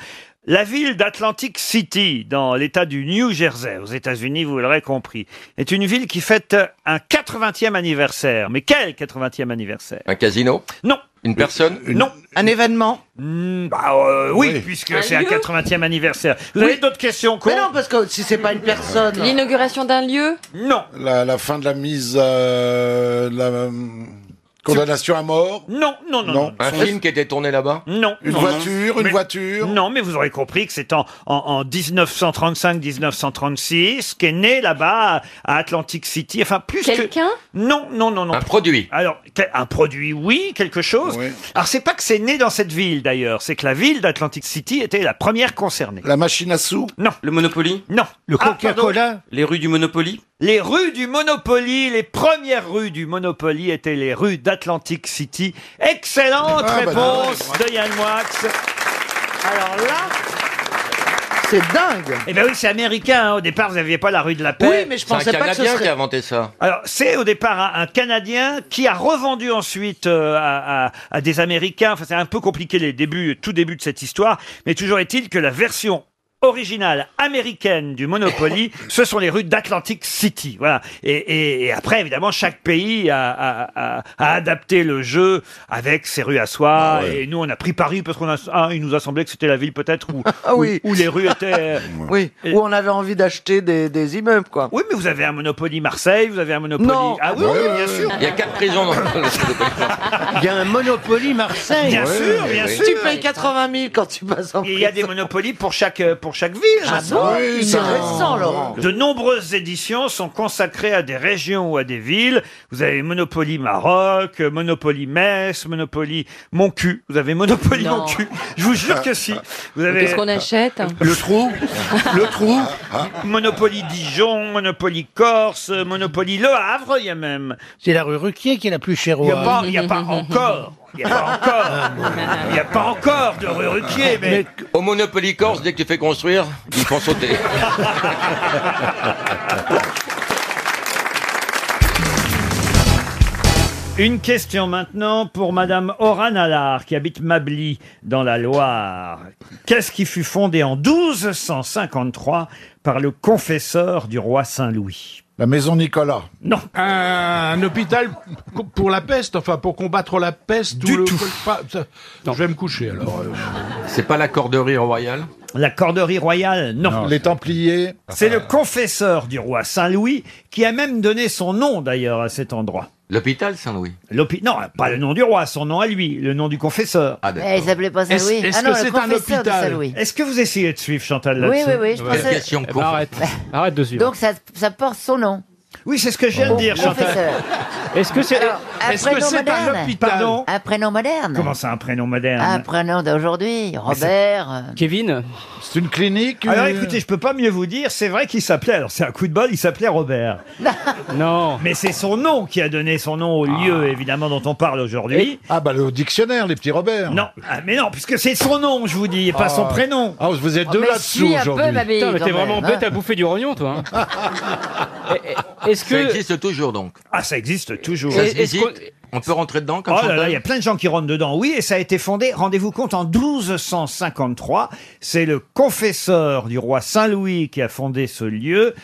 Speaker 1: La ville d'Atlantic City, dans l'état du New Jersey, aux États-Unis, vous l'aurez compris, est une ville qui fête un 80e anniversaire. Mais quel 80e anniversaire
Speaker 6: Un casino
Speaker 1: Non.
Speaker 6: Une personne
Speaker 1: Non. Un événement Hmm, bah, euh, oui,
Speaker 6: Oui.
Speaker 1: puisque
Speaker 27: Un
Speaker 1: c'est un
Speaker 27: lieu
Speaker 1: 80e anniversaire. Vous avez d'autres questions Mais non,
Speaker 15: parce que si c'est pas une personne.
Speaker 27: L'inauguration d'un lieu
Speaker 1: Non.
Speaker 2: La, la fin de la mise, euh, la euh, condamnation à mort.
Speaker 1: Non, non, non. non.
Speaker 6: Un film qui était tourné là-bas
Speaker 1: Non.
Speaker 2: Une
Speaker 1: Non,
Speaker 2: voiture,
Speaker 1: non.
Speaker 2: une
Speaker 1: Mais-
Speaker 2: voiture.
Speaker 1: Non, mais vous aurez compris que c'est en, en, en 1935-1936 qu'est né là-bas à Atlantic City. Enfin, plus que-
Speaker 27: Quelqu'un
Speaker 1: Non, non, non, non. Un
Speaker 6: produit.
Speaker 1: Alors, que- un produit, oui, quelque chose. Alors, c'est pas que c'est né dans cette ville d'ailleurs, c'est que la ville d'Atlantic City était la première concernée.
Speaker 2: La machine à sous
Speaker 1: Non.
Speaker 2: Le Monopoly
Speaker 1: Non.
Speaker 2: Le
Speaker 1: Ah, Coca-Cola
Speaker 2: pardon.
Speaker 6: Les rues du Monopoly
Speaker 1: Les rues du Monopoly, les premières rues du Monopoly étaient les rues d'Atlantic City. Excellente
Speaker 2: Ah, bah,
Speaker 1: réponse de Yann Moix. Alors là.
Speaker 15: C'est dingue.
Speaker 1: Eh bien oui, c'est américain. hein. Au départ, vous n'aviez pas la rue de la paix.
Speaker 6: C'est un Canadien qui a inventé ça.
Speaker 1: Alors, c'est au départ un, un Canadien qui a revendu ensuite euh, à, à- à des Américains. Enfin, c'est un peu compliqué les débuts, tout début de cette histoire. Mais toujours est-il que la version originale américaine du Monopoly, ce sont les rues d'Atlantic City. Voilà. Et, et- et après, évidemment, chaque pays a, a- a- a adapté le jeu avec ses rues à soi. Et nous, on a pris Paris parce qu'on a, ah, il nous a semblé que c'était la ville peut-être où,
Speaker 15: Ah
Speaker 1: où-
Speaker 15: oui.
Speaker 1: où les rues étaient.
Speaker 15: Oui, où on avait envie d'acheter des, des immeubles, quoi.
Speaker 1: Oui, mais vous avez un Monopoly Marseille, vous avez un Monopoly.
Speaker 15: Non.
Speaker 1: Ah oui,
Speaker 15: Ouais,
Speaker 1: oui,
Speaker 15: ouais,
Speaker 1: bien
Speaker 15: ouais.
Speaker 1: sûr.
Speaker 10: Il y a quatre prisons dans
Speaker 23: Il y a un Monopoly Marseille.
Speaker 1: Bien sûr, bien sûr.
Speaker 15: Tu payes 80 000 quand tu passes en
Speaker 1: Il y a des monopolies pour chaque, euh, pour chaque ville.
Speaker 15: Ah
Speaker 1: ça.
Speaker 15: bon Oui, c'est Non. récent, Laurent.
Speaker 1: De nombreuses éditions sont consacrées à des régions ou à des villes. Vous avez Monopoly Maroc, euh, Monopoly Metz, Monopoly Mon cul. Vous avez Monopoly
Speaker 4: Non.
Speaker 1: Mon cul. Je vous jure que si. Vous avez...
Speaker 4: Qu'est-ce
Speaker 15: Ah.
Speaker 4: qu'on achète
Speaker 1: Le trou, le trou, Monopoly Dijon, Monopoly Corse, Monopoly Le Havre, il y a même.
Speaker 23: C'est la rue Ruquier qui est la plus chère au
Speaker 1: Il n'y a, pas-
Speaker 23: Havre.
Speaker 1: il y a pas encore. Il n'y a pas encore. Il n'y a pas encore de rue Ruquier, mais.
Speaker 10: Au Monopoly Corse, dès que tu fais construire, ils font sauter.
Speaker 1: Une question maintenant pour Madame Oran Allard, qui habite Mably, dans la Loire. Qu'est-ce qui fut fondé en 1253 par le confesseur du roi Saint-Louis
Speaker 2: La maison Nicolas.
Speaker 1: Non.
Speaker 7: Un hôpital co- pour la peste, enfin pour combattre la peste. Du tout. Je vais me coucher alors. euh.
Speaker 10: C'est pas la corderie royale
Speaker 1: La corderie royale, non.
Speaker 2: Les Templiers.
Speaker 1: C'est le confesseur du roi Saint-Louis qui a même donné son nom d'ailleurs à cet endroit.
Speaker 10: L'hôpital Saint-Louis.
Speaker 1: L'hôpi- Non, pas le nom du roi, son nom à lui, le nom du confesseur.
Speaker 10: Ah
Speaker 19: Eh, il s'appelait pas
Speaker 1: Est-ce
Speaker 19: Saint-Louis.
Speaker 1: est-ce
Speaker 19: Ah non,
Speaker 1: que
Speaker 19: le
Speaker 1: c'est un
Speaker 19: confesseur de
Speaker 1: hôpital
Speaker 19: Saint-Louis.
Speaker 1: Est-ce que vous essayez de suivre Chantal
Speaker 19: Oui,
Speaker 1: là-dessus
Speaker 19: oui, oui, je Ouais. pensais- Question Eh ben, con.
Speaker 8: arrête. Arrête de suivre.
Speaker 19: Donc ça, ça porte son nom.
Speaker 1: Oui, c'est ce que je viens de dire, Chantal.
Speaker 8: Est-ce que c'est est-ce que c'est un hôpital
Speaker 1: Pardon
Speaker 19: Un prénom moderne.
Speaker 1: Comment c'est un prénom moderne
Speaker 19: Un prénom d'aujourd'hui. Robert.
Speaker 1: Kevin
Speaker 2: C'est une clinique
Speaker 1: Alors
Speaker 19: euh,
Speaker 1: écoutez, je peux pas mieux vous dire, c'est vrai qu'il s'appelait, alors c'est un coup de bol, il s'appelait Robert. non. Mais c'est son nom qui a donné son nom au lieu, évidemment, dont on parle aujourd'hui.
Speaker 2: Ah bah le dictionnaire, les petits Robert.
Speaker 1: Non, ah, mais non, puisque c'est son nom, je vous dis, et pas son
Speaker 2: Ah.
Speaker 1: prénom.
Speaker 2: Ah, vous êtes deux là-dessous aujourd'hui.
Speaker 8: Putain, mais t'es vraiment bête à bouffer du rognon, toi. hein. Est-ce
Speaker 10: Ça
Speaker 8: que
Speaker 10: existe toujours donc.
Speaker 1: Ah, ça existe toujours.
Speaker 10: Ça
Speaker 1: Et-
Speaker 10: se
Speaker 1: est-ce
Speaker 10: visite On peut rentrer dedans comme
Speaker 1: Oh là
Speaker 10: Chantal
Speaker 1: là, il y a plein de gens qui rentrent dedans. Oui, et ça a été fondé, rendez-vous compte, en 1253. C'est le confesseur du roi Saint-Louis qui a fondé ce lieu.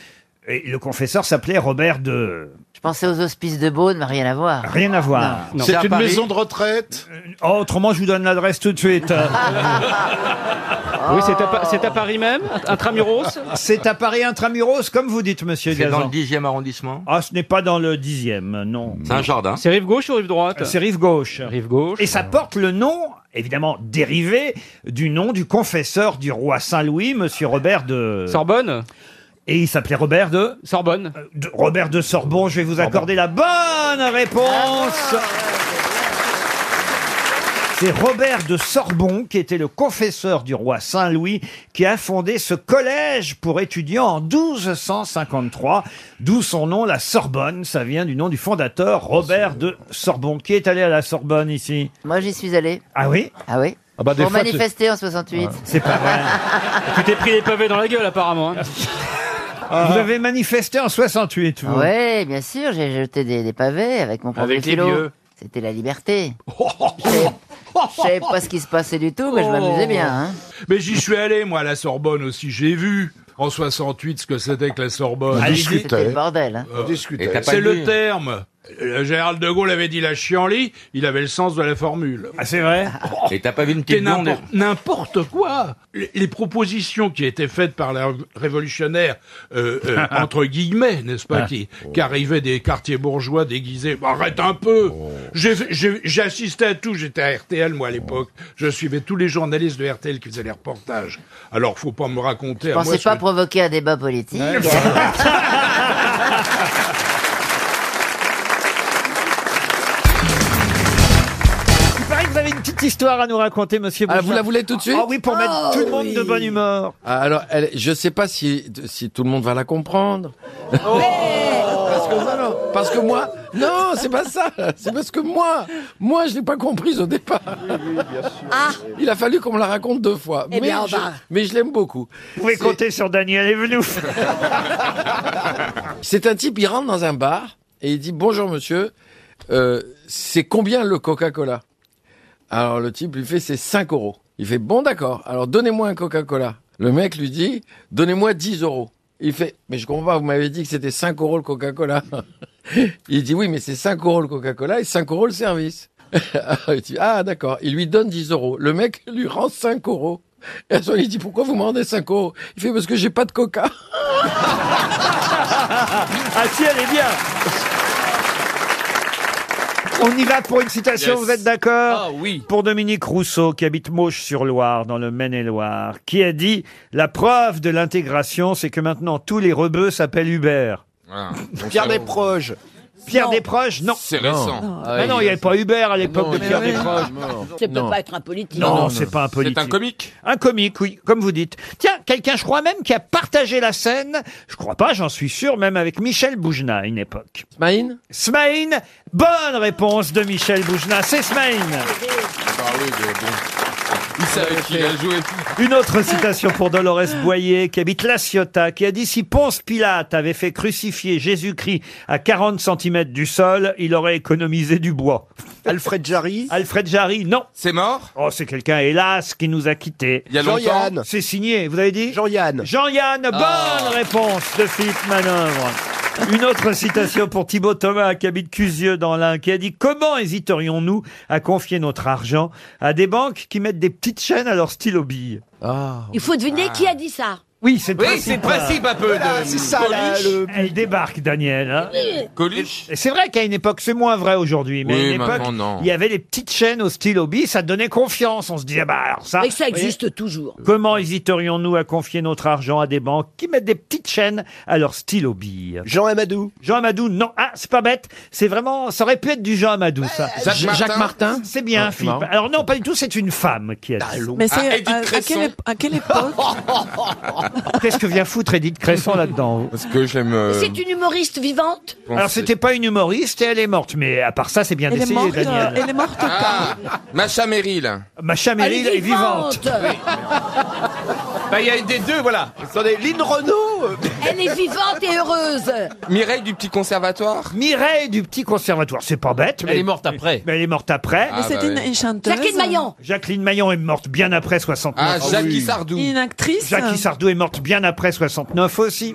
Speaker 1: Et le confesseur s'appelait Robert de...
Speaker 19: Je pensais aux hospices de Beaune, mais rien à voir.
Speaker 1: Rien à voir.
Speaker 19: Non.
Speaker 1: Non.
Speaker 2: C'est une maison de retraite.
Speaker 1: Oh, autrement, je vous donne l'adresse tout de suite.
Speaker 8: oui, c'est à, Pa- c'est à Paris même, intramuros.
Speaker 1: C'est à Paris intramuros, comme vous dites, monsieur
Speaker 10: C'est
Speaker 1: Gazan.
Speaker 10: dans le 10e arrondissement
Speaker 1: Ah, ce n'est pas dans le dixième, non.
Speaker 10: C'est un jardin.
Speaker 8: C'est rive gauche ou rive droite
Speaker 1: Euh, C'est rive gauche. Rive gauche. Et ça porte le nom, évidemment dérivé, du nom du confesseur du roi Saint-Louis, monsieur Robert de...
Speaker 8: Sorbonne
Speaker 1: Et il s'appelait Robert de... Euh,
Speaker 8: Sorbonne.
Speaker 1: de- Robert de Sorbonne, je vais vous accorder la bonne réponse c'est Robert de Sorbon, qui était le confesseur du roi Saint-Louis, qui a fondé ce collège pour étudiants en 1253, d'où son nom, la Sorbonne. Ça vient du nom du fondateur Robert de Sorbon. Qui est allé à la Sorbonne ici
Speaker 19: Moi, j'y suis allé.
Speaker 1: Ah oui
Speaker 19: Ah oui
Speaker 1: ah bah
Speaker 19: pour manifester en 68.
Speaker 1: C'est pas vrai.
Speaker 8: Tu t'es pris les pavés dans la gueule,
Speaker 6: hein.
Speaker 8: apparemment.
Speaker 24: Ah.
Speaker 1: Vous avez manifesté en 68, vous
Speaker 19: Oui, bien sûr, j'ai jeté des, des pavés avec mon prof
Speaker 1: Avec
Speaker 19: de
Speaker 1: les
Speaker 19: philo.
Speaker 1: vieux.
Speaker 19: C'était la liberté. Je savais- Je savais pas ce qui se passait du tout, mais je m'amusais bien. hein.
Speaker 7: Oh. Mais j'y suis allé, moi, à la Sorbonne aussi. J'ai vu en 68 ce que c'était que la Sorbonne.
Speaker 19: On discutait. C'était le bordel. hein.
Speaker 7: Euh, Et t'as pas C'est le terme. Euh, Gérald de Gaulle avait dit la chienlit, il avait le sens de la formule.
Speaker 1: Ah, c'est vrai
Speaker 7: Et t'as pas vu une
Speaker 10: petite blonde
Speaker 7: n'importe, n'importe quoi les, les propositions qui étaient faites par la révolutionnaire, euh, euh, entre guillemets, n'est-ce pas,
Speaker 24: Ah.
Speaker 7: qui, qui arrivaient des quartiers bourgeois déguisés. Bah, arrête un peu J'ai- j'ai- J'assistais à tout, j'étais à RTL, moi, à l'époque. Je suivais tous les journalistes de RTL qui faisaient les reportages. Alors, faut pas me raconter
Speaker 19: Je
Speaker 7: à moi...
Speaker 19: pensais
Speaker 7: ce
Speaker 19: pas
Speaker 7: que-
Speaker 19: provoquer un débat politique.
Speaker 1: Il paraît que vous avez une petite histoire à nous raconter, monsieur
Speaker 24: Ah,
Speaker 1: Bouchard.
Speaker 24: vous la voulez tout de suite
Speaker 1: Ah oui, pour mettre tout le monde de bonne humeur.
Speaker 24: Ah, Alors, elle- je sais pas si, si tout le monde va la comprendre.
Speaker 1: Oh.
Speaker 24: parce, que, non, non, parce que moi, non, c'est pas ça. C'est parce que moi, moi, je l'ai pas comprise au départ. Il a fallu qu'on me la raconte deux fois.
Speaker 1: Eh
Speaker 24: mais,
Speaker 1: bien, on
Speaker 24: je,
Speaker 1: va.
Speaker 24: mais je l'aime beaucoup.
Speaker 1: Vous pouvez compter sur Daniel Evenouf.
Speaker 24: C'est un type, il rentre dans un bar et il dit Bonjour monsieur, euh, c'est combien le Coca-Cola Alors le type lui fait C'est 5 euros. Il fait Bon d'accord, alors donnez-moi un Coca-Cola. Le mec lui dit Donnez-moi 10 euros. Il fait Mais je comprends pas, vous m'avez dit que c'était 5 euros le Coca-Cola. Il dit Oui, mais c'est 5 euros le Coca-Cola et 5 euros le service. Il dit Ah, d'accord. Il lui donne 10 euros. Le mec lui rend 5 euros. Et à ce moment, il dit Pourquoi vous me rendez 5 euros Il fait Parce que j'ai pas de Coca.
Speaker 1: Ah si, elle est bien on y va pour une citation,
Speaker 8: Yes.
Speaker 1: vous êtes d'accord
Speaker 8: Ah oui.
Speaker 1: Pour Dominique Rousseau, qui habite Mauche-sur-Loire, dans le Maine-et-Loire, qui a dit « La preuve de l'intégration, c'est que maintenant tous les rebeux s'appellent Uber.
Speaker 13: Pierre Desproges.
Speaker 1: Pierre Desproges, non.
Speaker 13: C'est
Speaker 1: récent. Ah non, il n'y avait pas Uber à l'époque de Pierre Desproges.
Speaker 3: Ça peut
Speaker 1: Non.
Speaker 3: pas être un politique.
Speaker 1: Non, c'est pas un politique. C'est un comique Un comique, oui, comme vous dites. Tiens, quelqu'un, je crois même, qui a partagé la scène, je crois pas, j'en suis sûr, même avec Michel Boujna à une époque.
Speaker 24: Smaïn
Speaker 1: Smaïn, bonne réponse de Michel Boujna, c'est Smaïn
Speaker 10: Il savait qui il a joué.
Speaker 1: Une autre citation pour Dolores Boyer, qui habite La Ciotat, qui a dit Si Ponce Pilate avait fait crucifier Jésus-Christ à 40 cm du sol, il aurait économisé du bois. Alfred Jarry Alfred Jarry, non.
Speaker 10: C'est mort
Speaker 1: Oh, c'est quelqu'un, hélas, qui nous a quittés.
Speaker 10: Il y a longtemps Jean-Yann.
Speaker 1: C'est signé, vous avez dit Jean-Yann. Jean-Yann, bonne
Speaker 3: Ah.
Speaker 1: réponse de Philippe Manœuvre. Une autre citation pour Thibaut Thomas, qui habite Cusieux dans l'Ain, qui a dit Comment hésiterions-nous à confier notre argent à des banques qui mettent des petites chaînes à leur stylo bille
Speaker 3: Il faut deviner qui a dit ça.
Speaker 1: Oui, c'est le
Speaker 3: Oui,
Speaker 1: principe.
Speaker 3: c'est le principe un peu Voilà, de- c'est ça, là, Coluche. le-
Speaker 1: Elle débarque, Daniel. hein.
Speaker 3: Oui.
Speaker 1: Et C'est vrai qu'à une époque, c'est moins vrai aujourd'hui, mais
Speaker 24: Oui,
Speaker 1: à une époque,
Speaker 24: maintenant, non.
Speaker 1: il y avait des petites chaînes au stylo bille, ça donnait confiance. On se disait, bah alors ça.
Speaker 3: Mais ça
Speaker 1: vous voyez,
Speaker 3: existe toujours.
Speaker 1: Comment hésiterions-nous à confier notre argent à des banques qui mettent des petites chaînes à leur stylo bille Jean Amadou. Jean Amadou, non. Ah, c'est pas bête. C'est vraiment, ça aurait pu être du Jean Amadou, ça.
Speaker 24: Jacques Jacques Martin. Martin
Speaker 1: C'est bien,
Speaker 24: Ah, c'est
Speaker 1: Philippe.
Speaker 24: marrant.
Speaker 1: Alors non, pas du tout, c'est une femme qui a dit. ça.
Speaker 5: Mais c'est euh, à, à quelle, ép- à quelle époque
Speaker 1: Qu'est-ce que vient foutre Edith Cresson là-dedans
Speaker 10: Parce que euh, j'aime.
Speaker 3: C'est une humoriste vivante.
Speaker 1: Alors c'était pas une humoriste et elle est morte, mais à part ça, c'est bien d'essayer,
Speaker 5: euh,
Speaker 1: Daniel.
Speaker 3: est morte
Speaker 10: Ah, Macha Merrill.
Speaker 1: Macha Merrill est vivante.
Speaker 6: Bah, il y a des deux, voilà. Attendez, Lynn Renault
Speaker 3: Elle est vivante et heureuse.
Speaker 10: Mireille du petit conservatoire.
Speaker 1: Mireille du petit conservatoire, c'est pas bête.
Speaker 6: Elle
Speaker 1: mais-
Speaker 6: est morte après.
Speaker 1: Mais elle est morte après.
Speaker 10: Ah, Mais c'était bah une- oui. une
Speaker 5: chanteuse. Jacqueline Maillan.
Speaker 1: Jacqueline Maillon est morte bien après 69.
Speaker 10: Ah, Jackie Ah oui. Sardou.
Speaker 5: Une actrice
Speaker 1: Jackie Sardou est morte bien après 69 aussi.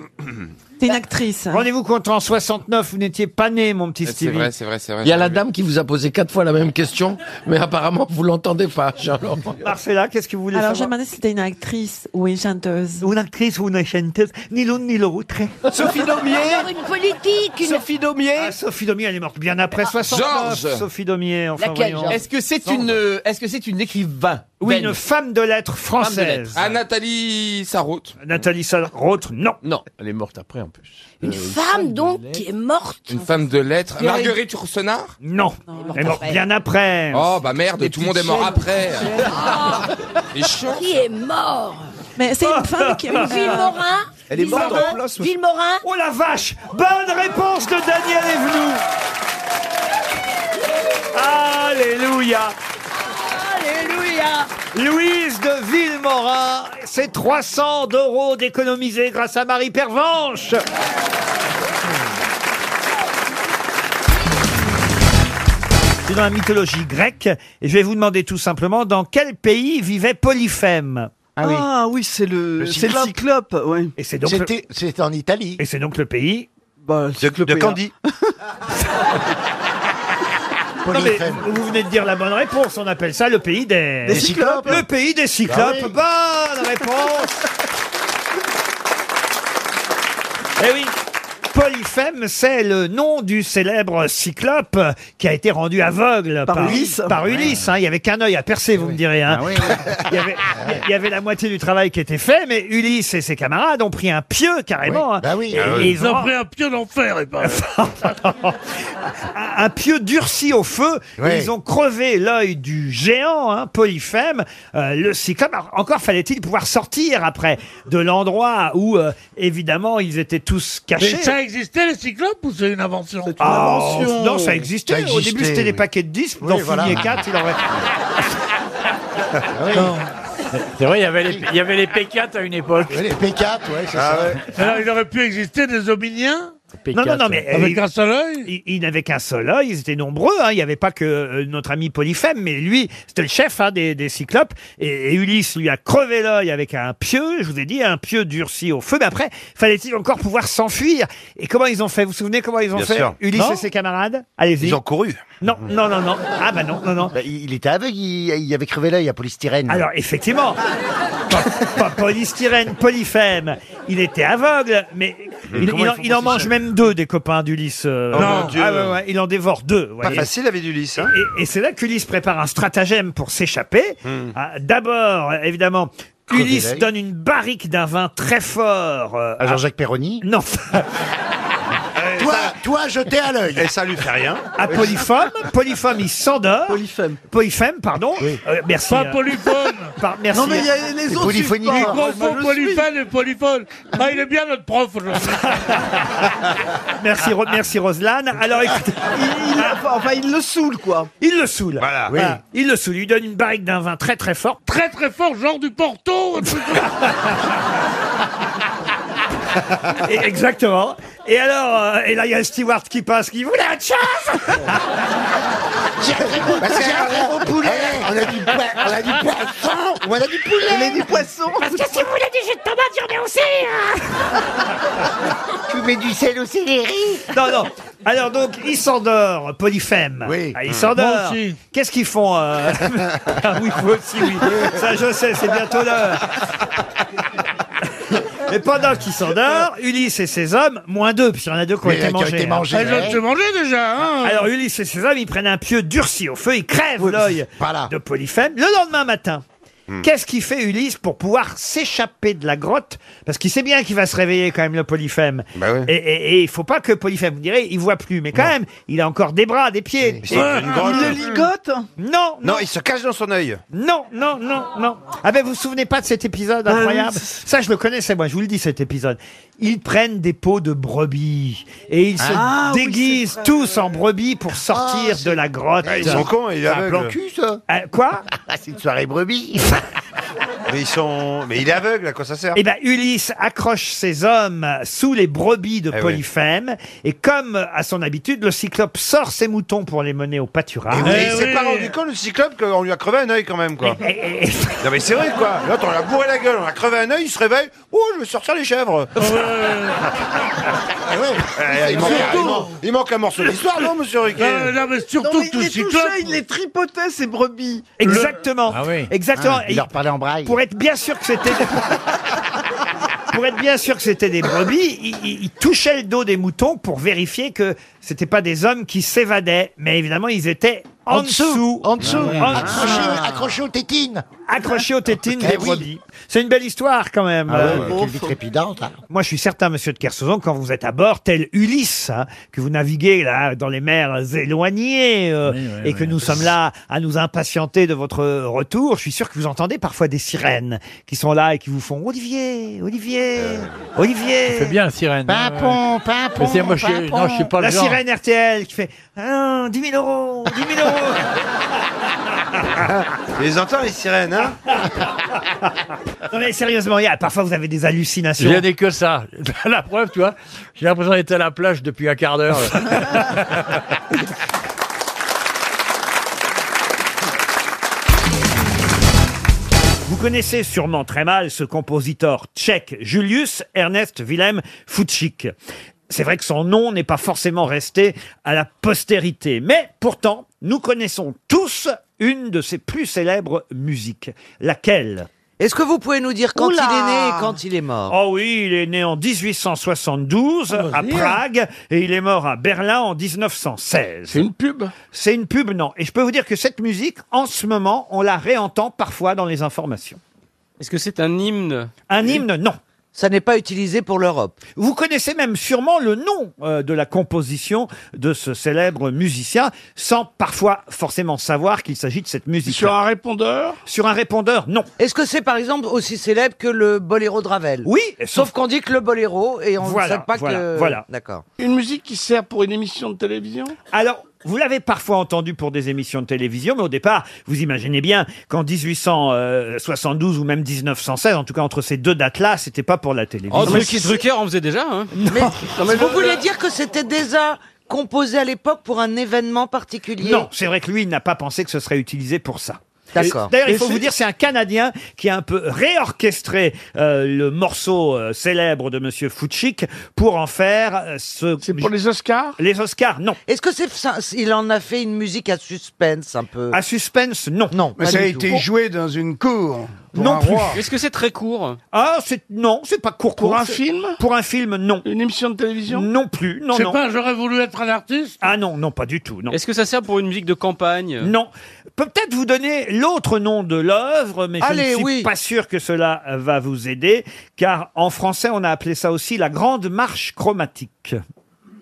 Speaker 5: C'est une actrice.
Speaker 1: Rendez-vous compte, en 69, vous n'étiez pas né, mon petit
Speaker 10: C'est
Speaker 1: Stevie.
Speaker 10: vrai, c'est vrai, c'est vrai.
Speaker 24: Il y a la dame qui vous a posé quatre fois la même question, mais apparemment vous l'entendez pas, Charles.
Speaker 1: Marcella, qu'est-ce que vous voulez
Speaker 5: Alors, j'ai
Speaker 1: savoir
Speaker 5: demandé si c'était une actrice ou une chanteuse.
Speaker 1: Une actrice ou une chanteuse, ni l'une ni l'autre.
Speaker 13: Sophie Daumier
Speaker 3: Alors une politique. Une...
Speaker 13: Sophie Daumier
Speaker 1: Ah, Sophie Daumier, elle est morte bien après
Speaker 10: Ah,
Speaker 1: 69.
Speaker 6: Georges.
Speaker 1: Sophie Daumier, enfin
Speaker 3: Laquelle,
Speaker 1: voyons.
Speaker 3: Georges
Speaker 6: Est-ce que c'est une, euh, est-ce que c'est une écrivain
Speaker 1: Oui,
Speaker 6: belge
Speaker 1: une femme de lettres
Speaker 6: Ah, Ben. Femme de lettres.
Speaker 1: française.
Speaker 10: Ah, Nathalie Sarraute.
Speaker 1: Nathalie Sarraute, non.
Speaker 6: Non, elle est morte après en plus.
Speaker 3: Une
Speaker 16: Euh,
Speaker 3: femme donc qui est morte.
Speaker 10: Une femme de lettres.
Speaker 3: Il y a
Speaker 10: Marguerite Yourcenar
Speaker 1: Non. Elle est morte bien après.
Speaker 10: Oh, bah merde, tout le monde est mort après. Ah. Les chiens.
Speaker 3: Qui est mort
Speaker 5: Mais c'est une femme qui
Speaker 3: Une Villemorin
Speaker 1: Elle est morte
Speaker 3: Villemorin
Speaker 1: en place, oui.
Speaker 3: Villemorin
Speaker 1: Oh la vache Bonne réponse de Daniel Evenou Alléluia
Speaker 3: Alléluia
Speaker 1: Louise de Villemorin, c'est 300 d'euros d'économiser grâce à Marie Pervenche C'est dans la mythologie grecque, et je vais vous demander tout simplement dans quel pays vivait Polyphème
Speaker 13: Ah oui, c'est le, c'est le cyclope, ouais.
Speaker 1: Et c'est donc
Speaker 18: C'était- C'était en Italie.
Speaker 1: Et c'est donc le pays
Speaker 13: Bah, cyclopéa.
Speaker 1: Non, mais
Speaker 18: Polyphème.
Speaker 1: vous venez de dire la bonne réponse, on appelle ça le pays des...
Speaker 13: Des cyclopes. Ah
Speaker 1: Le pays des cyclopes, bonne réponse Eh oui Polyphème, c'est le nom du célèbre cyclope qui a été rendu aveugle
Speaker 13: Par Ulysse. Eh
Speaker 1: Par Ulysse, hein. il y avait qu'un œil à percer, vous me direz.
Speaker 13: Ah
Speaker 1: hein. il, y avait, il y avait la moitié du travail qui était fait, mais Ulysse et ses camarades ont pris un pieu carrément.
Speaker 13: Bah
Speaker 1: hein.
Speaker 13: Ah
Speaker 1: Et- et
Speaker 14: euh, Ils
Speaker 1: ils ont
Speaker 14: ont pris un pieu d'enfer, et pas.
Speaker 1: un un pieu durci au feu.
Speaker 14: Ouais.
Speaker 1: Ils ont crevé l'œil du géant, hein, Polyphème, euh, le cyclope. Alors, Encore fallait-il pouvoir sortir après de l'endroit où, euh, évidemment, ils étaient tous
Speaker 14: Mais
Speaker 1: cachés.
Speaker 14: ça existait, les cyclopes, ou c'est une invention
Speaker 1: Ah, Non, ça existait. Au début, c'était des paquets de 10. Vous en
Speaker 14: voilà. Ah,
Speaker 1: finiez 4, il en restait-
Speaker 22: Ah
Speaker 13: C'est vrai, il y avait les, il y avait les P4 à une époque.
Speaker 18: Les P4, ouais, c'est ça.
Speaker 14: Alors, il aurait pu exister des hominiens
Speaker 1: Ah, Non, non, non, mais. eh,
Speaker 14: Avec un seul œil
Speaker 1: Ils il n'avaient qu'un seul œil, ils étaient nombreux, hein, il n'y avait pas que euh, notre ami Polyphème, mais lui, c'était le chef hein, des, des Cyclopes, et, et Ulysse lui a crevé l'œil avec un pieu, je vous ai dit, un pieu durci au feu, mais après, fallait-il encore pouvoir s'enfuir Et comment ils ont fait Vous vous souvenez comment ils ont
Speaker 17: Bien
Speaker 1: fait,
Speaker 17: sûr.
Speaker 1: Ulysse
Speaker 17: Non
Speaker 1: et ses camarades Allez-y.
Speaker 17: Ils ont couru.
Speaker 1: Non, non, non, non. Ah bah non, non, non.
Speaker 17: il, il était aveugle, il, il avait crevé l'œil à polystyrène.
Speaker 1: Alors, effectivement. Pas polystyrène, polyphème. Il était aveugle, mais
Speaker 17: Mais
Speaker 1: il,
Speaker 17: comment
Speaker 1: il
Speaker 17: ils
Speaker 1: en,
Speaker 17: font
Speaker 1: il en mange même deux des copains d'Ulysse. euh,
Speaker 17: Oh mon Dieu.
Speaker 1: Ah ouais, ouais, il en dévore deux. vous voyez.
Speaker 17: facile avec Ulysse. Hein.
Speaker 1: Et, et c'est là qu'Ulysse prépare un stratagème pour s'échapper.
Speaker 17: Hmm.
Speaker 1: Ah, D'abord, euh, évidemment,
Speaker 17: Crever
Speaker 1: Ulysse
Speaker 17: l'œil.
Speaker 1: donne une barrique d'un vin très fort. euh,
Speaker 17: À Ah, Jean-Jacques Perroni
Speaker 1: Non.
Speaker 17: toi, toi, jeté à l'œil. Et ça lui fait rien.
Speaker 1: à Polyphème. Polyphème, il s'endort. Polyphème. Polyphème, pardon. Euh, merci.
Speaker 14: Pas
Speaker 1: euh,
Speaker 14: polyphone
Speaker 1: par- merci. euh,
Speaker 14: Les Ah, Il confond polyphone et polyphone. Ah, il est bien notre prof aujourd'hui.
Speaker 1: Merci, Ro- merci Roselane. Alors, écoutez-
Speaker 20: Enfin, il le saoule, quoi.
Speaker 1: Il le saoule.
Speaker 20: Voilà.
Speaker 1: Ah, il le saoule. Il lui donne une barrique d'un vin très très fort.
Speaker 14: Très très fort, genre du Porto.
Speaker 1: Et- exactement. Et alors, euh, et là, il y a le steward qui passe, qui voulait un chasse
Speaker 3: J'ai un très bon- j'ai un très bon poulet.
Speaker 17: Eh, On a du, poisson on a du poisson ou on a du poulet
Speaker 20: Il est du poisson.
Speaker 3: Parce que si vous voulez du jus de tomate, j'en ai aussi
Speaker 17: Tu mets du sel au céleri
Speaker 1: Non, non. Alors donc, il s'endort, Polyphème. Oui. il s'endort.
Speaker 17: Moi aussi.
Speaker 1: Qu'est-ce qu'ils font euh, Ah oui, vous aussi, oui. Ça, je sais, c'est bientôt l'heure. Et pendant qu'il s'endort, Ulysse et ses hommes, moins deux, puis il y en a deux qui ont
Speaker 14: Oui,
Speaker 1: été
Speaker 14: qui ont
Speaker 1: mangés. hein.
Speaker 14: été mangés, Ah, ils ont ouais. été mangés déjà, hein.
Speaker 1: Alors Ulysse et ses hommes, ils prennent un pieu durci au feu, ils crèvent l'œil de Polyphème. Le lendemain matin,
Speaker 17: Hmm.
Speaker 1: qu'est-ce qu'il fait Ulysse pour pouvoir s'échapper de la grotte Parce qu'il sait bien qu'il va se réveiller quand même, le Polyphème.
Speaker 17: Bah
Speaker 1: Et- Et et il faut pas que Polyphème, vous direz, il voit plus, mais quand même, il a encore des bras, des pieds.
Speaker 17: c'est une grotte. Il le
Speaker 1: ligote Non,
Speaker 17: Non, il se cache dans son œil.
Speaker 1: non, non, non, non. Ah ben vous vous souvenez pas de cet épisode
Speaker 17: Ah oui,
Speaker 1: incroyable
Speaker 17: c'est-
Speaker 1: Ça je le connaissais moi, je vous le dis cet épisode. Ils prennent des peaux de brebis et ils se
Speaker 17: Ah oui,
Speaker 1: déguisent tous en brebis pour sortir de la grotte.
Speaker 17: Ah, ils sont cons, ils
Speaker 1: C'est un
Speaker 17: aveugles.
Speaker 1: plan cul, ça. Euh, quoi
Speaker 17: C'est une soirée brebis. mais ils sont. Mais il est aveugle, à quoi ça sert
Speaker 1: Eh ben, Ulysse accroche ses hommes sous les brebis de
Speaker 17: Eh oui.
Speaker 1: Polyphème. Et comme à son habitude, le cyclope sort ses moutons pour les mener au pâturage.
Speaker 20: Eh
Speaker 17: Et Eh oui, il
Speaker 21: Eh
Speaker 17: s'est pas rendu compte, le cyclope, qu'on lui a crevé un œil quand même, quoi.
Speaker 20: eh,
Speaker 17: non, mais c'est vrai, quoi. L'autre, on l'a bourré la gueule, on l'a crevé un œil, il se réveille. Oh, je vais sortir les chèvres. Ah ouais. Eh, il, manque, il manque- il manque un morceau d'histoire, non, monsieur Riquet
Speaker 14: Euh, Non, non, mais surtout
Speaker 20: Non, mais
Speaker 14: que
Speaker 20: il
Speaker 14: le
Speaker 20: les
Speaker 14: cyclope.
Speaker 20: touchait, il les tripotait, ces brebis.
Speaker 1: Exactement. Exactement.
Speaker 17: Ah,
Speaker 1: Et
Speaker 17: il leur parlait en braille.
Speaker 1: Pour être bien sûr que c'était. Pour être bien sûr que c'était des brebis, il, il- il touchait le dos des moutons pour vérifier que c'était pas des hommes qui s'évadaient, mais évidemment ils étaient en,
Speaker 17: En dessous,
Speaker 1: en dessous,
Speaker 17: Accroché- Eh
Speaker 1: accroché aux tétines, accroché aux tétines des brebis. C'est une belle histoire quand même.
Speaker 17: Ah ouais,
Speaker 1: Euh,
Speaker 17: quelle vie trépidante. hein.
Speaker 1: moi, je suis certain, monsieur de Kersauzon, quand vous êtes à bord, tel Ulysse, hein, que vous naviguez là dans les mers éloignées euh, et que nous sommes là à nous impatienter de votre retour, je suis sûr que vous entendez parfois des sirènes qui sont là et qui vous font Olivier, Olivier, Olivier.
Speaker 11: C'est Euh. bien, sirène. Pimpon, pimpon. Mais c'est- moi, je suis- non, je suis pas le
Speaker 1: La
Speaker 11: genre.
Speaker 1: sirène RTL qui fait Ah, 10 000 euros, 10 000 euros.
Speaker 17: Les entend, les sirènes, hein
Speaker 1: non mais sérieusement, il y a- parfois vous avez des hallucinations.
Speaker 11: Je n'ai que ça. La preuve, tu vois, j'ai l'impression d'être à la plage depuis un quart d'heure.
Speaker 3: hein.
Speaker 1: Vous connaissez sûrement très mal ce compositeur tchèque Julius Ernest Wilhelm Fuchik. C'est vrai que son nom n'est pas forcément resté à la postérité, mais pourtant, nous connaissons tous une de ses plus célèbres musiques. Laquelle
Speaker 15: Est-ce que vous pouvez nous dire quand
Speaker 1: Oula.
Speaker 15: il est né et quand il est mort
Speaker 1: Oh oui, il est né en 1872 à Prague et il est mort à Berlin en 1916. C'est une pub C'est une pub, non. Et je peux vous dire que cette musique, en ce moment, on la réentend parfois dans les informations. Est-ce que c'est un hymne Un hymne, non. Ça n'est pas utilisé pour l'Europe. Vous connaissez même sûrement le nom euh, de la composition de ce célèbre musicien, sans parfois forcément savoir qu'il s'agit de cette musique. Sur un répondeur Sur un répondeur, non.
Speaker 15: Est-ce que c'est par exemple aussi célèbre que le boléro de Ravel
Speaker 1: Oui.
Speaker 15: Sauf qu'on dit que le boléro et on ne
Speaker 1: Voilà,
Speaker 15: sait pas
Speaker 1: voilà,
Speaker 15: que.
Speaker 1: voilà.
Speaker 15: D'accord.
Speaker 13: Une musique qui sert pour une émission de télévision
Speaker 1: Alors, Vous l'avez parfois entendu pour des émissions de télévision, mais au départ, vous imaginez bien qu'en 1872 ou même 1916, en tout cas entre ces deux dates-là, c'était pas pour la télévision.
Speaker 8: Oh, Drucker, Drucker, on faisait déjà. Hein.
Speaker 1: Mais- Non, mais
Speaker 15: Vous
Speaker 1: le-
Speaker 15: voulez dire que c'était déjà composé à l'époque pour un événement particulier
Speaker 1: Non, c'est vrai que lui, il n'a pas pensé que ce serait utilisé pour ça.
Speaker 15: D'accord.
Speaker 1: Et- D'ailleurs, il
Speaker 15: Et
Speaker 1: faut
Speaker 15: c'est-
Speaker 1: vous dire, c'est un Canadien qui a un peu réorchestré euh, le morceau euh, célèbre de Monsieur Fouchik pour en faire euh, ce. C'est pour les Oscars Les Oscars, non.
Speaker 15: Est-ce que c'est ça- il en a fait une musique à suspense un peu
Speaker 1: À suspense, non.
Speaker 15: Non.
Speaker 1: Mais ça a été
Speaker 15: joué dans une cour.
Speaker 1: non plus.
Speaker 8: Est-ce que c'est très court
Speaker 1: Ah, c'est non, c'est pas court.
Speaker 8: Pour
Speaker 1: court,
Speaker 8: un
Speaker 1: c'est-
Speaker 8: film
Speaker 1: Pour un film, non.
Speaker 23: Une émission de télévision
Speaker 1: Non plus, non,
Speaker 23: C'est
Speaker 1: non.
Speaker 23: pas
Speaker 1: j'aurais voulu être un artiste Ah non, non, pas du tout, non.
Speaker 8: Est-ce que ça sert pour une musique de campagne
Speaker 1: Non. Peut-être vous donner l'autre nom de l'œuvre, mais
Speaker 8: Allez,
Speaker 1: je ne suis
Speaker 8: oui.
Speaker 1: pas sûr que cela euh, va vous aider, car en français, on a appelé ça aussi la grande marche chromatique.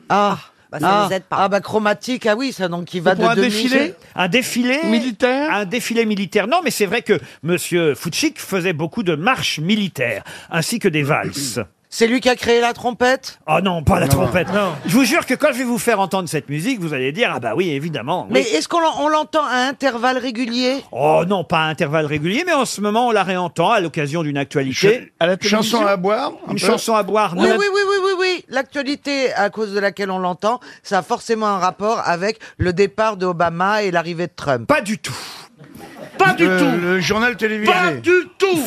Speaker 15: Ah,
Speaker 1: Bah, ça
Speaker 15: ah,
Speaker 1: les aide
Speaker 15: ah, bah chromatique, ah oui, ça donc qui va de
Speaker 1: Pour un
Speaker 15: demi-
Speaker 1: défilé Un défilé militaire Un défilé militaire. Non, mais c'est vrai que Monsieur Fouchik faisait beaucoup de marches militaires, ainsi que des valses.
Speaker 15: C'est lui qui a créé la trompette
Speaker 1: Ah non, pas la
Speaker 15: Non.
Speaker 1: trompette. Je vous jure que quand je vais vous faire entendre cette musique, vous allez dire ah bah oui, évidemment. oui.
Speaker 15: Mais est-ce qu'on l'en- on l'entend à intervalles réguliers
Speaker 1: Oh non, pas à intervalles réguliers, mais en ce moment, on la réentend à l'occasion d'une actualité.
Speaker 15: télévision Chanson à boire, un
Speaker 1: Une
Speaker 15: peu
Speaker 1: chanson à boire, non.
Speaker 15: Oui, oui, oui, oui, oui, oui. L'actualité à cause de laquelle on l'entend, ça a forcément un rapport avec le départ d'Obama et l'arrivée de Trump.
Speaker 1: Pas du tout.
Speaker 15: Pas
Speaker 1: du Le- tout.
Speaker 15: Le journal télévisé.
Speaker 1: Pas
Speaker 15: du tout.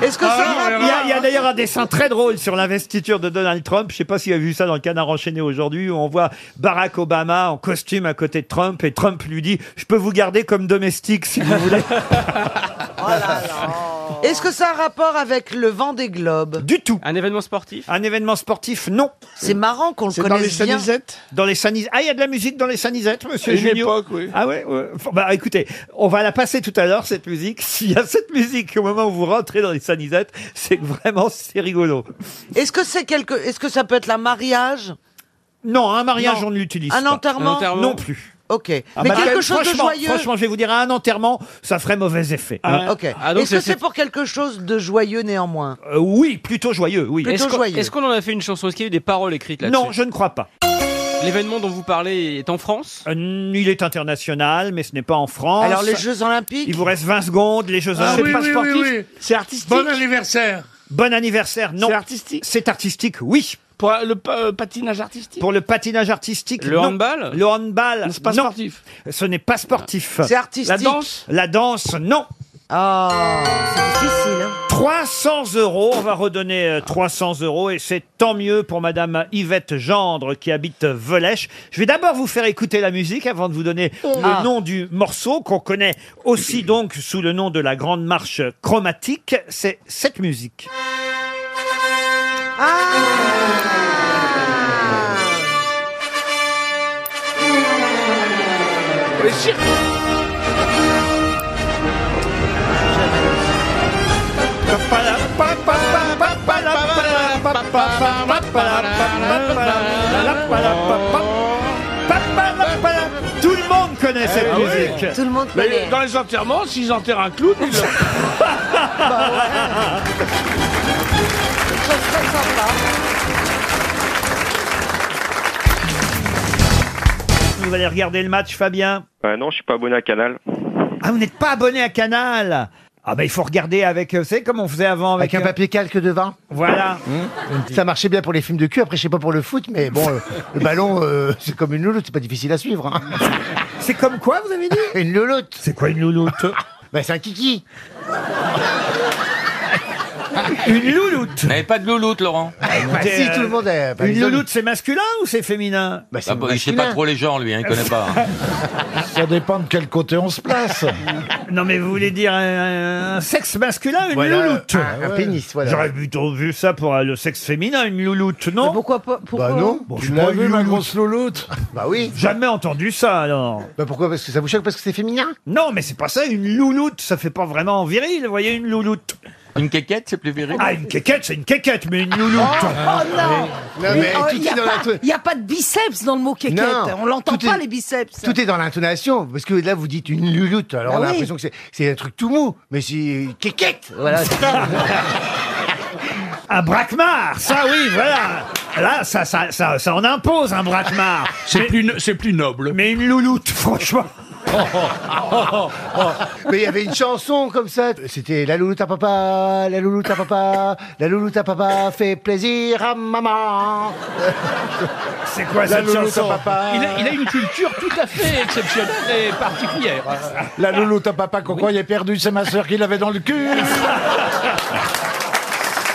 Speaker 15: Est-ce que ça
Speaker 1: Ah,
Speaker 15: va
Speaker 1: il y a, il y a d'ailleurs un dessin très drôle sur l'investiture de Donald Trump. Je sais pas si vous avez vu ça dans le canard enchaîné aujourd'hui où on voit Barack Obama en costume à côté de Trump et Trump lui dit je peux vous garder comme domestique si vous voulez.
Speaker 15: Oh. Est-ce que ça a un rapport avec le vent des globes
Speaker 1: Du tout.
Speaker 8: Un événement sportif
Speaker 1: Un événement sportif, non.
Speaker 15: C'est marrant qu'on le connaisse bien.
Speaker 1: Dans les sanisettes. Ah, il y a de la musique dans les sanisettes, monsieur
Speaker 15: Une
Speaker 1: Junio
Speaker 15: époque, oui.
Speaker 1: Ah ouais, ouais. Faut- Bah écoutez, on va la passer tout à l'heure, cette musique. S'il y a cette musique au moment où vous rentrez dans les sanisettes, c'est que vraiment, c'est rigolo.
Speaker 15: Est-ce que c'est quelque Est-ce que ça peut être un mariage
Speaker 1: Non, un mariage, on ne l'utilise
Speaker 15: Un
Speaker 1: pas.
Speaker 15: enterrement,
Speaker 1: Un enterrement. Non plus.
Speaker 15: Ok.
Speaker 1: Ah,
Speaker 15: Mais
Speaker 1: bah,
Speaker 15: quelque
Speaker 1: quand-
Speaker 15: chose de
Speaker 1: franchement,
Speaker 15: joyeux.
Speaker 1: Franchement, je vais vous dire, à un enterrement, ça ferait mauvais effet.
Speaker 15: Ah,
Speaker 1: Hein.
Speaker 15: ok. Est-ce que c'est pour quelque chose de joyeux néanmoins
Speaker 1: Euh, oui, plutôt joyeux, oui.
Speaker 8: Est-ce qu'on est-ce qu'on en a fait une chanson Est-ce qu'il y a eu des paroles écrites là-dessus
Speaker 1: Non, je ne crois pas.
Speaker 8: L'événement dont vous parlez est en France
Speaker 1: Euh, Il est international, mais ce n'est pas en France.
Speaker 15: Alors, les Jeux Olympiques
Speaker 1: Il vous reste 20 secondes. Les Jeux
Speaker 14: Ah
Speaker 1: Olympiques.
Speaker 14: oui,
Speaker 1: C'est pas
Speaker 14: oui,
Speaker 1: sportif,
Speaker 14: oui, oui.
Speaker 1: C'est artistique.
Speaker 14: Bon anniversaire.
Speaker 1: Bon anniversaire, non. C'est artistique. C'est artistique, oui.
Speaker 23: Pour le euh, patinage artistique
Speaker 1: Pour le patinage artistique,
Speaker 8: Le
Speaker 1: non.
Speaker 8: handball
Speaker 1: Le handball,
Speaker 23: C'est pas
Speaker 1: non.
Speaker 23: sportif.
Speaker 1: Ce n'est pas sportif.
Speaker 23: C'est artistique. La danse
Speaker 1: La danse, non.
Speaker 15: Ah, c'est difficile. hein.
Speaker 1: 300 euros, on va redonner euh, 300 euros et c'est tant mieux pour Madame Yvette Gendre qui habite Velèche. Je vais d'abord vous faire écouter la musique avant de vous donner
Speaker 15: Ah.
Speaker 1: le nom du morceau qu'on connaît aussi donc sous le nom de la Grande Marche Chromatique. C'est cette musique. Tout le monde connaît cette
Speaker 14: Eh
Speaker 23: Ah oui.
Speaker 1: musique.
Speaker 23: Mais Dans les enterrements, s'ils enterrent un clown, ils
Speaker 1: Bah, Vous allez regarder le match, Fabien
Speaker 21: Euh, non, je suis pas abonné à Canal.
Speaker 1: Ah, vous n'êtes pas abonné à Canal Ah, ben il faut regarder avec. euh, Vous savez comme on faisait avant avec,
Speaker 18: Avec un
Speaker 1: euh,
Speaker 18: papier calque devant
Speaker 1: Voilà.
Speaker 18: Ça marchait bien pour les films de cul, après je sais pas pour le foot, mais bon, euh, le ballon, euh, c'est comme une louloute, c'est pas difficile à suivre. hein.
Speaker 1: C'est comme quoi, vous avez dit
Speaker 18: Une louloute.
Speaker 1: C'est quoi une louloute
Speaker 18: Bah c'est un kiki.
Speaker 1: Une louloute
Speaker 23: Vous n'avez pas de louloute, Laurent
Speaker 18: Bah
Speaker 1: Écoutez,
Speaker 18: si,
Speaker 1: euh,
Speaker 18: tout le monde est... bah,
Speaker 1: Une
Speaker 18: les hommes-
Speaker 1: louloute, c'est masculin ou c'est féminin
Speaker 18: Bah,
Speaker 22: Ah bah, il sait pas trop les gens, lui, hein, il connaît pas. hein.
Speaker 2: Ça dépend de quel côté on se place.
Speaker 1: Non, mais vous voulez dire un, un sexe masculin, une
Speaker 2: Voilà,
Speaker 1: louloute
Speaker 2: un- un pénis, voilà.
Speaker 1: J'aurais plutôt vu ça pour euh, le sexe féminin, une louloute, non Pourquoi pas
Speaker 18: Bah non,
Speaker 1: je sais pas, une louloute.
Speaker 18: louloute Bah oui.
Speaker 1: Jamais entendu ça, alors.
Speaker 18: Bah pourquoi Parce que ça vous choque parce que c'est féminin
Speaker 1: Non, mais c'est pas ça, une louloute, ça fait pas vraiment viril, vous voyez, une louloute.
Speaker 22: Une quéquette, c'est plus viril.
Speaker 1: Ah, une quéquette, c'est une quéquette, mais une louloute
Speaker 18: Oh, Non, mais tout est dans la-
Speaker 16: Il n'y euh, a pas de biceps dans le mot quéquette.
Speaker 18: Non.
Speaker 16: on l'entend
Speaker 18: Tout
Speaker 16: pas,
Speaker 18: est-
Speaker 16: les biceps.
Speaker 18: Tout est dans l'intonation, parce que là vous dites une louloute, alors
Speaker 16: Bah
Speaker 18: on a
Speaker 16: oui.
Speaker 18: l'impression que c'est- c'est un truc tout mou, mais c'est kékette Voilà, c'est ça.
Speaker 1: Un braquemar, ça oui, voilà Là, ça, Ah, ça, ça, ça en impose un braquemar.
Speaker 28: C'est plus, no- c'est plus noble.
Speaker 1: Mais une louloute, franchement.
Speaker 11: Mais il y avait une chanson comme ça. C'était La louloute à papa, la louloute à papa, la louloute à papa fait plaisir à maman.
Speaker 1: C'est
Speaker 11: quoi cette chanson
Speaker 7: il, a, il a une culture tout à fait exceptionnelle et particulière.
Speaker 2: La louloute à papa qu'on croyait perdue, c'est ma sœur qui l'avait dans le cul. ça,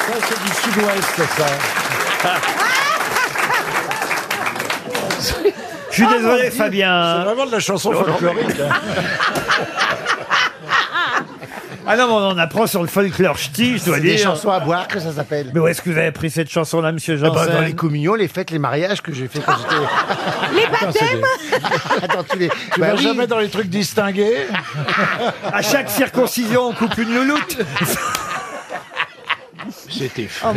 Speaker 2: c'est du sud-ouest, ça.
Speaker 23: Ah,
Speaker 1: Je suis désolé, Fabien.
Speaker 2: C'est vraiment de la chanson
Speaker 1: Non, non,
Speaker 2: folklorique. hein.
Speaker 1: Ah non, mais on en apprend sur le folklore ch'ti, je dois
Speaker 11: C'est des
Speaker 1: dire.
Speaker 11: chansons à boire que ça s'appelle.
Speaker 1: Mais où est-ce que vous avez pris cette chanson-là, monsieur
Speaker 11: Ah
Speaker 1: Janssen
Speaker 11: bah, dans les communions, les fêtes, les mariages que j'ai fait quand j'étais.
Speaker 14: Les
Speaker 11: Putain, c'est des- dans tous les. Bah
Speaker 2: Tu vas jamais dans les trucs distingués.
Speaker 1: À chaque circoncision, on coupe une louloute.
Speaker 28: C'était
Speaker 11: Ah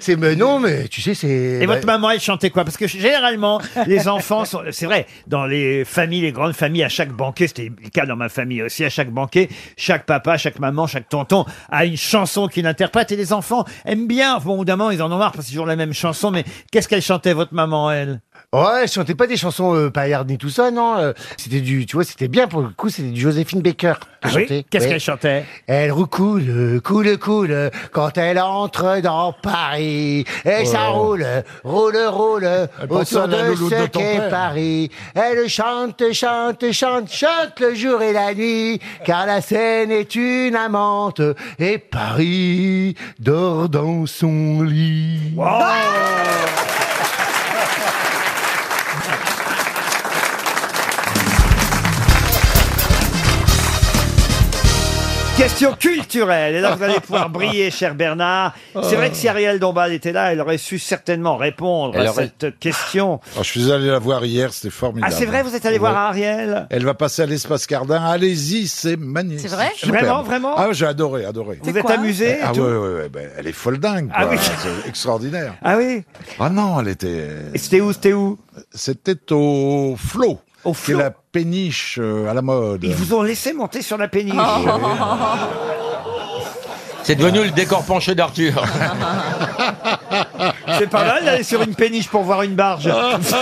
Speaker 11: C'est mais non, mais tu sais, c'est.
Speaker 1: Et votre maman, elle chantait quoi Parce que généralement, les enfants sont. C'est vrai, dans les familles, les grandes familles, à chaque banquet, c'était le cas dans ma famille aussi, à chaque banquet, chaque papa, chaque maman, chaque tonton a une chanson qu'il interprète. Et les enfants aiment bien. Bon, au bout d'un moment, ils en ont marre parce qu'ils ont la même chanson. Mais qu'est-ce qu'elle chantait, votre maman, elle
Speaker 11: Ouais, elle chantait pas des chansons euh, paillardes ni tout ça, non. euh, c'était du, tu vois, c'était bien pour le coup, c'était du Joséphine Baker.
Speaker 1: Ah oui Qu'est-ce qu'elle chantait
Speaker 11: Elle recoule, coule, coule, quand elle entre dans Paris. Et ça
Speaker 14: Oh.
Speaker 11: roule, roule, roule,
Speaker 14: pensait à
Speaker 11: autour
Speaker 14: la
Speaker 11: de
Speaker 14: louloute de
Speaker 11: ce
Speaker 14: ton
Speaker 11: qu'est
Speaker 14: père.
Speaker 11: Paris. Elle chante, chante, chante, chante le jour et la nuit, car la Seine est une amante, et Paris dort dans son lit.
Speaker 1: Question culturelle. Et là, vous allez pouvoir briller, cher Bernard. C'est vrai que si Ariel Dombal était là, elle aurait su certainement répondre
Speaker 2: Elle
Speaker 1: à
Speaker 2: aurait-
Speaker 1: cette question.
Speaker 2: Alors, Ah, je suis allé la voir hier, c'était
Speaker 1: Ah,
Speaker 2: formidable.
Speaker 1: c'est vrai, vous êtes allé voir
Speaker 2: Ouais.
Speaker 1: Ariel
Speaker 2: Elle va passer à l'espace Cardin. Allez-y, c'est magnifique.
Speaker 1: C'est vrai
Speaker 2: Superbe.
Speaker 1: Vraiment, vraiment
Speaker 2: Ah, j'ai adoré, adoré.
Speaker 1: Vous C'est êtes quoi amusé et
Speaker 2: Ah,
Speaker 1: tout
Speaker 2: ouais, ouais, ouais, ben, elle est folle dingue.
Speaker 1: Ah
Speaker 2: quoi.
Speaker 1: oui.
Speaker 2: C'est extraordinaire.
Speaker 1: Ah oui
Speaker 2: Ah non, elle était.
Speaker 1: C'était où C'était où
Speaker 2: C'était au Flot.
Speaker 1: Au
Speaker 2: Qui est la péniche euh, à la mode.
Speaker 1: Ils vous ont laissé monter sur la péniche.
Speaker 6: C'est devenu le décor penché d'Arthur.
Speaker 1: C'est pas mal d'aller sur une péniche pour voir une barge. Oh,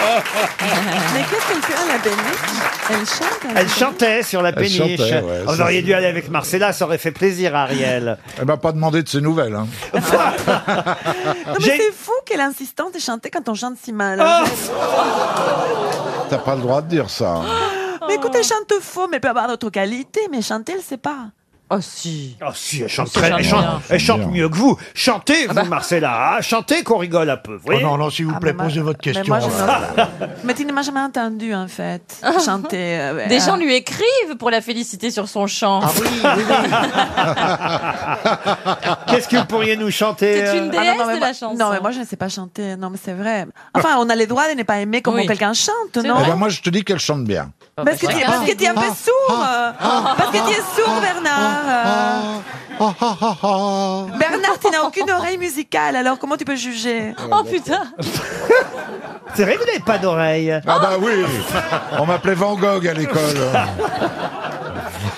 Speaker 1: Ah,
Speaker 3: Mais qu'est-ce qu'elle fait à la péniche Elle chante hein, à la
Speaker 1: Elle
Speaker 3: péniche
Speaker 1: chantait sur la
Speaker 2: Elle
Speaker 1: péniche.
Speaker 2: chantait, ouais,
Speaker 1: vous
Speaker 2: ça,
Speaker 1: auriez
Speaker 2: c'est-
Speaker 1: dû aller avec Marcella, ça aurait fait plaisir à Ariel.
Speaker 2: Elle m'a pas demandé de ses nouvelles. Hein.
Speaker 1: Ah.
Speaker 3: Non, mais c'est fou quelle insistance de chanter quand on chante si mal. hein.
Speaker 2: T'as pas le droit de dire ça. hein.
Speaker 1: Ah.
Speaker 3: Mais écoute, elle chante faux, mais elle peut avoir d'autres qualités, mais chanter, elle sait pas.
Speaker 1: Oh si. Oh si, elle chante,
Speaker 3: C'est
Speaker 1: très- elle
Speaker 3: Ah, bien. bah.
Speaker 1: chante, elle chante mieux que vous. Chantez, vous, Marcella. hein, Chantez qu'on rigole un peu. vous voyez
Speaker 11: Oh non, non, s'il vous
Speaker 3: Ah,
Speaker 11: plaît,
Speaker 3: mais moi-
Speaker 11: posez votre
Speaker 3: mais
Speaker 11: question.
Speaker 3: moi, je
Speaker 11: voilà.
Speaker 3: Mais tu ne m'as jamais entendu, en fait, chanter. euh,
Speaker 27: Des
Speaker 3: euh,
Speaker 27: gens lui écrivent pour la féliciter sur son chant.
Speaker 1: Ah Qu'est-ce que vous pourriez nous chanter
Speaker 27: C'est
Speaker 1: euh,
Speaker 27: une
Speaker 3: Ah non,
Speaker 27: déesse
Speaker 3: non, mais
Speaker 27: de
Speaker 3: moi-
Speaker 27: la chanson.
Speaker 3: Non, mais moi, je ne sais pas chanter. Non, mais c'est vrai. Enfin, on a les droits de ne pas aimer comment
Speaker 27: Oui.
Speaker 3: quelqu'un chante,
Speaker 2: Eh
Speaker 3: non
Speaker 2: ben, moi, je te dis qu'elle chante bien.
Speaker 3: Parce que tu parce que tu es un peu sourd. Parce que tu es sourd, Bernard. Bernard, tu n'as aucune oreille musicale, alors comment tu peux juger
Speaker 27: Oh putain
Speaker 1: C'est vrai que vous n'avez pas d'oreille.
Speaker 2: Ah bah oui On m'appelait Van Gogh à l'école.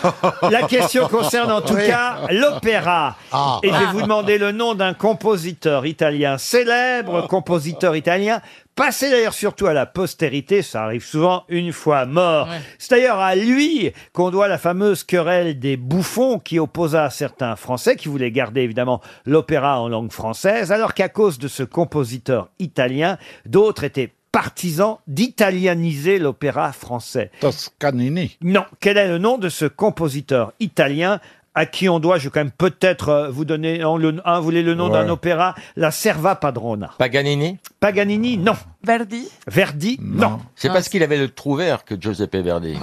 Speaker 1: La question concerne en tout
Speaker 2: Oui.
Speaker 1: cas l'opéra.
Speaker 2: Ah.
Speaker 1: Et je vais vous demander le nom d'un compositeur italien,
Speaker 2: Oh.
Speaker 1: célèbre compositeur italien, passé d'ailleurs surtout à la postérité, ça arrive souvent une fois mort. C'est d'ailleurs à lui qu'on doit la fameuse querelle des bouffons qui opposa certains Français qui voulaient garder évidemment l'opéra en langue française, alors qu'à cause de ce compositeur italien, d'autres étaient partisans d'italianiser l'opéra français.
Speaker 2: Toscanini.
Speaker 1: Non. Quel est le nom de ce compositeur italien à qui on doit, je vais quand même peut-être euh, vous donner non, le, hein, vous voulez le nom
Speaker 6: Ouais.
Speaker 1: d'un opéra, la Serva Padrona.
Speaker 6: Paganini
Speaker 1: Paganini, non.
Speaker 3: Verdi
Speaker 1: Verdi, non.
Speaker 6: C'est parce qu'il avait le trou vert que Giuseppe Verdi.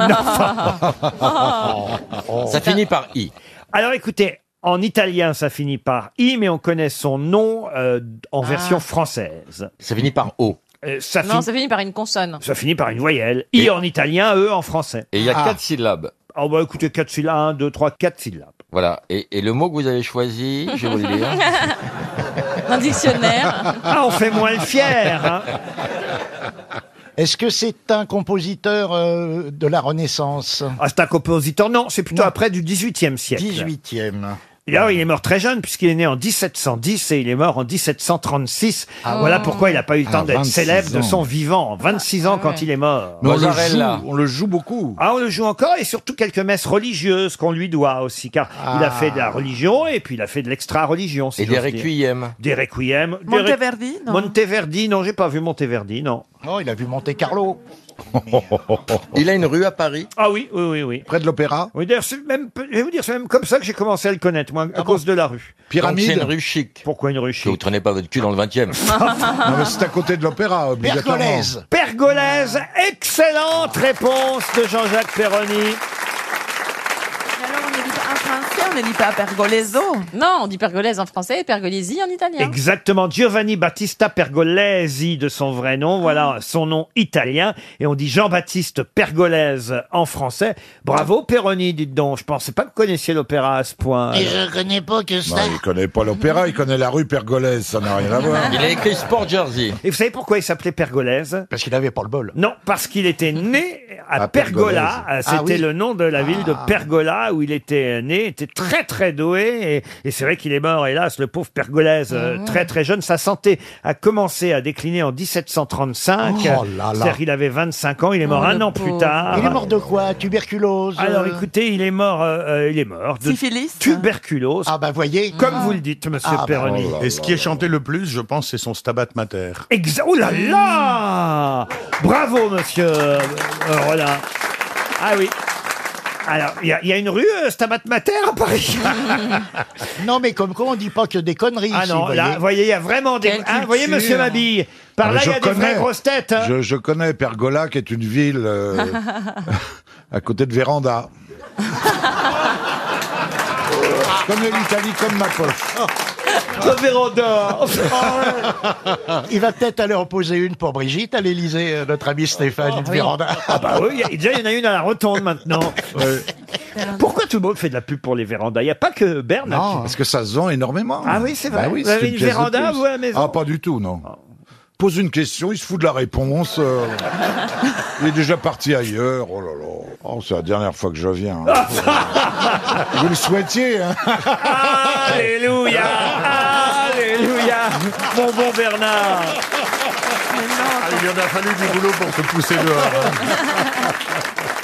Speaker 1: Oh.
Speaker 6: Ça finit par I.
Speaker 1: Alors écoutez, en italien ça finit par I, mais on connaît son nom euh, en
Speaker 27: Ah.
Speaker 1: version française. Euh,
Speaker 6: Ça finit par O.
Speaker 1: ça,
Speaker 27: Non,
Speaker 1: finit-
Speaker 27: ça finit par une consonne.
Speaker 1: ça finit par une voyelle. I en italien, E en français.
Speaker 6: Et il y a
Speaker 1: Ah.
Speaker 6: quatre syllabes.
Speaker 1: Oh bah écoutez, 4 syllabes, 1, 2, 3, 4 syllabes.
Speaker 6: Voilà. Et, et le mot que vous avez choisi, je vais vous le dire.
Speaker 27: Un dictionnaire.
Speaker 1: Ah, on fait moins le fier hein.
Speaker 29: Est-ce que c'est un compositeur euh, de la Renaissance
Speaker 1: Ah, c'est un compositeur, non, c'est plutôt après du 18e siècle.
Speaker 29: 18e.
Speaker 1: Et alors, il est mort très jeune, puisqu'il est né en 1710 et il est mort en 1736.
Speaker 2: Ah
Speaker 1: voilà
Speaker 2: ouais.
Speaker 1: pourquoi il n'a pas eu le temps
Speaker 2: Ah,
Speaker 1: d'être
Speaker 2: 26
Speaker 1: célèbre de
Speaker 2: ans.
Speaker 1: son vivant. 26 ans quand il est mort.
Speaker 2: Mais on le Mozzarella. joue-
Speaker 1: on le joue beaucoup. Ah, on le joue encore, et surtout quelques messes religieuses qu'on lui doit aussi, car il a
Speaker 22: Ah.
Speaker 1: fait de la religion et puis il a fait de l'extra-religion. si
Speaker 22: Et des
Speaker 1: j'ose dire.
Speaker 22: requiems.
Speaker 1: Des requiems. des re-
Speaker 5: Monteverdi, non
Speaker 1: Monteverdi, non, j'ai pas vu Monteverdi, non.
Speaker 9: Non, il a vu Monte Carlo.
Speaker 1: Il a une rue à Paris. Ah oui, oui, oui, oui. Près de l'Opéra. Oui, d'ailleurs, c'est même, je vais vous dire, c'est même comme ça que j'ai commencé à le connaître, moi, à cause de la rue.
Speaker 22: Pyramide. Donc c'est une rue chic.
Speaker 1: Pourquoi une rue chic
Speaker 22: Que vous traînez pas votre cul dans le 20 e
Speaker 1: Non, mais c'est
Speaker 22: à côté de l'opéra,
Speaker 1: Pergolaise, excellente réponse de Jean-Jacques Perroni.
Speaker 5: Alors, on ne dit pas en français, on ne dit pas pergoleso.
Speaker 4: Non, on dit pergolese en français et pergolesi en italien.
Speaker 27: Hein
Speaker 1: Exactement, Giovanni Battista Pergolesi de son vrai nom, voilà son nom italien, et on dit Jean-Baptiste Pergolese en français. Bravo Perroni, dites donc, je pensais pas que vous connaissiez l'opéra à ce point.
Speaker 2: Et
Speaker 1: alors.
Speaker 2: connais pas que ça. il connaît pas l'opéra, il connaît la rue Pergolèse, ça n'a
Speaker 9: Ah
Speaker 2: rien à voir.
Speaker 1: Il a écrit
Speaker 22: Sport Jersey.
Speaker 1: Et vous savez pourquoi il s'appelait Pergolèse
Speaker 9: Parce qu'il avait pas le bol.
Speaker 1: Non, parce qu'il était né à,
Speaker 9: À
Speaker 1: Pergola.
Speaker 9: Pergolèse.
Speaker 1: C'était
Speaker 9: Ah oui.
Speaker 1: le nom de la ville de
Speaker 9: Ah.
Speaker 1: Pergola où il était né. Il était très très doué et, et c'est vrai qu'il est mort, hélas, le pauvre Pergolèse, euh,
Speaker 9: Ah.
Speaker 1: très très jeune. Sa santé a commencé à décliner en 1735.
Speaker 9: Oh là là. Oh,
Speaker 1: C'est-à-dire qu'il avait 25 ans, il est mort un an plus tard.
Speaker 9: Il est mort de quoi Tuberculose
Speaker 1: Alors
Speaker 9: euh,
Speaker 1: écoutez, il est mort, euh, euh, il est mort de
Speaker 5: Syphilis
Speaker 1: tuberculose.
Speaker 9: Ah oh bah voyez.
Speaker 1: Comme vous le dites, monsieur
Speaker 23: Ah, bah,
Speaker 1: Perroni.
Speaker 23: oh
Speaker 19: Et ce qui est chanté le plus, je pense, c'est son Stabat Mater.
Speaker 1: Exa- oh là là Bravo, monsieur euh, euh, Rollin. Ah oui. Alors, il y, a- il y a une rue euh, Stabat Mater à Paris.
Speaker 9: non, mais comme quoi, on dit pas que des conneries.
Speaker 1: ah
Speaker 9: ici,
Speaker 1: non, là, vous voyez, il y a vraiment des...
Speaker 9: Quelle
Speaker 1: Ah, vous voyez,
Speaker 9: culture.
Speaker 1: monsieur Mabille, par
Speaker 2: Ah,
Speaker 1: là, il
Speaker 2: mais
Speaker 1: y
Speaker 2: je
Speaker 1: a des vraies
Speaker 2: connais.
Speaker 1: grosses têtes. hein.
Speaker 2: Je, je connais Pergola, qui est une ville euh, à côté de Véranda. je connais l'Italie comme ma poche.
Speaker 1: Comme Véranda.
Speaker 9: Il va peut-être aller en poser une pour Brigitte à l'Elysée, notre ami Stéphane
Speaker 2: Oh,
Speaker 1: Oui.
Speaker 9: Miranda.
Speaker 1: Ah bah oui, il y a- déjà il y en a une à la rotonde maintenant. Pourquoi tout le monde fait de la pub pour les vérandas Il n'y a pas que Bernard.
Speaker 2: Parce que ça se vend énormément.
Speaker 1: Ah oui, c'est vrai.
Speaker 2: Bah oui,
Speaker 1: Vous avez
Speaker 2: c'est
Speaker 1: une
Speaker 2: pièce de
Speaker 1: véranda,
Speaker 2: plus.
Speaker 1: vous, à la maison
Speaker 2: Ah, pas du tout, non. Pose une question, il se fout de la réponse. euh, il est déjà parti ailleurs. Oh là là. Oh, c'est la dernière fois que je viens. hein. vous le souhaitiez. hein.
Speaker 1: Alléluia Alléluia Mon bon Bernard
Speaker 19: Ah, Il y en a fallu du boulot pour se pousser dehors. hein.